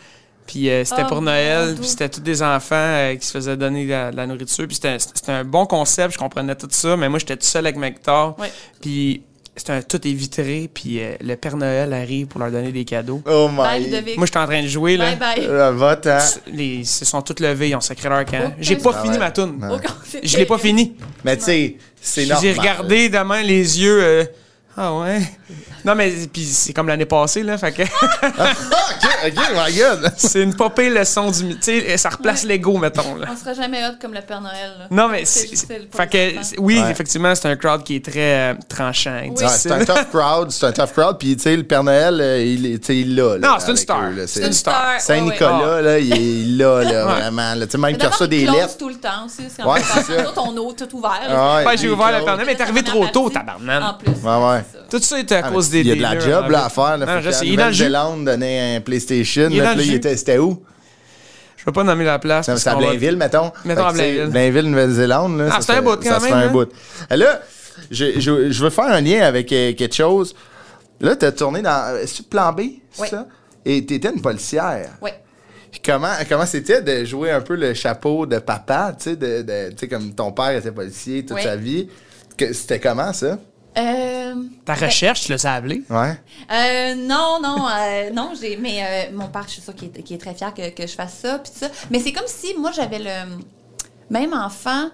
Speaker 2: Puis euh, c'était
Speaker 4: Oh,
Speaker 2: pour
Speaker 4: mon
Speaker 2: Noël, puis
Speaker 4: Dieu.
Speaker 2: c'était tous des enfants euh, qui se faisaient donner de la, de la nourriture. Puis c'était un, c'était un bon concept, je comprenais tout ça, mais moi j'étais tout seul avec ma guitare.
Speaker 4: Ouais.
Speaker 2: Puis c'était un- tout est vitré, puis euh, le Père Noël arrive pour leur donner des cadeaux.
Speaker 1: Oh
Speaker 4: Bye,
Speaker 1: my.
Speaker 4: Ludovic.
Speaker 2: Moi j'étais en train de jouer, là.
Speaker 4: Bye bye.
Speaker 1: Le vote, hein.
Speaker 2: Les, ils se sont tous levés, ils ont sacré leur camp.
Speaker 4: Oh,
Speaker 2: J'ai
Speaker 4: quel-
Speaker 2: pas
Speaker 1: Ah
Speaker 2: fini
Speaker 1: ouais.
Speaker 2: ma toune.
Speaker 1: Ouais.
Speaker 4: Oh, quand c'est
Speaker 2: Je l'ai pas
Speaker 4: terrible.
Speaker 2: fini.
Speaker 1: Mais tu sais, c'est normal.
Speaker 2: J'ai regardé de main les yeux. euh, ah ouais. Non, mais puis c'est comme l'année passée, là. Fait que
Speaker 1: Ah, OK, OK, my God.
Speaker 2: c'est une popée leçon du. Tu sais, ça replace l'ego, mettons, là.
Speaker 4: On sera jamais hot comme le Père Noël. là.
Speaker 2: Non, mais.
Speaker 4: C'est
Speaker 2: c'est-
Speaker 4: juste le- hein. pour
Speaker 2: Fait
Speaker 4: les
Speaker 2: que,
Speaker 4: enfants.
Speaker 2: c'est- oui,
Speaker 1: Ouais.
Speaker 2: effectivement, c'est un crowd qui est très euh, tranchant.
Speaker 1: Ouais,
Speaker 2: difficile.
Speaker 1: c'est un tough crowd, c'est un tough crowd. Puis, tu sais, le Père Noël, euh, il est- tu sais, il l'a. là,
Speaker 2: Non, c'est une
Speaker 1: avec
Speaker 2: star.
Speaker 1: eux, là.
Speaker 2: C'est une star. Ah.
Speaker 4: Ouais, Ah. ouais.
Speaker 1: Saint-Nicolas, là, il est il l'a, là,
Speaker 2: Ouais.
Speaker 1: vraiment. là. Tu sais, même
Speaker 4: Mais
Speaker 1: qu'il a
Speaker 4: d'abord,
Speaker 1: ça
Speaker 4: ils
Speaker 1: des
Speaker 4: closent
Speaker 1: lettres.
Speaker 4: tout le temps aussi. c'est
Speaker 1: Ouais,
Speaker 4: en fait,
Speaker 1: c'est ça.
Speaker 4: Tout ton eau, tout ouvert.
Speaker 1: Ah ouais,
Speaker 2: Ouais, j'ai
Speaker 1: il
Speaker 2: ouvert la
Speaker 1: close.
Speaker 2: pandémie, mais t'es arrivé trop tôt, tabarnak.
Speaker 4: En plus.
Speaker 1: Ouais, ouais.
Speaker 4: c'est ça.
Speaker 2: Tout ça est à
Speaker 1: Ah, mais
Speaker 2: cause des.
Speaker 1: Il y a de
Speaker 2: des-
Speaker 1: la job là, à faire. Là,
Speaker 2: Non,
Speaker 1: Faut
Speaker 2: je
Speaker 1: que
Speaker 2: sais,
Speaker 1: la
Speaker 2: il est dans le jus.
Speaker 1: Nouvelle-Zélande donnait un PlayStation.
Speaker 2: Il est
Speaker 1: là,
Speaker 2: dans
Speaker 1: puis là,
Speaker 2: le
Speaker 1: il
Speaker 2: jus.
Speaker 1: était- C'était où?
Speaker 2: Je veux pas nommer la place.
Speaker 1: Ça,
Speaker 2: parce
Speaker 1: C'est à
Speaker 2: qu'on va-
Speaker 1: Blainville, mettons.
Speaker 2: Mettons
Speaker 1: Fait
Speaker 2: à
Speaker 1: que, tu sais,
Speaker 2: Blainville.
Speaker 1: Blainville, Nouvelle-Zélande. là,
Speaker 2: Ah,
Speaker 1: ça
Speaker 2: c'est un
Speaker 1: se-
Speaker 2: bout quand
Speaker 1: Ça se fait
Speaker 2: même,
Speaker 1: un
Speaker 2: hein.
Speaker 1: bout. Et Là, je, je- je veux faire un lien avec euh, quelque chose. Là, t'as tourné dans. Est-ce plan B, c'est
Speaker 4: Oui.
Speaker 1: ça? Et t'étais une policière.
Speaker 4: Oui.
Speaker 1: Comment comment c'était de jouer un peu le chapeau de papa, tu sais, de, de- tu sais, comme ton père était policier toute
Speaker 4: Oui.
Speaker 1: sa vie. Que- C'était comment ça?
Speaker 4: Euh,
Speaker 2: Ta recherche, tu l'as sablé.
Speaker 1: Ouais.
Speaker 4: euh, non, non, euh, non, j'ai. Mais euh, mon père, je suis sûre qu'il est, qu'il est très fier que, que je fasse ça. puis tout ça. Mais c'est comme si moi, j'avais le. Même enfant,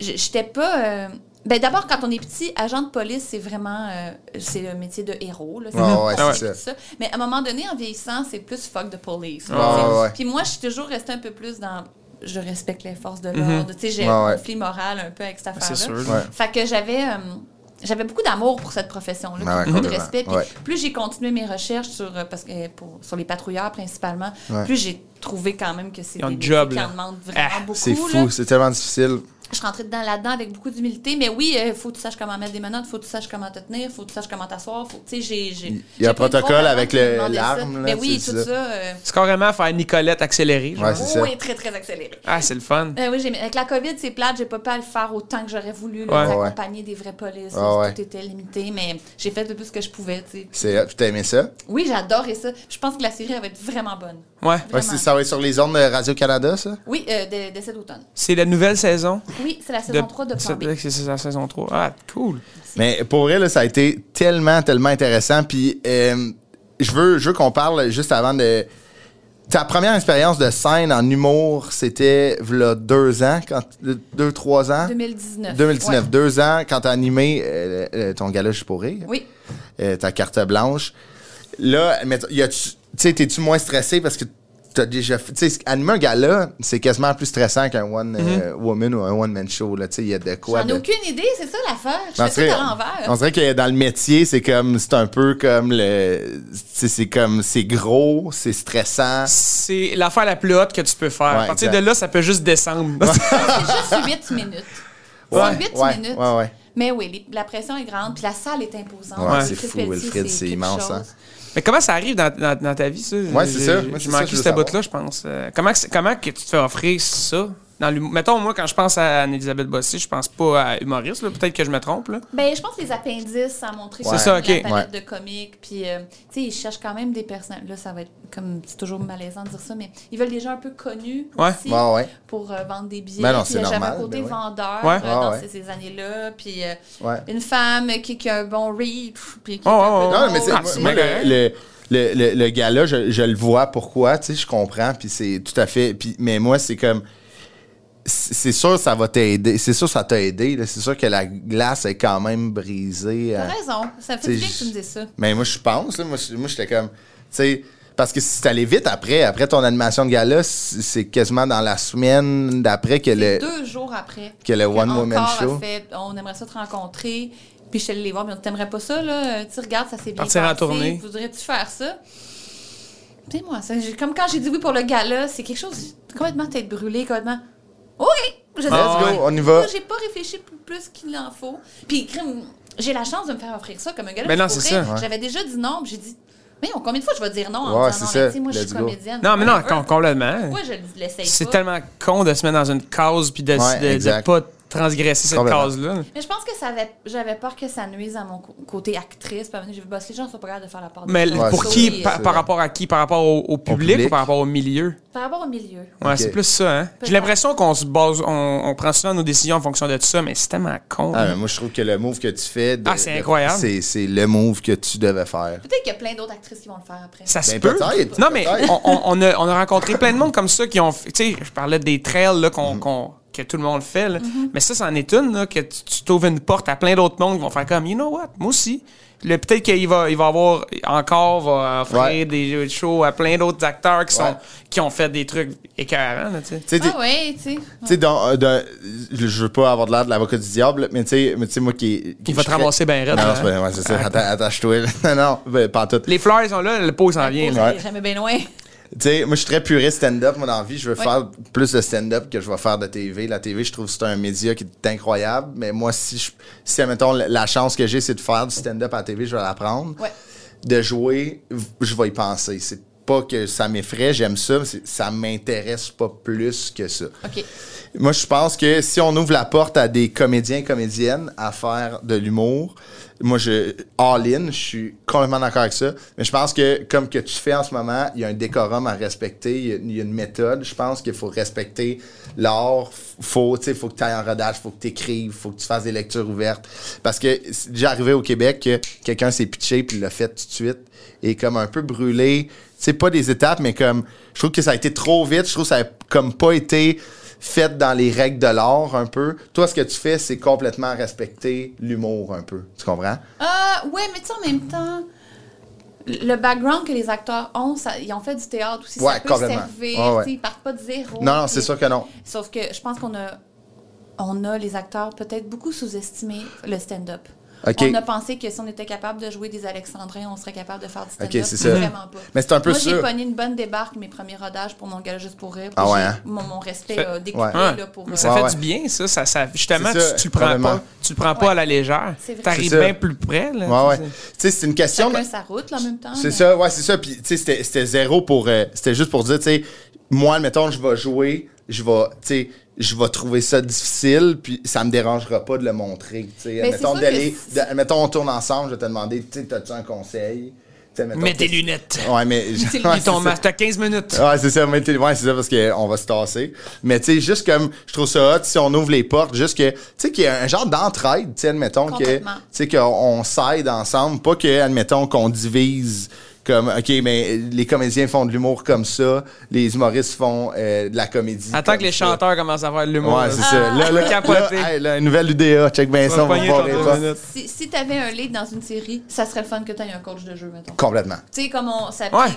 Speaker 4: j- j'étais pas. euh, Ben, d'abord, quand on est petit, agent de police, c'est vraiment. euh, c'est le métier de héros. Là, c'est
Speaker 1: Ouais,
Speaker 4: comme
Speaker 1: ouais,
Speaker 4: on
Speaker 1: c'est
Speaker 4: fait
Speaker 1: ça.
Speaker 4: tout Mais à un moment donné, en vieillissant, c'est plus fuck the police. là,
Speaker 1: Ouais,
Speaker 4: tu sais.
Speaker 1: ouais, ouais.
Speaker 4: Puis moi, je suis toujours restée un peu plus dans. Je respecte les forces de l'ordre. Tu sais, j'ai
Speaker 1: Ouais,
Speaker 4: un
Speaker 1: ouais.
Speaker 4: conflit moral un peu avec cette affaire-là.
Speaker 2: Mm-hmm. C'est sûr.
Speaker 1: Ouais.
Speaker 4: Fait que j'avais euh, j'avais beaucoup d'amour pour cette profession-là, puis
Speaker 1: Ah ouais,
Speaker 4: beaucoup de
Speaker 1: complètement.
Speaker 4: respect. Puis
Speaker 1: Ouais.
Speaker 4: Plus j'ai continué mes recherches sur, euh, parce que, euh, pour- sur les patrouilleurs principalement,
Speaker 1: Ouais.
Speaker 4: plus j'ai trouvé quand même que c'est
Speaker 2: Ils ont
Speaker 4: des
Speaker 2: le job,
Speaker 4: métiers qui
Speaker 2: là.
Speaker 4: en demandent vraiment
Speaker 2: Ah,
Speaker 4: beaucoup.
Speaker 1: C'est
Speaker 4: là.
Speaker 1: fou, c'est tellement difficile.
Speaker 4: Je suis rentrée dedans là-dedans avec beaucoup d'humilité, mais oui, il faut que tu saches comment mettre des menottes, faut que tu saches comment te tenir, faut que tu saches comment t'asseoir. faut- Tu sais, j'ai- j'ai-
Speaker 1: Il y a
Speaker 4: j'ai
Speaker 1: un
Speaker 4: pas eu de
Speaker 1: protocole
Speaker 4: prof avant
Speaker 1: avec
Speaker 4: qui me
Speaker 1: le-
Speaker 4: demandait ça.
Speaker 1: l'arme, là,
Speaker 4: Mais oui,
Speaker 1: c'est
Speaker 4: tout
Speaker 1: ça.
Speaker 4: ça. euh,
Speaker 2: C'est carrément faire Nicolette accélérée. genre.
Speaker 1: Ouais, c'est ça.
Speaker 4: oui, très, très accéléré.
Speaker 2: Ah, c'est le fun.
Speaker 4: Euh, oui, j'ai- avec la COVID, c'est plate, j'ai pas pu le faire autant que j'aurais voulu,
Speaker 2: Ouais.
Speaker 4: là,
Speaker 1: Ouais.
Speaker 4: accompagner des vrais polices,
Speaker 1: Ouais,
Speaker 4: là,
Speaker 1: ouais.
Speaker 4: tout était limité, mais j'ai fait le plus que je pouvais, tu sais.
Speaker 1: C'est hot. Puis t'as aimé ça?
Speaker 4: Oui, j'adorais ça. Je pense que la série elle va être vraiment bonne.
Speaker 2: Ouais.
Speaker 1: Ouais,
Speaker 4: Vraiment.
Speaker 1: c'est- ça va être sur les ondes de Radio-Canada, ça?
Speaker 4: Oui, euh, de, de cet automne.
Speaker 2: C'est la nouvelle saison.
Speaker 4: Oui, c'est la saison 3 de Plan B.
Speaker 2: C'est c'est la saison 3. Ah, cool.
Speaker 1: Mais pour vrai, là, ça a été tellement, tellement intéressant. Puis euh, je veux, je veux qu'on parle juste avant de. Ta première expérience de scène en humour, c'était v'là deux ans, quand, deux, trois ans.
Speaker 4: 2019.
Speaker 1: 2019,
Speaker 4: Ouais.
Speaker 1: deux ans, quand t'as animé euh, euh, ton gala Juste pour rire,
Speaker 4: Oui.
Speaker 1: euh, ta carte blanche. Là, mais y a-tu- tu sais, t'es-tu moins stressé parce que t'as déjà fait. Tu sais, animer un gala, c'est quasiment plus stressant qu'un one-woman ou un one-man show. là. Tu sais, il y a de quoi.
Speaker 4: J'en ai
Speaker 1: de-
Speaker 4: aucune idée, c'est ça l'affaire. Je
Speaker 1: on
Speaker 4: fais
Speaker 1: dirait,
Speaker 4: tout à l'envers.
Speaker 1: on dirait que dans le métier, c'est comme c'est un peu comme le tu sais, c'est comme c'est gros, c'est stressant.
Speaker 2: C'est l'affaire la plus haute que tu peux faire.
Speaker 1: Ouais,
Speaker 2: à partir
Speaker 1: exact.
Speaker 2: de là, ça peut juste descendre.
Speaker 4: C'est juste 8 minutes.
Speaker 1: Ouais,
Speaker 4: c'est 8
Speaker 1: ouais,
Speaker 4: minutes.
Speaker 1: ouais, ouais.
Speaker 4: Mais oui, les- la pression est grande, puis la salle est imposante.
Speaker 1: Ouais,
Speaker 4: Le
Speaker 1: c'est
Speaker 4: Chris
Speaker 1: fou,
Speaker 4: Pelletier,
Speaker 1: Wilfrid, c'est
Speaker 4: quelque
Speaker 1: immense,
Speaker 4: chose.
Speaker 1: hein.
Speaker 2: Mais comment ça arrive dans, dans- dans ta vie, ça?
Speaker 1: Ouais, c'est
Speaker 2: J'ai-
Speaker 1: ça. Moi, c'est
Speaker 2: J'ai
Speaker 1: ça que
Speaker 2: manqué
Speaker 1: je veux
Speaker 2: cette
Speaker 1: savoir.
Speaker 2: bout-là, je pense. Euh, comment que c'est- comment que tu te fais offrir ça? Dans l'humour? Mettons, moi, quand je pense à Anne-Elisabeth Bossy, je pense pas à humoriste. là. Peut-être que je me trompe. Là.
Speaker 4: Ben, je pense que les appendices, ça a montré
Speaker 1: C'est
Speaker 4: que
Speaker 2: ça,
Speaker 4: la
Speaker 2: ok.
Speaker 4: palette de comiques. Puis, euh, tu sais, ils cherchent quand même des personnes. Là, ça va être comme. C'est toujours malaisant de dire ça, mais ils veulent des gens un peu connus
Speaker 2: Ouais.
Speaker 4: aussi
Speaker 1: Ouais, ouais.
Speaker 4: pour euh, vendre des billets.
Speaker 1: Ben non,
Speaker 4: Puis,
Speaker 1: c'est
Speaker 4: euh, J'avais
Speaker 1: normal,
Speaker 4: un côté
Speaker 1: ben ouais.
Speaker 4: vendeur
Speaker 2: Ouais.
Speaker 4: euh, dans
Speaker 1: Ouais, ouais.
Speaker 4: ces, ces années-là. Puis, euh,
Speaker 1: Ouais.
Speaker 4: une femme qui, qui a un bon read. Puis, qui
Speaker 2: Oh,
Speaker 4: est un
Speaker 2: oh,
Speaker 4: peu
Speaker 2: oh.
Speaker 1: Non, mais c'est
Speaker 4: drôle.
Speaker 2: Ah,
Speaker 1: moi,
Speaker 2: c'est
Speaker 1: moi,
Speaker 2: bien
Speaker 1: le,
Speaker 2: correct.
Speaker 1: le, le, le, le gars-là, je, je le vois pourquoi, tu sais, je comprends, puis c'est tout à fait. Puis, mais moi, c'est comme. C'est c'est sûr ça va t'aider. C'est sûr ça t'a aidé. là. C'est sûr que la glace est quand même brisée.
Speaker 4: T'as
Speaker 1: euh,
Speaker 4: raison. Ça me fait
Speaker 1: T'sais,
Speaker 4: du bien que tu me
Speaker 1: je-
Speaker 4: dises ça.
Speaker 1: Mais moi, je pense. là, moi, je- moi, j'étais comme. Tu sais, parce que si t'allais vite après, après ton animation de gala, c- c'est quasiment dans la semaine d'après que le.
Speaker 4: Deux jours après.
Speaker 1: Que le
Speaker 4: que
Speaker 1: One Woman
Speaker 4: encore
Speaker 1: Show.
Speaker 4: a fait, on aimerait ça te rencontrer. Puis je suis allée les voir, mais on t'aimerait pas ça, là. Euh, Tu regardes, ça s'est bien
Speaker 2: Partir en tournée.
Speaker 4: Voudrais-tu faire ça? Tu sais, moi, ça, j'ai- comme quand j'ai dit oui pour le gala, c'est quelque chose de complètement tête brûlée, complètement. Oui! Je sais pas.
Speaker 1: Let's go, Ah, on y va.
Speaker 4: Moi, j'ai pas réfléchi plus, plus qu'il en faut. Puis, crime, j'ai la chance de me faire offrir ça comme un gala.
Speaker 2: Mais non,
Speaker 4: Je
Speaker 2: c'est
Speaker 4: pourrais.
Speaker 2: ça, ouais.
Speaker 4: J'avais déjà dit non, puis j'ai dit, mais on- combien de fois je vais dire non en
Speaker 1: Ouais,
Speaker 4: disant non,
Speaker 1: c'est
Speaker 4: là,
Speaker 1: ça.
Speaker 4: tu sais, moi, je suis
Speaker 1: Let's go.
Speaker 4: comédienne.
Speaker 2: Non, mais non,
Speaker 4: Whatever.
Speaker 2: com- complètement.
Speaker 4: Pourquoi je l'essaye
Speaker 2: C'est
Speaker 4: pas?
Speaker 2: tellement con de se mettre dans une cause puis de
Speaker 1: Ouais,
Speaker 2: de- de,
Speaker 1: exact.
Speaker 2: pas transgresser cette
Speaker 1: Complètement.
Speaker 2: cause-là.
Speaker 4: Mais je pense que ça avait, j'avais peur que ça nuise à mon co- côté actrice. Puis à un moment donné, j'ai vu, bah, les gens sont pas capables de faire la part des
Speaker 2: Mais
Speaker 4: choses.
Speaker 2: pour
Speaker 1: c'est
Speaker 2: qui?
Speaker 1: vrai,
Speaker 4: Et,
Speaker 2: par,
Speaker 1: c'est
Speaker 2: par
Speaker 1: vrai.
Speaker 2: rapport à qui? Par rapport au, au public,
Speaker 1: public.
Speaker 2: ou par rapport au milieu?
Speaker 4: par rapport au milieu.
Speaker 2: Ouais,
Speaker 1: Ok.
Speaker 2: c'est plus ça, hein? J'ai l'impression qu'on se base, on, on prend souvent nos décisions en fonction de ça, mais c'est tellement con.
Speaker 1: Ah,
Speaker 2: hein.
Speaker 1: mais moi, je trouve que le move que tu fais. de-
Speaker 2: Ah, c'est
Speaker 1: de-
Speaker 2: incroyable.
Speaker 1: c'est- C'est le move que tu devais faire.
Speaker 4: Peut-être qu'il y a plein d'autres actrices qui vont le faire après.
Speaker 2: Ça se
Speaker 1: Ben,
Speaker 2: peut.
Speaker 1: peut-être,
Speaker 2: Non, mais
Speaker 1: peut-être.
Speaker 2: on, on- on a, on a rencontré plein de monde comme ça qui ont. fait- Tu sais, je parlais des trails là,
Speaker 1: Mhm.
Speaker 2: qu'on- qu'on- que tout le monde fait. là. Mais ça, c'en est une, là, que tu tu t'ouvres une porte à plein d'autres mondes qui vont faire comme, you know what, moi aussi. Le- Peut-être qu'il va, il va avoir encore va offrir
Speaker 1: Ouais.
Speaker 2: des shows à plein d'autres acteurs qui, sont,
Speaker 1: Ouais.
Speaker 2: qui ont fait des trucs écœurants. Là, tu sais.
Speaker 1: Tu sais,
Speaker 4: Ah ouais, tu sais.
Speaker 1: Tu sais, dans- euh, dans- je je veux pas avoir de l'air de l'avocat du diable, mais tu sais, mais tu sais, moi qui. qui
Speaker 2: Il va
Speaker 1: je
Speaker 2: te ramasser ben raide,
Speaker 1: Non, non, c'est
Speaker 2: hein.
Speaker 1: pas- ouais, c'est ça. Atta- Attache-toi. là. non, non, ben, pas en tout. Tu
Speaker 2: Les fleurs, ils sont là, le pot, il s'en vient.
Speaker 4: Pour-
Speaker 2: là.
Speaker 1: Ouais.
Speaker 4: Oh, Jamais bien loin.
Speaker 1: sais, moi, je suis très puriste stand-up. Moi, dans la vie, je veux
Speaker 4: Ouais.
Speaker 1: faire plus de stand-up que je vais faire de TV. La TV, je trouve que c'est un média qui est incroyable, mais moi, si, je, si admettons, la- la chance que j'ai, c'est de faire du stand-up à la TV, je vais l'apprendre.
Speaker 4: Ouais.
Speaker 1: De jouer, v- je vais y penser. C'est pas que ça m'effraie, j'aime ça, mais c'est- ça m'intéresse pas plus que ça.
Speaker 4: OK.
Speaker 1: Moi, je pense que si on ouvre la porte à des comédiens, comédiennes à faire de l'humour, moi, je all-in, je suis complètement d'accord avec ça. Mais je pense que, comme que tu fais en ce moment, il y a un décorum à respecter, il y a- il y, a une méthode. Je pense qu'il faut respecter l'art. Faut, tu sais, faut que tu ailles en rodage, faut que tu écrives, faut que tu fasses des lectures ouvertes. Parce que c'est déjà arrivé au Québec que quelqu'un s'est pitché puis l'a fait tout de suite et comme un peu brûlé. Tu sais, pas des étapes, mais comme, je trouve que ça a été trop vite. Je trouve que ça a comme pas été faite dans les règles de l'art un peu. Toi, ce que tu fais, c'est complètement respecter l'humour un peu. Tu comprends?
Speaker 4: Ah, ouais, mais tu sais, en même temps, le background que les acteurs ont, ça- ils ont fait du théâtre aussi,
Speaker 1: Ouais,
Speaker 4: ça peut
Speaker 1: complètement.
Speaker 4: servir.
Speaker 1: Ouais, ouais.
Speaker 4: tu sais, Ils partent pas de zéro.
Speaker 1: Non, non, c'est
Speaker 4: puis-
Speaker 1: sûr que non.
Speaker 4: Sauf que je pense qu'on a, on a les acteurs peut-être beaucoup sous-estimé le stand-up.
Speaker 1: OK.
Speaker 4: On a pensé que si on était capable de jouer des Alexandrins, on serait capable de faire du stand-up.
Speaker 1: OK, c'est ça.
Speaker 4: Vraiment pas.
Speaker 1: Mais c'est un peu
Speaker 4: Moi,
Speaker 1: sûr.
Speaker 4: j'ai pogné une bonne débarque, mes premiers rodages pour mon gars juste pour rire. puis
Speaker 1: Ah ouais,
Speaker 4: j'ai-
Speaker 1: hein?
Speaker 4: mon, mon respect
Speaker 2: Fait-
Speaker 4: a décuplé,
Speaker 1: Ouais.
Speaker 4: là, pour...
Speaker 2: Mais
Speaker 4: euh,
Speaker 2: ça
Speaker 1: Ouais,
Speaker 2: fait
Speaker 1: ouais.
Speaker 2: du bien, ça. ça, ça- justement,
Speaker 1: C'est ça,
Speaker 2: tu, tu le prends
Speaker 1: probablement.
Speaker 2: pas, tu le prends pas à la légère.
Speaker 4: C'est vrai.
Speaker 2: T'arrives
Speaker 1: C'est ça.
Speaker 2: bien plus près. Là,
Speaker 4: Euh,
Speaker 1: Ouais, ouais.
Speaker 2: Tu
Speaker 1: Tu sais,
Speaker 2: sais.
Speaker 1: c'est une question.
Speaker 4: chacun
Speaker 1: mais-
Speaker 4: sa route, là, en même temps.
Speaker 1: C'est
Speaker 4: mais-
Speaker 1: ça, ouais, c'est ça. Puis, tu sais, c'était- c'était zéro pour. euh, c'était juste pour dire, tu sais, moi, mettons, je vais jouer, je vais, tu sais, je vais trouver ça difficile, puis ça me dérangera pas de le montrer. Tu sais,
Speaker 4: c'est
Speaker 1: mettons,
Speaker 4: sûr
Speaker 1: d'aller.
Speaker 4: que
Speaker 1: de- Mettons, on tourne ensemble, je vais te demander, tu sais, t'as-tu un conseil? Tu sais, mettons,
Speaker 2: Mets tes
Speaker 1: qu'est-ce-
Speaker 2: lunettes.
Speaker 1: Ouais, mais. Ouais,
Speaker 2: Mets ton
Speaker 1: c'est ça.
Speaker 2: masque. T'as 15 minutes.
Speaker 1: Ouais, c'est ça, mais t'es- ouais, c'est ça parce qu'on va se tasser. Mais tu sais, juste comme je trouve ça hot, si on ouvre les portes, juste que tu sais qu'il y a un genre d'entraide, tu sais, admettons que tu
Speaker 4: Complètement.
Speaker 1: sais qu'on on s'aide ensemble, pas que admettons qu'on divise comme OK, mais les comédiens font de l'humour comme ça, les humoristes font euh, de la comédie.
Speaker 2: Attends
Speaker 1: comme
Speaker 2: que les
Speaker 1: ça.
Speaker 2: chanteurs commencent à faire de l'humour.
Speaker 1: Ouais,
Speaker 2: là.
Speaker 1: c'est ça. Là, là,
Speaker 2: Capoté.
Speaker 1: là, hey, là, une nouvelle UDA, check bien
Speaker 2: Tu
Speaker 1: ça,
Speaker 2: vas
Speaker 1: on va
Speaker 2: pogner
Speaker 1: voir
Speaker 2: ton
Speaker 1: les
Speaker 2: deux
Speaker 1: portes.
Speaker 2: minutes.
Speaker 4: Si, si t'avais un lead dans une série, ça serait le fun que t'aies un coach de jeu, mettons.
Speaker 1: Complètement.
Speaker 4: Tu sais, comme on. Ça,
Speaker 2: Ouais.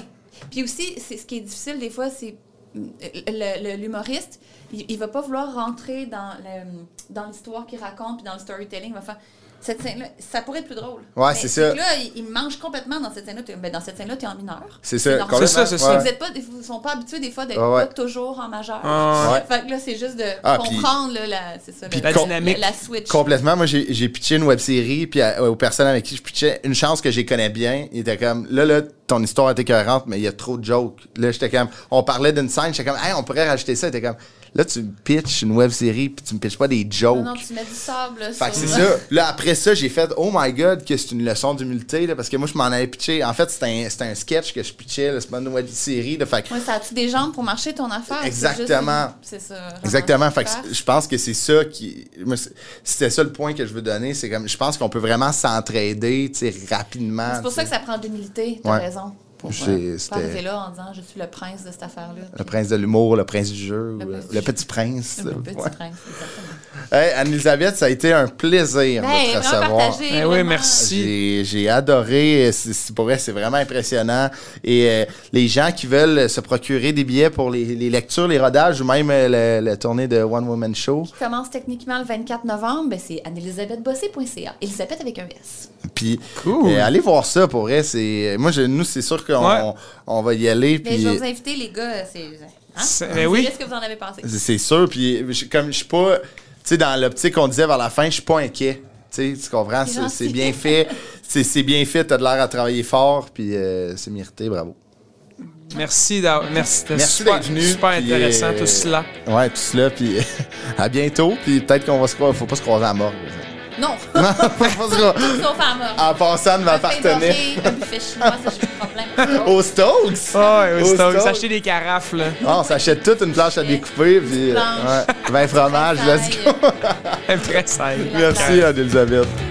Speaker 4: Puis aussi, c'est ce qui est difficile des fois, c'est mm, le- le- l'humoriste, il, il va pas vouloir rentrer dans le- dans l'histoire qu'il raconte puis dans le storytelling. Il va faire cette scène-là, ça pourrait être plus drôle.
Speaker 1: Ouais,
Speaker 4: Mais
Speaker 1: c'est ça.
Speaker 4: que Là, il, il mange complètement dans cette scène-là. T'es- ben, dans cette scène-là, t'es en mineur.
Speaker 1: C'est ça,
Speaker 4: normal.
Speaker 1: complètement.
Speaker 2: C'est ça, c'est ça.
Speaker 1: Ouais.
Speaker 4: Vous êtes pas, vous sont pas habitués des fois d'être
Speaker 1: Ouais, ouais.
Speaker 4: pas toujours en majeur.
Speaker 2: Ah,
Speaker 1: ouais.
Speaker 4: Fait que là, c'est juste de
Speaker 1: Ah, puis-
Speaker 4: comprendre là, la, c'est ça,
Speaker 1: puis
Speaker 4: la,
Speaker 1: con-
Speaker 4: la, la switch.
Speaker 1: Complètement. Moi, j'ai j'ai pitché une web série, puis à- aux personnes avec qui je pitchais, une chance que j'ai connais bien, il était comme, là, là, ton histoire est écœurante, mais il y a trop de jokes. Là, j'étais comme, on parlait d'une scène, j'étais comme, hey, on pourrait rajouter ça. Il était comme, là, tu me pitches une web série, puis tu me pitches pas des jokes.
Speaker 4: Non, non, tu mets du sable. là,
Speaker 1: Fait que
Speaker 4: sur-
Speaker 1: c'est ça. Là, après ça, j'ai fait Oh my god, que c'est une leçon d'humilité, là, parce que moi, je m'en avais pitché. En fait, c'était un, c'était un sketch que je pitchais, là, c'est pas une web série. Là, fait que
Speaker 4: Ouais, ça a-tu des jambes pour marcher ton affaire? C'est juste-
Speaker 1: Exactement.
Speaker 4: C'est ça. vraiment,
Speaker 1: Exactement.
Speaker 4: c'est
Speaker 1: Fait que
Speaker 4: super.
Speaker 1: c'est- je pense que c'est ça qui. moi, c'est- C'était ça le point que je veux donner. C'est comme je pense qu'on peut vraiment s'entraider tu sais, rapidement.
Speaker 4: C'est pour
Speaker 1: tu
Speaker 4: ça
Speaker 1: sais.
Speaker 4: que ça prend de l'humilité, t'as
Speaker 1: Ouais.
Speaker 4: raison. Pour
Speaker 1: J'ai-
Speaker 4: euh,
Speaker 1: c'était-
Speaker 4: pas arriver là en disant je suis le prince de cette affaire-là.
Speaker 1: Le prince de l'humour, le prince du jeu, ou, euh, le,
Speaker 4: Le prince du jeu.
Speaker 1: petit prince.
Speaker 4: Le
Speaker 1: là.
Speaker 4: petit
Speaker 1: Ouais.
Speaker 4: prince, exactement.
Speaker 1: Hey, Anne-Elisabeth, ça a été un plaisir de
Speaker 4: Ben,
Speaker 1: te
Speaker 4: vraiment
Speaker 1: recevoir.
Speaker 4: partagé.
Speaker 2: Ben oui,
Speaker 4: vraiment.
Speaker 2: merci.
Speaker 1: J'ai j'ai adoré. C'est- c'est- Pour vrai, c'est vraiment impressionnant. Et euh, les gens qui veulent se procurer des billets pour les, les lectures, les rodages ou même euh, le- la tournée de One Woman Show,
Speaker 4: Qui commence techniquement le 24 novembre, ben c'est anne-elisabethbossé.ca. Elisabeth avec un S. Ben,
Speaker 1: Puis
Speaker 2: Cool.
Speaker 1: euh, allez voir ça pour vrai. C'est moi, je, nous, c'est sûr qu'on
Speaker 2: Ouais.
Speaker 1: on- on va y aller.
Speaker 4: Mais je vais
Speaker 1: Puis
Speaker 4: vous inviter, les gars, c'est. Hein?
Speaker 2: C'est- ben
Speaker 4: Vous
Speaker 2: oui.
Speaker 4: direz ce que vous en avez pensé.
Speaker 1: c'est sûr. Puis je- comme je suis pas, tu sais, dans l'optique qu'on disait vers la fin, je suis pas inquiet. Tu sais, tu comprends
Speaker 4: C'est
Speaker 1: C'est c'est
Speaker 4: gentil.
Speaker 1: bien fait. C'est c'est bien fait. T'as de l'air à travailler fort. Puis euh, c'est mérité. Bravo.
Speaker 2: Merci d'avoir. Merci, c'était
Speaker 1: Merci
Speaker 2: super,
Speaker 1: d'être venu,
Speaker 2: super
Speaker 1: puis,
Speaker 2: intéressant
Speaker 1: euh,
Speaker 2: tout cela.
Speaker 1: Ouais, tout cela. Puis à bientôt. Puis peut-être qu'on va se croiser. Faut pas se croiser à mort.
Speaker 4: Non!
Speaker 1: Faut pas se croiser-
Speaker 4: Sauf à mort.
Speaker 1: En passant de
Speaker 4: Un pain
Speaker 1: m'appartenir
Speaker 4: doré, Un buffet chinois, ça, j'ai pas de problème.
Speaker 1: aux Stokes.
Speaker 2: Oh, ouais,
Speaker 1: Aux
Speaker 2: c'est top.
Speaker 1: Stokes.
Speaker 2: S'acheter des carafes, là.
Speaker 1: Ah, on s'achète toute une planche à découper. Puis, euh,
Speaker 4: planche.
Speaker 1: ouais, 20 fromages, let's go.
Speaker 4: Taille.
Speaker 2: Après ça.
Speaker 4: Merci,
Speaker 1: Anne-Elisabeth.